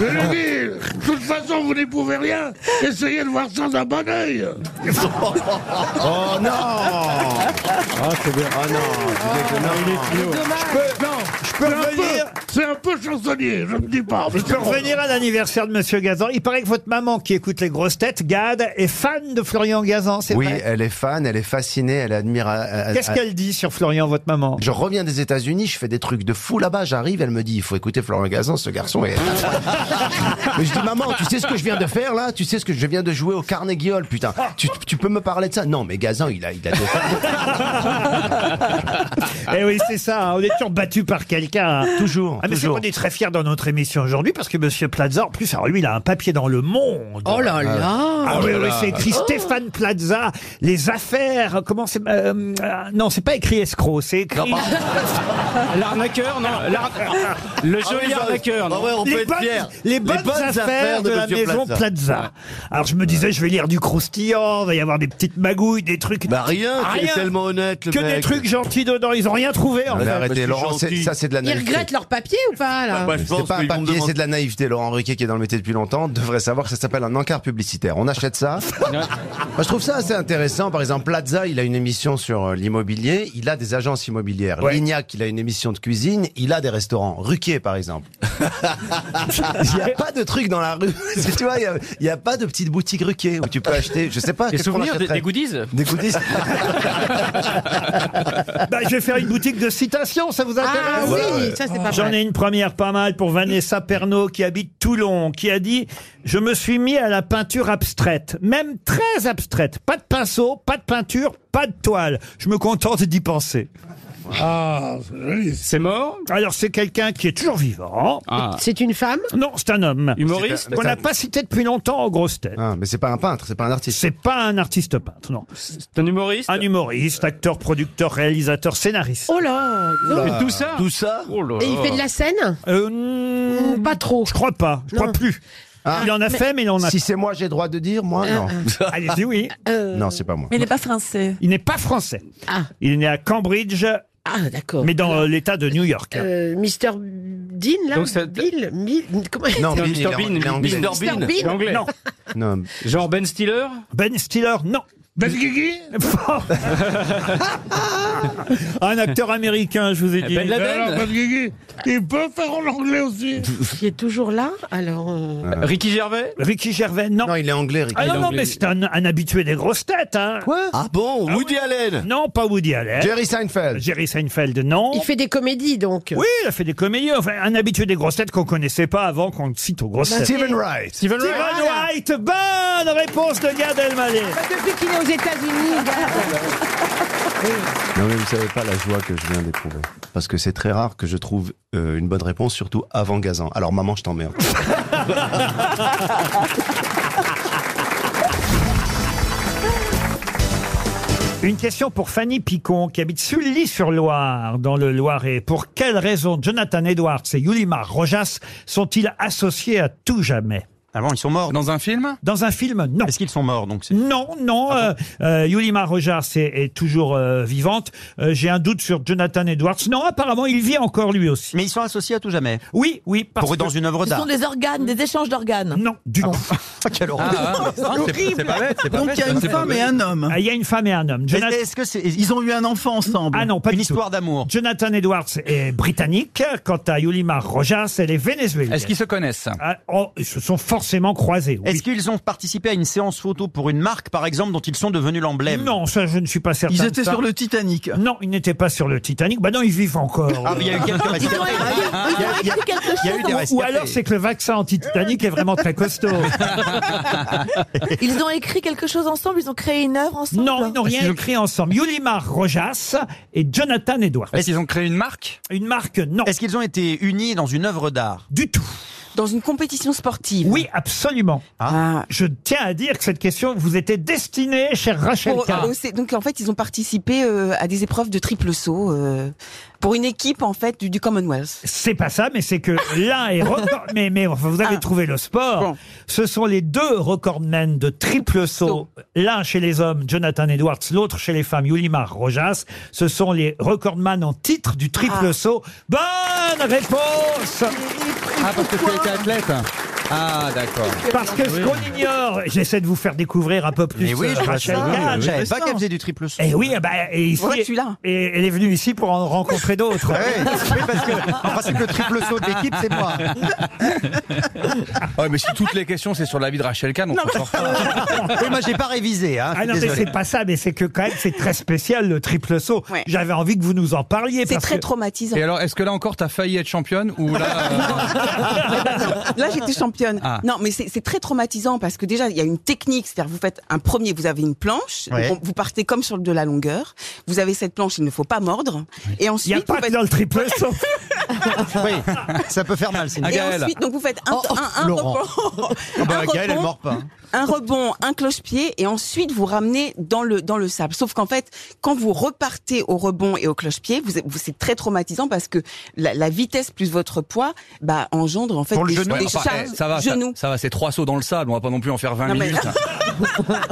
Je lui ai dit, de toute façon, vous n'y pouvez rien. Essayez de voir ça d'un bon <laughs> œil. Oh non Ah, Oh, c'est bien. Oh non, Je peux C'est un revenir- peu- C'est un peu chansonnier, je ne dis pas. mais Je peux c'est bon. revenir à l'anniversaire de Monsieur Gazan. Il paraît que votre maman, qui écoute les grosses têtes, Gad, est fan de Florian Gazan, c'est Oui, vrai elle est fan, elle est fascinée, elle admire. Qu'est-ce qu'elle dit sur Florian, votre maman Je reviens des États-Unis, je fais des trucs de fou là-bas, j'arrive, elle me dit il faut écouter Florian Gazan, ce <laughs> garçon est. Mais je dis maman, tu sais ce que je viens de faire là Tu sais ce que je viens de jouer au Carnegie Hall, putain. Tu, tu peux me parler de ça Non, mais Gazan, il a, il a deux Eh oui, c'est ça. hein. On est toujours battu par quelqu'un. hein. Toujours. Ah, mais c'est toujours. qu'on est très fiers dans notre émission aujourd'hui parce que Monsieur Plaza, en plus, alors lui, il a un papier dans le monde. Oh là là. Ah oui, Oh là oui, là. c'est écrit Oh. Stéphane Plaza, les affaires. Comment c'est euh, euh, Non, c'est pas écrit escroc, c'est écrit. L'arnaqueur, non. l'ar- Ah Le joli arnaqueur. non. les, bonnes, les bonnes affaires, de, la maison Plaza. Alors je me disais, je vais lire du croustillant, il va y avoir des petites magouilles, des trucs. Bah rien, c'est tellement honnête, le Que des mec. Ah, trucs gentils dedans, ils ont rien trouvé en Mais fait. arrêtez, Laurent, c'est- ça c'est de la Ils naïveté. regrettent leur papier <laughs> ou Bah, pas Bah, Ah. là C'est pas un papier, c'est de la naïveté. Laurent Riquet, qui est dans le métier depuis longtemps, devrait savoir que ça s'appelle un encart publicitaire. On achète <laughs> ça. Moi, je trouve ça assez intéressant. Par exemple, Plaza, il a une émission sur euh, l'immobilier. Il a des agences immobilières. Lignac, il a une émission de cuisine. Il a des restaurants. Ruquier, par exemple. <laughs> Il n'y a pas de truc dans la rue. <laughs> tu vois, il y a- il n'y a, pas de petite boutique ruquée où tu peux acheter, je sais pas. Des qu'est-ce qu'on souvenirs, des, achèterait des goodies <laughs> Des goodies Bah, je vais faire une boutique de citations, ça vous intéresse Ah oui, ça, c'est pas J'en mal. ai une première pas mal pour Vanessa Pernaud qui habite Toulon, qui a dit « Je me suis mis à la peinture abstraite, même très abstraite. Pas de pinceau, pas de peinture, pas de toile. Je me contente d'y penser. » Ah, c'est mort Alors c'est quelqu'un qui est toujours vivant. Ah. C'est une femme Non, c'est un homme. Humoriste Qu'on n'a pas cité depuis longtemps en grosse tête. Ah, mais c'est pas un peintre, c'est pas un artiste. C'est pas un artiste peintre, non. C'est un humoriste Un humoriste, acteur, producteur, réalisateur, scénariste. Oh là Oula. Tout ça Tout ça Oh Et il fait de la scène Euh, Pas trop. Je crois pas. Je crois plus. Il en a fait, mais il en a. Ah. Ah. Si c'est moi, j'ai droit de dire, moi, Oh non. Ah, <laughs> Allez-y, oui. Euh, Non, c'est pas moi. Mais il n'est pas français. Il n'est pas français. Il est né à Cambridge. Ah, d'accord. Mais dans euh, l'État de New York. Euh, Mr. Dean, là Donc ça- Bill, Bill- comment Non, Bill, Mr. il est Bean, en- il est Mr. anglais. Bean, Mr. Bean. il est anglais. Non. Genre Ben Stiller Ben Stiller, non. Ben Guigui Un acteur américain, je vous ai dit. Ben Laden. Alors, Ben il peut faire en anglais aussi. Qui est toujours là Alors. euh, Ricky Gervais Ricky Gervais, non. Non, il est anglais, Ricky. Ah Il non, est non, anglais. mais c'est un, un habitué des grosses têtes. Hein. Quoi Ah bon Woody Allen Non, pas Woody Allen. Jerry Seinfeld Jerry Seinfeld, non. Il fait des comédies, donc. Oui, il a fait des comédies. Enfin, un habitué des grosses têtes qu'on connaissait pas avant qu'on le cite aux grosses Bah, têtes. Stephen Wright. Stephen Wright. Voilà. Bonne réponse de Gad Elmaleh. Depuis qu'il est aux États-Unis, <laughs> Non, mais vous savez pas la joie que je viens d'éprouver. Parce que c'est très rare que je trouve euh, une bonne réponse, surtout avant Gazan. Alors, maman, je t'emmerde. Une question pour Fanny Picon, qui habite Sully-sur-Loire, dans le Loiret. Pour quelles raisons Jonathan Edwards et Yulimar Rojas sont-ils associés à tout jamais Avant, Ah ils sont morts. Dans un film Dans un film, non. Est-ce qu'ils sont morts donc c'est- Ah Non, non, euh, euh, Yulimar Rojas est, est toujours euh, vivante. Euh, J'ai un doute sur Jonathan Edwards. Non, apparemment, il vit encore lui aussi. Mais ils sont associés à tout jamais Oui, oui. Parce Pour- dans que- une œuvre d'art. des organes, des échanges d'organes. Non, du tout. Quelle horreur. <laughs> Ah, ah, ah, c'est- Horrible. c'est pas bête, c'est pas Donc bête, il y a c'est une pas femme bête. et un homme. Ah, Il y a une femme et un homme. Est-ce- Jonathan- Est-ce que c'est ils ont eu un enfant ensemble Ah non, pas une du histoire d'amour. Jonathan Edwards est britannique. Quant à Yulimar Rojas, elle est vénézuélienne. Est-ce qu'ils se connaissent Ah, oh, ils se sont forcément croisés. oui. Est-ce qu'ils ont participé à une séance photo pour une marque par exemple dont ils sont devenus l'emblème Non, ça je ne suis pas certain. Ils de étaient ça. sur le Titanic. Non, ils n'étaient pas sur le Titanic. Bah non, ils vivent encore. Ah, mais il y a eu quelques Ils ont arrêté- ils ont arrêté quelque chose. Il y a eu des Ou rescapés. alors c'est que le vaccin anti-Titanic est vraiment très costaud. Ils ont écrit quelque chose ensemble, ils ont créé une œuvre <laughs> ensemble. Non, ils n'ont rien écrit ensemble. Yulimar Rojas et Jonathan Edwards. Est-ce qu'ils ont créé une marque Une marque, non. Est-ce qu'ils ont été unis dans une œuvre d'art Du tout. Dans une compétition sportive. Oui, absolument. Ah. Je tiens à dire que cette question vous était destinée, cher Rachel Pour- Kahn. euh, c'est- donc en fait, ils ont participé euh, à des épreuves de triple saut euh, pour une équipe en fait du, du Commonwealth. C'est pas ça, mais c'est que l'un est record. Mais, mais enfin, vous avez trouvé le sport. Ce sont les deux recordmen de triple saut. L'un chez les hommes, Jonathan Edwards, l'autre chez les femmes, Yulimar Rojas. Ce sont les recordman en titre du triple saut. Bonne réponse Ah, parce que tu étais athlète Ah, d'accord. Parce que ce qu'on ignore, j'essaie de vous faire découvrir un peu plus. Mais oui, euh, je vois Rachel ça. Kahn. Je savais pas qu'elle faisait du triple saut. Eh oui, eh ben, et ici, Ouais, et elle est venue ici pour en rencontrer <laughs> d'autres. Oui, parce que, en principe, le triple saut de l'équipe, c'est moi. Ah Ouais, mais si toutes les questions c'est sur la vie de Rachel Kahn, on s'en sort pas. <laughs> Oui, moi, j'ai pas révisé. Hein, je Ah suis non, mais désolé. c'est pas ça, mais c'est que quand même, c'est très spécial le triple saut. J'avais envie que vous nous en parliez. C'est parce très que- traumatisant. Et alors, est-ce que là encore t'as failli être championne ou là <laughs> euh, Là, j'étais championne. Ah. Non, mais c'est c'est très traumatisant parce que déjà, il y a une technique. C'est-à-dire, vous faites un premier, vous avez une planche, Ouais. donc on- vous partez comme sur de la longueur. Vous avez cette planche, il ne faut pas mordre. Et ensuite, Il n'y a pas que dans le triple saut. <laughs> Ah, Oui, ça peut faire mal, c'est <laughs> Et ensuite, donc vous faites un, un- Oh, un Laurent. <laughs> rebond, Ah bah, un Gaëlle, elle rebond, <laughs> mord pas. un rebond, un cloche-pied, et ensuite vous ramenez dans le dans le sable. Sauf qu'en fait, quand vous repartez au rebond et au cloche-pied, vous, vous- c'est très traumatisant parce que la, la vitesse plus votre poids, bah engendre en fait Pour le des, genou, des enfin, charges eh, ça va, ça- genoux. Ça, va, c'est trois sauts dans le sable, on va pas non plus en faire 20 Non, mais- minutes.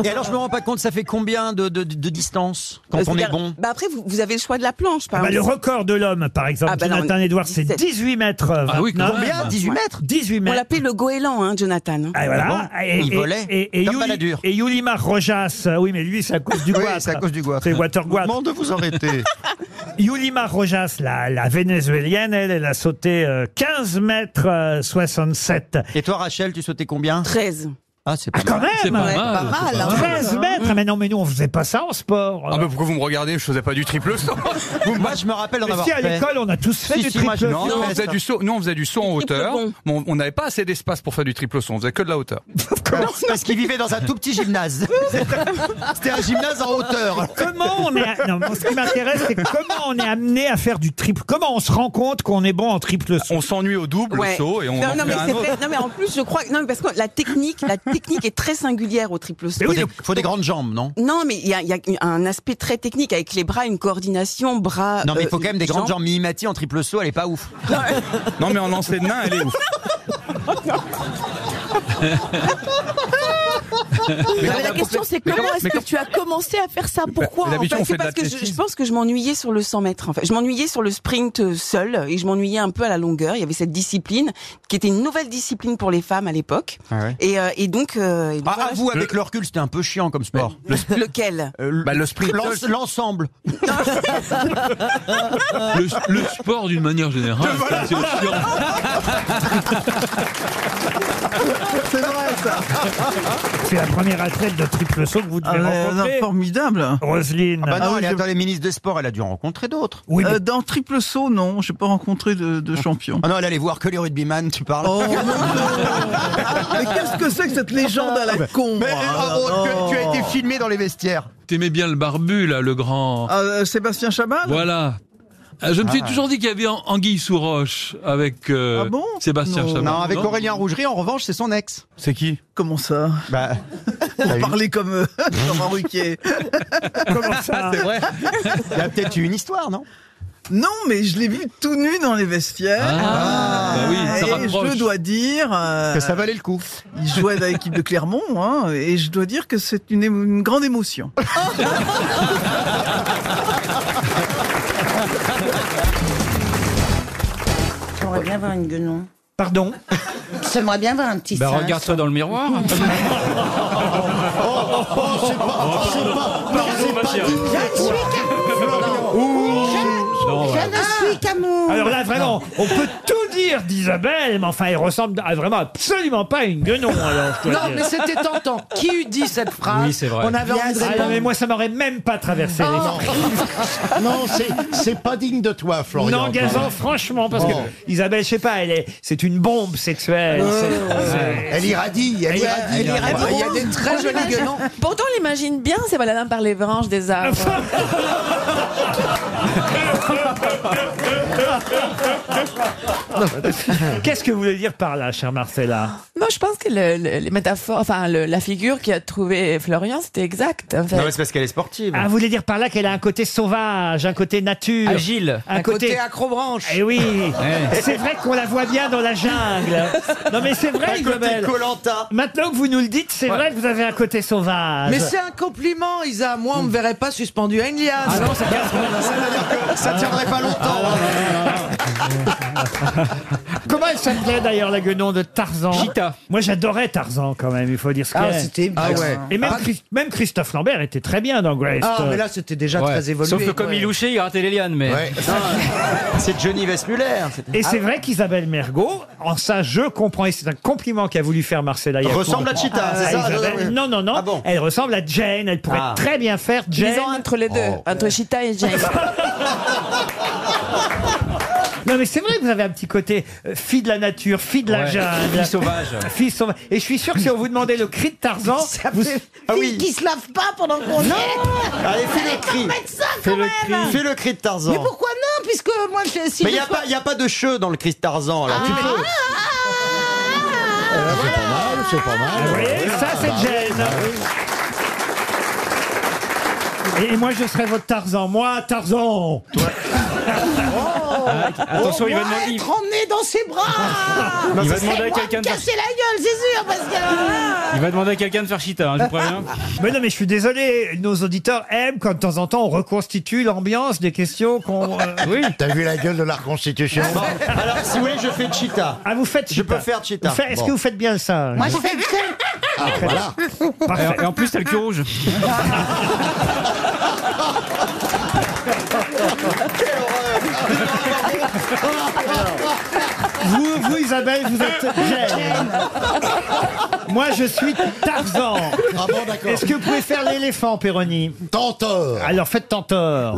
Et alors, je me rends pas compte, ça fait combien de, de- de distance quand on Euh, est c'est-à-dire- bon Bah après, vous, vous avez le choix de la planche, par Ah bah, le exemple. record de l'homme, par exemple, Ah bah non, Jonathan mais Edwards, c'est 18 mètres. Ah oui, 29. combien 18 mètres 18 mètres. On l'appelait le goéland, hein, Jonathan. Ah, voilà. Et- et- Et, et, Yuli- et Yulimar Rojas, euh, oui, mais lui, c'est à cause du Oui, goitre. c'est à cause du goitre. C'est Water Goitre. Demande de <laughs> vous arrêter. Yulimar Rojas, la, la vénézuélienne, elle, elle a sauté euh, 15 mètres euh, 67. Et toi, Rachel, tu sautais combien 13. Ah, c'est pas Quand même C'est pas mal, Ouais, pas mal, c'est pas hein. mal. 13 mètres Ah, Mais non, mais nous, on faisait pas ça en sport. Ah bah pourquoi vous me regardez Je faisais pas du triple saut. <laughs> Moi, je me rappelle en Mais avoir si, à fait. l'école, on a tous fait Si, du si, moi, triple je- non, Nous, saut. on faisait du saut, nous, on faisait du saut en hauteur, mais on- on n'avait pas assez d'espace pour faire du triple saut. On faisait que de la <laughs> hauteur. Parce qu'il vivait dans un tout petit <laughs> gymnase. C'était un gymnase en hauteur. <laughs> Comment on est a- non, moi, ce qui m'intéresse, c'est comment on est amené à faire du triple. Comment on se rend compte qu'on est bon en triple saut On s'ennuie au double Ouais. saut et on non, en non, fait mais un c'est autre. vrai. Non, mais en plus, je crois. Non, mais parce que la technique, la technique est très singulière au triple saut. Il faut, des, faut des grandes jambes, non Non, mais il y a, il y a un aspect très technique avec les bras, une coordination, bras. Non, mais il euh, faut quand même des grandes jambes. Mimimati en triple saut, elle est pas ouf. Non, mais en lancer de main, elle <laughs> est ouf. Mais Non, mais la question, c'est comment est-ce que tu as commencé à faire ça Pourquoi en d'habitude, fait on fait C'est de parce que je, je l'athlétisme. pense que je m'ennuyais sur le 100 mètres. En fait. Je m'ennuyais sur le sprint euh, seul et je m'ennuyais un peu à la longueur. Il y avait cette discipline qui était une nouvelle discipline pour les femmes à l'époque. Et, euh, et donc, euh, et donc, Ah, voilà, avoue, je- avec le recul, c'était un peu chiant comme sport. Le, lequel Bah, le sprint. l'en- L'ensemble. Le, le sport d'une manière <laughs> générale, c'est C'est vrai, ça C'est la première athlète de triple saut que vous devez Ah, euh, mais, rencontrer. non, formidable Roselyne. Ah bah non, elle est je- dans les ministres des Sports, elle a dû en rencontrer d'autres. Oui, Euh, mais- dans triple saut, non, je n'ai pas rencontré de, champion. Ah non, elle allait voir que les rugbyman, tu parles. Oh, Mais qu'est-ce que c'est que cette légende à la con Mais, hein, ah, oh, non. que- tu as été filmé dans les vestiaires. T'aimais bien le barbu, là, le grand. Ah, euh, Sébastien bah Chabal Voilà. Euh, Je me suis Ah. toujours dit qu'il y avait An- Anguille sous roche avec Ah euh, Sébastien Chabal. Non, avec Aurélien Rougerie, en revanche, c'est son ex. C'est qui Comment ça Bah, Pour parler comme, euh, <laughs> comme un <laughs> Ruquier. Comment ça C'est vrai. Il y a peut-être eu une histoire, non Non, mais je l'ai vu tout nu dans les vestiaires. Ah, bah oui, ça et rapproche. je dois dire euh, Que ça valait le coup. Il jouait dans l'équipe de Clermont, hein, et je dois dire que c'est une, émo- une grande émotion. J'aimerais bien voir une guenon. Pardon <laughs> J'aimerais bien voir un petit Bah, singe. regarde-toi dans le miroir. Oh, Oh, Non, Je Ah. ne suis qu'amour. Alors là, vraiment, on peut tout dire d'Isabelle, mais enfin, elle ressemble à- vraiment absolument pas à une guenon. Alors, je dois Non, dire. mais c'était tentant. Qui eût dit cette phrase Oui, c'est vrai. On avait envie de Ah non, mais répondre. moi, ça m'aurait même pas traversé l'esprit. Non, Oh, c'est- c'est pas digne de toi, Oh. Florian. Non, Gazan, franchement, parce Bon. que Isabelle, je sais pas, elle est, c'est une bombe Oh. sexuelle. Ouais, C'est- ouais. c'est- Elle irradie, elle irradie. Elle irradie. Il y a des très jolis guenons. Pourtant, on l'imagine bien, ces baladins par les branches des arbres. <laughs> Qu'est-ce que vous voulez dire par là, cher Marcella Moi, je pense que le- le- les métaphores, enfin, le- la figure qu'a trouvé Florian, c'était exact. En fait. Non, mais c'est parce qu'elle est sportive. Ah, vous voulez dire par là qu'elle a un côté sauvage, un côté nature. Agile. Un, côté... acrobranche. Eh oui C'est vrai qu'on la voit bien dans la jungle. Non mais c'est vrai, Un côté Isabelle. Maintenant que vous nous le dites, c'est vrai que vous avez un côté sauvage. Mais c'est un compliment, Isa. Moi, on me verrait pas suspendu à une liasse. Bah, Ah non, ça tient- ça tiendrait pas longtemps. Ah, hein. Comment elle s'appelait d'ailleurs la guenon de Tarzan Chita. Moi j'adorais Tarzan quand même, il faut dire ce Ah, qu'il y a. c'était bien. Ah ouais. Et même, Ah. Chris- même Christophe Lambert était très bien dans Grace. Ah, mais là, c'était déjà très évolué. Sauf que comme il louchait, il ratait les lianes, mais. Ah, <laughs> C'est Johnny Vesmuller. Ah, c'était- Et c'est Ah. vrai qu'Isabelle Mergot, en ça je comprends, et c'est un compliment qu'a voulu faire Marcella Yacoub. Ressemble à Cheetah, Ah, c'est ça Isabelle, Non, non, non, elle ressemble à Jane, elle pourrait Ah. très bien faire Jane. Disons entre les deux, Oh. entre Chita <laughs> et James. Non mais c'est vrai que vous avez un petit côté euh, fille de la nature, fille de la Ouais, jungle. fille sauvage. Fille sauvage. Et je suis sûr que si on vous demandait le cri de <laughs> Tarzan, vous... Fille qui se lave pas pendant qu'on Ah Non. est. Allez, fais Fallait le qu'on cri. mette ça Fais quand le même. cri. Fais le cri de Tarzan. Mais pourquoi non Puisque moi, je- Ah. si Mais je il n'y a, sois- pas- y a pas de cheveux dans le cri de Tarzan. Ah. Alors, tu peux. Eh, C'est pas mal, c'est pas mal. Ah, Vous voyez, ça Bah c'est oui, Jane. Ah, bah oui. Ah, Ah, Ah. Et moi je serais votre Tarzan. Moi, Tarzan. Attention, il va moi, demander- être emmené dans ses bras Il va C'est demander à moi quelqu'un de de faire- casser la gueule, c'est sûr, parce que... euh, Il va demander à quelqu'un de faire chita, hein, je vous préviens. Mais non, mais je suis désolé. Nos auditeurs aiment quand de temps en temps on reconstitue l'ambiance des questions qu'on. euh, <laughs> Oui. T'as vu la gueule de la reconstitution Alors, si vous voulez, je fais cheetah. Ah, vous faites Je peux faire cheetah. Vous faites- Est-ce Bon. que vous faites bien ça Moi, je fais le seul. Ah, voilà. Parfait. Et en plus, t'as le cul rouge. Vous, vous, Isabelle, <laughs> vous êtes Jane. Moi, je suis Tarzan. Ah bon, d'accord. Est-ce que vous pouvez faire l'éléphant, Péroni Tentor. Alors, faites Tentor.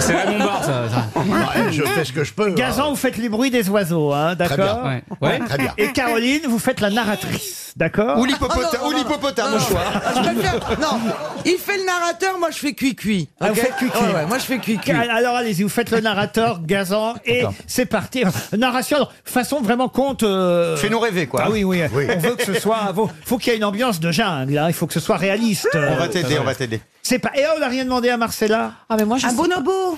C'est Raymond Barre, ça. ça. eh, je fais ce que je peux. Gazan, vous faites les bruits des oiseaux, hein, d'accord bien. Ouais. Ouais. Très bien. Et Caroline, vous faites la narratrice, d'accord Ou Ah, l'hippopota- ou l'hippopotame, au choix. Je préfère. Non, il fait le narrateur, moi je fais cuicui. Ah, vous ok faites cuicui. ah, Ouais, ouais, moi je fais cuicui. Ca- Alors allez-y, vous faites le narrateur, Gazan, et c'est parti. Narration, alors, façon vraiment compte. euh, Fais-nous rêver, quoi. Ah oui, oui. Oui. On veut que ce soit. Faut, faut qu'il y ait une ambiance de jungle, hein, il faut que ce soit réaliste. euh. On va t'aider, on va t'aider. C'est pas. Et oh, on n'a rien demandé à Marcella Ah, mais moi, je Un bonobo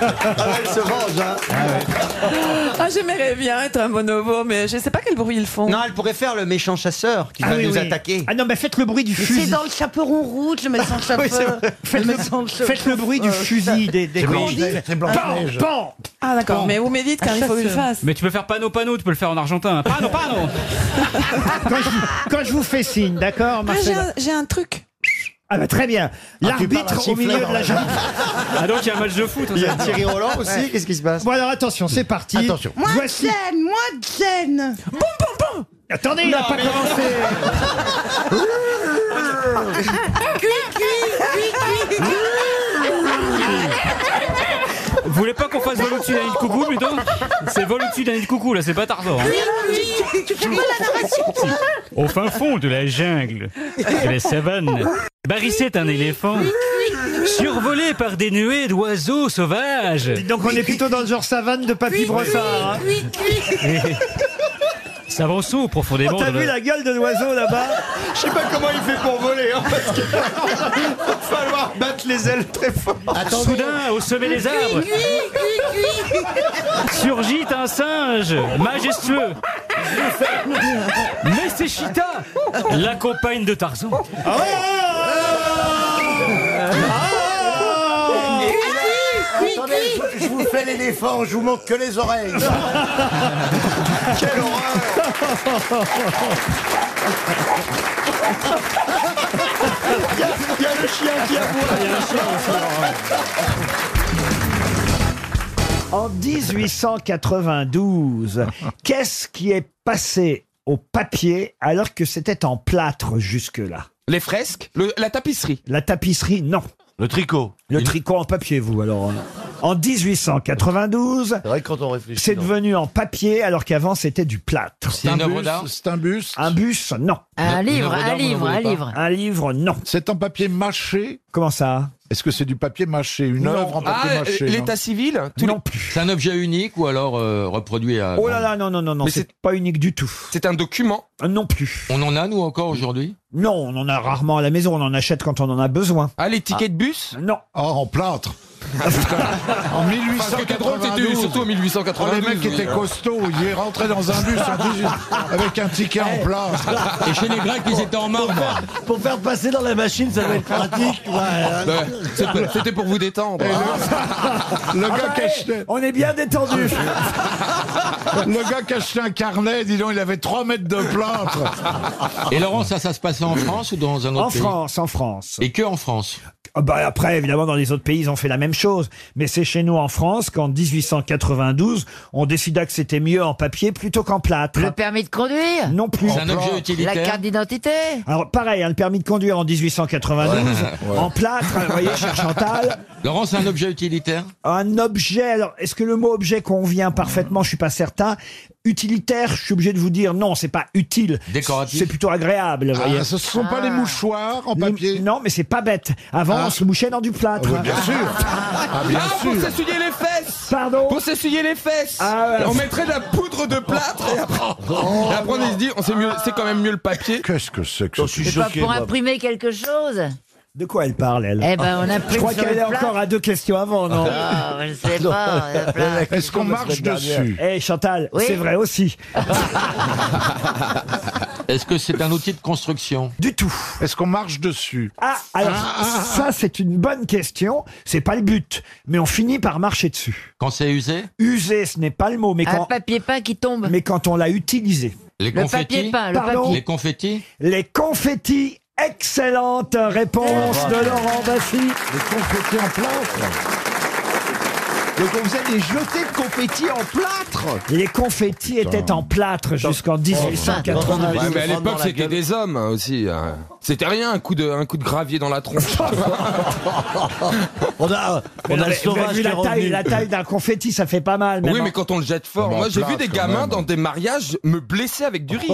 Ah, elle se venge, hein. Ah, j'aimerais bien être un bonobo, mais je sais pas quel bruit ils font. Non, elle pourrait faire le méchant chasseur qui Ah va oui, nous oui. attaquer. Ah non, mais faites le bruit du C'est fusil. dans le chaperon rouge, je mets sans chapeau. <laughs> Oui, c'est vrai. Faites le- faites le bruit Euh. du fusil des- des- C'est Blanche-Neige. Pan, Ah, d'accord, mais vous m'édites car il faut que je fasse. Mais tu peux faire panneau panneau, tu peux le faire en argentin. Panneau panneau. <laughs> quand, je, quand je vous fais signe, d'accord, Ah, j'ai Marcella un- j'ai un truc. Ah bah très bien. L'arbitre au milieu de la jungle. Ah donc il y a un match de foot. Il y a Thierry Roland aussi, qu'est-ce qui se passe Bon alors attention, c'est parti. Attention. Moi de Voici. gêne, moi de gêne. Boum, boum, boum. Attendez, il n'a pas commencé. Cui, cui, cui, cui. Vous voulez pas qu'on fasse vol au-dessus d'un nid de coucou plutôt C'est vol au-dessus d'un nid de coucou là, c'est pas Tarzan. hein. Cui, cui. Tu fais pas la narration, toi Au fin fond de la jungle, de la savane, barissait un éléphant, survolé par des nuées d'oiseaux sauvages. Donc on est plutôt dans le genre savane de Papy Brossard. hein. S'avançant Oh, profondément. T'as dans vu la- la gueule de l'oiseau là-bas Je sais pas comment il fait pour voler, hein, parce <laughs> qu'il va falloir battre les ailes très fort. Soudain, au sommet des arbres, surgit un singe majestueux. Mais c'est Chita, la compagne de Tarzan. Ah Attendez, je, je vous fais l'éléphant, je vous montre que <laughs> les oreilles. Quelle horreur Il y, a- il y a le chien qui aboie. En <laughs> 1892, qu'est-ce qui est passé au papier alors que c'était en plâtre jusque-là Les fresques La tapisserie La tapisserie, non. Le tricot. Le tricot en papier, vous, alors. hein. En 1892, C'est vrai que quand on réfléchit. c'est non. devenu en papier alors qu'avant c'était du plâtre. C'est un bus, c'est un bus. Un bus, non. Un livre, un livre, un livre. Un livre, non. C'est en papier mâché. Comment ça Est-ce que c'est du papier mâché, une Non. œuvre en papier Ah, euh, mâché non civil Non C'est un objet unique ou alors euh, reproduit à. Oh là là, non, non, non, non, Mais c'est c'est- pas unique du tout. Euh, C'est un document Non plus. On en a, nous, encore aujourd'hui Non, on en a rarement à la maison, on en achète quand on en a besoin. Ah, les tickets de bus Non. Oh, en plâtre. en Parce que t'es drôle, c'était 1892. surtout en 1892, Oh, les mecs oui. étaient costauds. Ils est rentré dans un bus en 18 avec un ticket en plâtre. Et chez les Grecs, ils étaient en marbre. Pour faire passer dans la machine, ça va être pratique. Ben, c'est pour- C'était pour vous détendre. Le Ah gars bah, qui hey, achetait- on est bien détendu. <laughs> Le gars qui achetait un carnet, dis donc, il avait 3 mètres de plâtre. Et Laurent, ça, ça se passait en France ou dans un autre Ah. en pays France, en France. Et que en France Ah bah après, évidemment, dans les autres pays, ils ont fait la même chose. Mais c'est chez nous, en France, qu'en 1892, on décida que c'était mieux en papier plutôt qu'en plâtre. Le permis de conduire Non plus. C'est un objet La utilitaire carte d'identité Alors pareil, hein, le permis de conduire en 1892, Ouais, ouais. en plâtre, vous voyez, cher Chantal, Laurent, c'est un objet utilitaire un objet. Alors, est-ce que le mot objet convient parfaitement Je suis pas certain. Utilitaire, je suis obligé de vous dire non, c'est pas utile. Décoratif C'est plutôt agréable. vous voyez. Ah, ce ne sont pas les mouchoirs en papier Les- Non, mais c'est pas bête. Avant, Ah. on se mouchait dans du plâtre. Oui, Bien sûr. Ah, bien Ah, sûr. s'essuyer les fesses Pardon Pour s'essuyer les fesses Ah, ouais. On mettrait de la poudre de plâtre et après, et après on se dit, on sait mieux- c'est quand même mieux le papier. Oh. Qu'est-ce que c'est Je que ce suis C'est pas choqué. pour moi. imprimer quelque chose De quoi elle parle, elle <laughs> Eh ben, on a plus Je crois sur qu'elle le est plat. encore à deux questions avant, non Ah, je sais pas, le plat. Est-ce qu'on marche dessus Eh, Chantal, Oui. c'est vrai aussi. <laughs> Est-ce que c'est un outil de construction Du tout. Est-ce qu'on marche dessus Ah, alors, ça, c'est une bonne question. C'est pas le but, mais on finit par marcher dessus. Quand c'est usé Usé, ce n'est pas le mot, mais Un quand. papier peint qui tombe. Mais quand on l'a utilisé. Les Le confettis papier peint, le Pardon Les confettis Les confettis, excellente réponse de Laurent Baffy. Les confettis en plâtre. Donc on faisait des jetés de confettis en plâtre. Les confettis étaient en plâtre jusqu'en 1892. Ouais, mais à l'époque, c'était des hommes hein, aussi. hein. C'était rien, un coup, de, un coup de gravier dans la tronche. on a, <laughs> on a le vu sauvage qui est la taille, revenu. la taille d'un confetti, ça fait pas mal. oui, même mais quand on le jette fort. Mais en Moi, j'ai vu place, des quand gamins même. dans des mariages me blesser avec du <laughs> riz.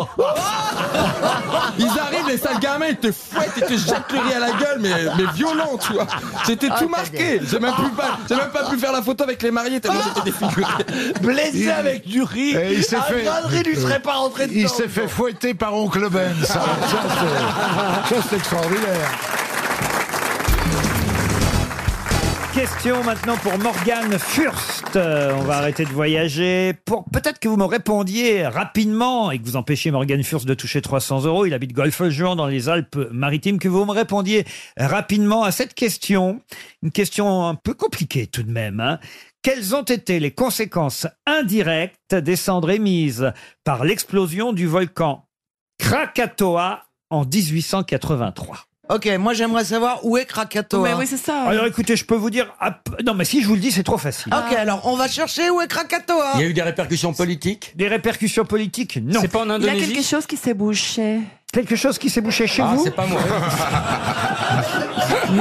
ils arrivent, les sales gamins, ils te fouettent, ils te jettent le riz à la gueule, mais, mais violent, tu vois. J'étais Ah, tout pas marqué. J'ai même, plus pas- j'ai même pas pu faire la photo avec les mariés, tellement j'étais <laughs> défiguré. Blessé avec du riz. Et il s'est Un fait. grain de riz lui serait pas rentré Il dedans. s'est fait fouetter par oncle Ben. Ça, ça, Ah. c'est- ça, c'est extraordinaire. Question maintenant pour Morgane Furst. Euh, On va arrêter de voyager. Pour peut-être que vous me répondiez rapidement et que vous empêchiez Morgane Furst de toucher 300 euros. Il habite Golfe-Juan dans les Alpes-Maritimes. Que vous me répondiez rapidement à cette question. Une question un peu compliquée tout de même. hein. Quelles ont été les conséquences indirectes des cendres émises par l'explosion du volcan Krakatoa en 1883 Ok, moi j'aimerais savoir où est Krakatoa. hein. Ah, Alors écoutez, je peux vous dire. à peu- Non, mais si je vous le dis, c'est trop facile. Ah. Ok, alors on va chercher où est Krakatoa. Il y a eu des répercussions politiques Des répercussions politiques Non. C'est pas en Il y a quelque chose qui s'est bouché. Quelque chose qui s'est bouché chez Ah, vous c'est pas moi.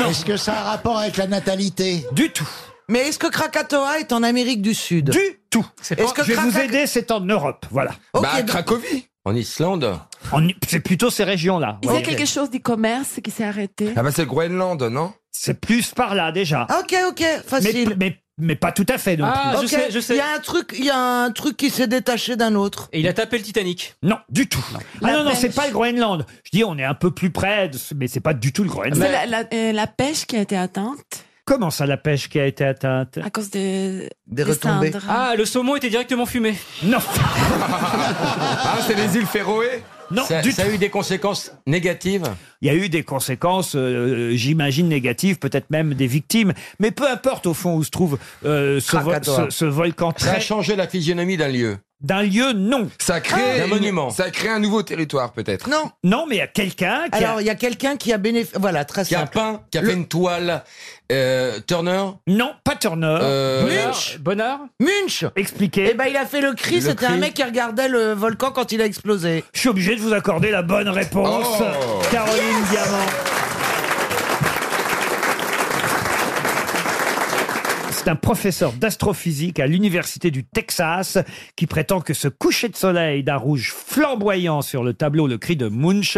Est-ce que ça a un rapport avec la natalité Du tout. Mais est-ce que Krakatoa est en Amérique du Sud Du tout. Est-ce Est-ce que que je vais vous Krakatoa... aider C'est en Europe, voilà. Ok, Bah, donc- Cracovie En Islande En- C'est plutôt ces régions-là. Il y a voilà. quelque chose du commerce qui s'est arrêté. Ah bah, c'est le Groenland, non C'est plus par là déjà. Ok, ok, facile. Mais, mais, mais pas tout à fait non Ah, plus. Ok, Il y a un truc, il y a un truc qui s'est détaché d'un autre. Et il a tapé le Titanic Non, du tout. Ah La non, non, pêche. c'est pas le Groenland. Je dis, on est un peu plus près, de ce- mais c'est pas du tout le Groenland. C'est la, la- euh, la pêche qui a été atteinte Comment ça, la pêche qui a été atteinte à cause des, Des retombées. Ah, le saumon était directement fumé. Non. <laughs> Ah, c'est les îles Féroé Non, Ça- du ça tout. a eu Des conséquences négatives Il y a eu des conséquences, euh, j'imagine, négatives, peut-être même des victimes. Mais peu importe au fond où se trouve euh, ce, vo- Krakatoa. ce- ce volcan Ça a très... changé la physionomie d'un lieu. D'un lieu, non. Ça crée D'un une- monument. Ça crée un nouveau territoire peut-être. Ah. Non. Non, mais il y a quelqu'un qui Alors il y a quelqu'un qui a bénéficié. Voilà, très Qui a simple. peint, qui a fait une toile. euh, Turner Non, pas Turner. Euh, Munch. Bonnard Munch. Expliquez. Eh ben il a fait le cri. Le C'était un cri. mec qui regardait le volcan quand il a explosé. Je suis obligé de vous accorder la bonne réponse, Oh. Caroline Diamant. C'est un professeur d'astrophysique à l'université du Texas qui prétend que ce coucher de soleil d'un rouge flamboyant sur le tableau Le Cri de Munch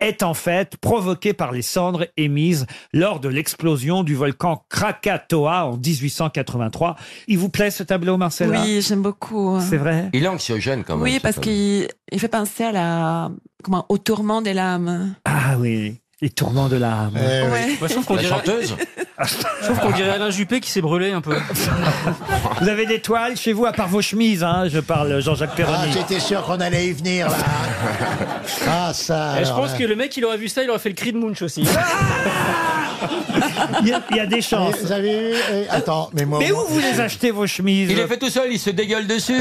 est en fait provoqué par les cendres émises lors de l'explosion du volcan Krakatoa en 1883. Il vous plaît ce tableau, Marcella Oui, j'aime beaucoup. C'est vrai Il est anxiogène quand même. Oui, ce parce tableau. qu'il il fait penser à la, comment, au tourment des lames. Ah oui, les tourments de l'âme. oui. Moi, je trouve qu'on Eh La dirait- chanteuse <laughs> Ah, Je trouve qu'on dirait Alain Juppé qui s'est brûlé un peu. <laughs> Vous avez des toiles chez vous, à part vos chemises, hein, je parle Jean-Jacques Ah, Perroni. j'étais sûr qu'on allait y venir, là. Ah, ça. Et je alors pense là. que le mec, il aurait vu ça, il aurait fait le cri de Munch aussi. Ah Il y, a- il y a des chances. Vous avez eu- euh, eh, Attends, mais moi. Mais où moi- vous les achetez, vos chemises Il est fait tout seul, il se dégueule <laughs> dessus.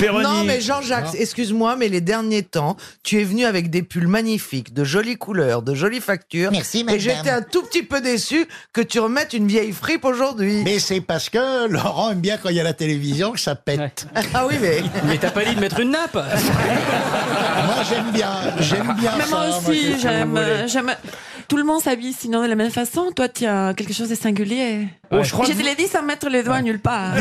Péroni. Non, mais Jean-Jacques, excuse-moi, mais les derniers temps, tu es venu avec des pulls magnifiques, de jolies couleurs, de jolies factures. Merci, Et madame. j'étais un tout petit peu déçu que tu remettes une vieille fripe aujourd'hui. Mais c'est parce que Laurent aime bien quand il y a la télévision que ça pète. Ah oui, mais. Mais t'as pas dit de mettre une <laughs> nappe moi j'aime bien, Ah, j'aime bien Mais ça. moi moi, je aussi, suis j'aime. euh, volé. j'aime- Tout le monde s'habille sinon de la même façon. Toi, tu as quelque chose de singulier. Oh, je crois je que te l'ai dit sans mettre les doigts nulle part.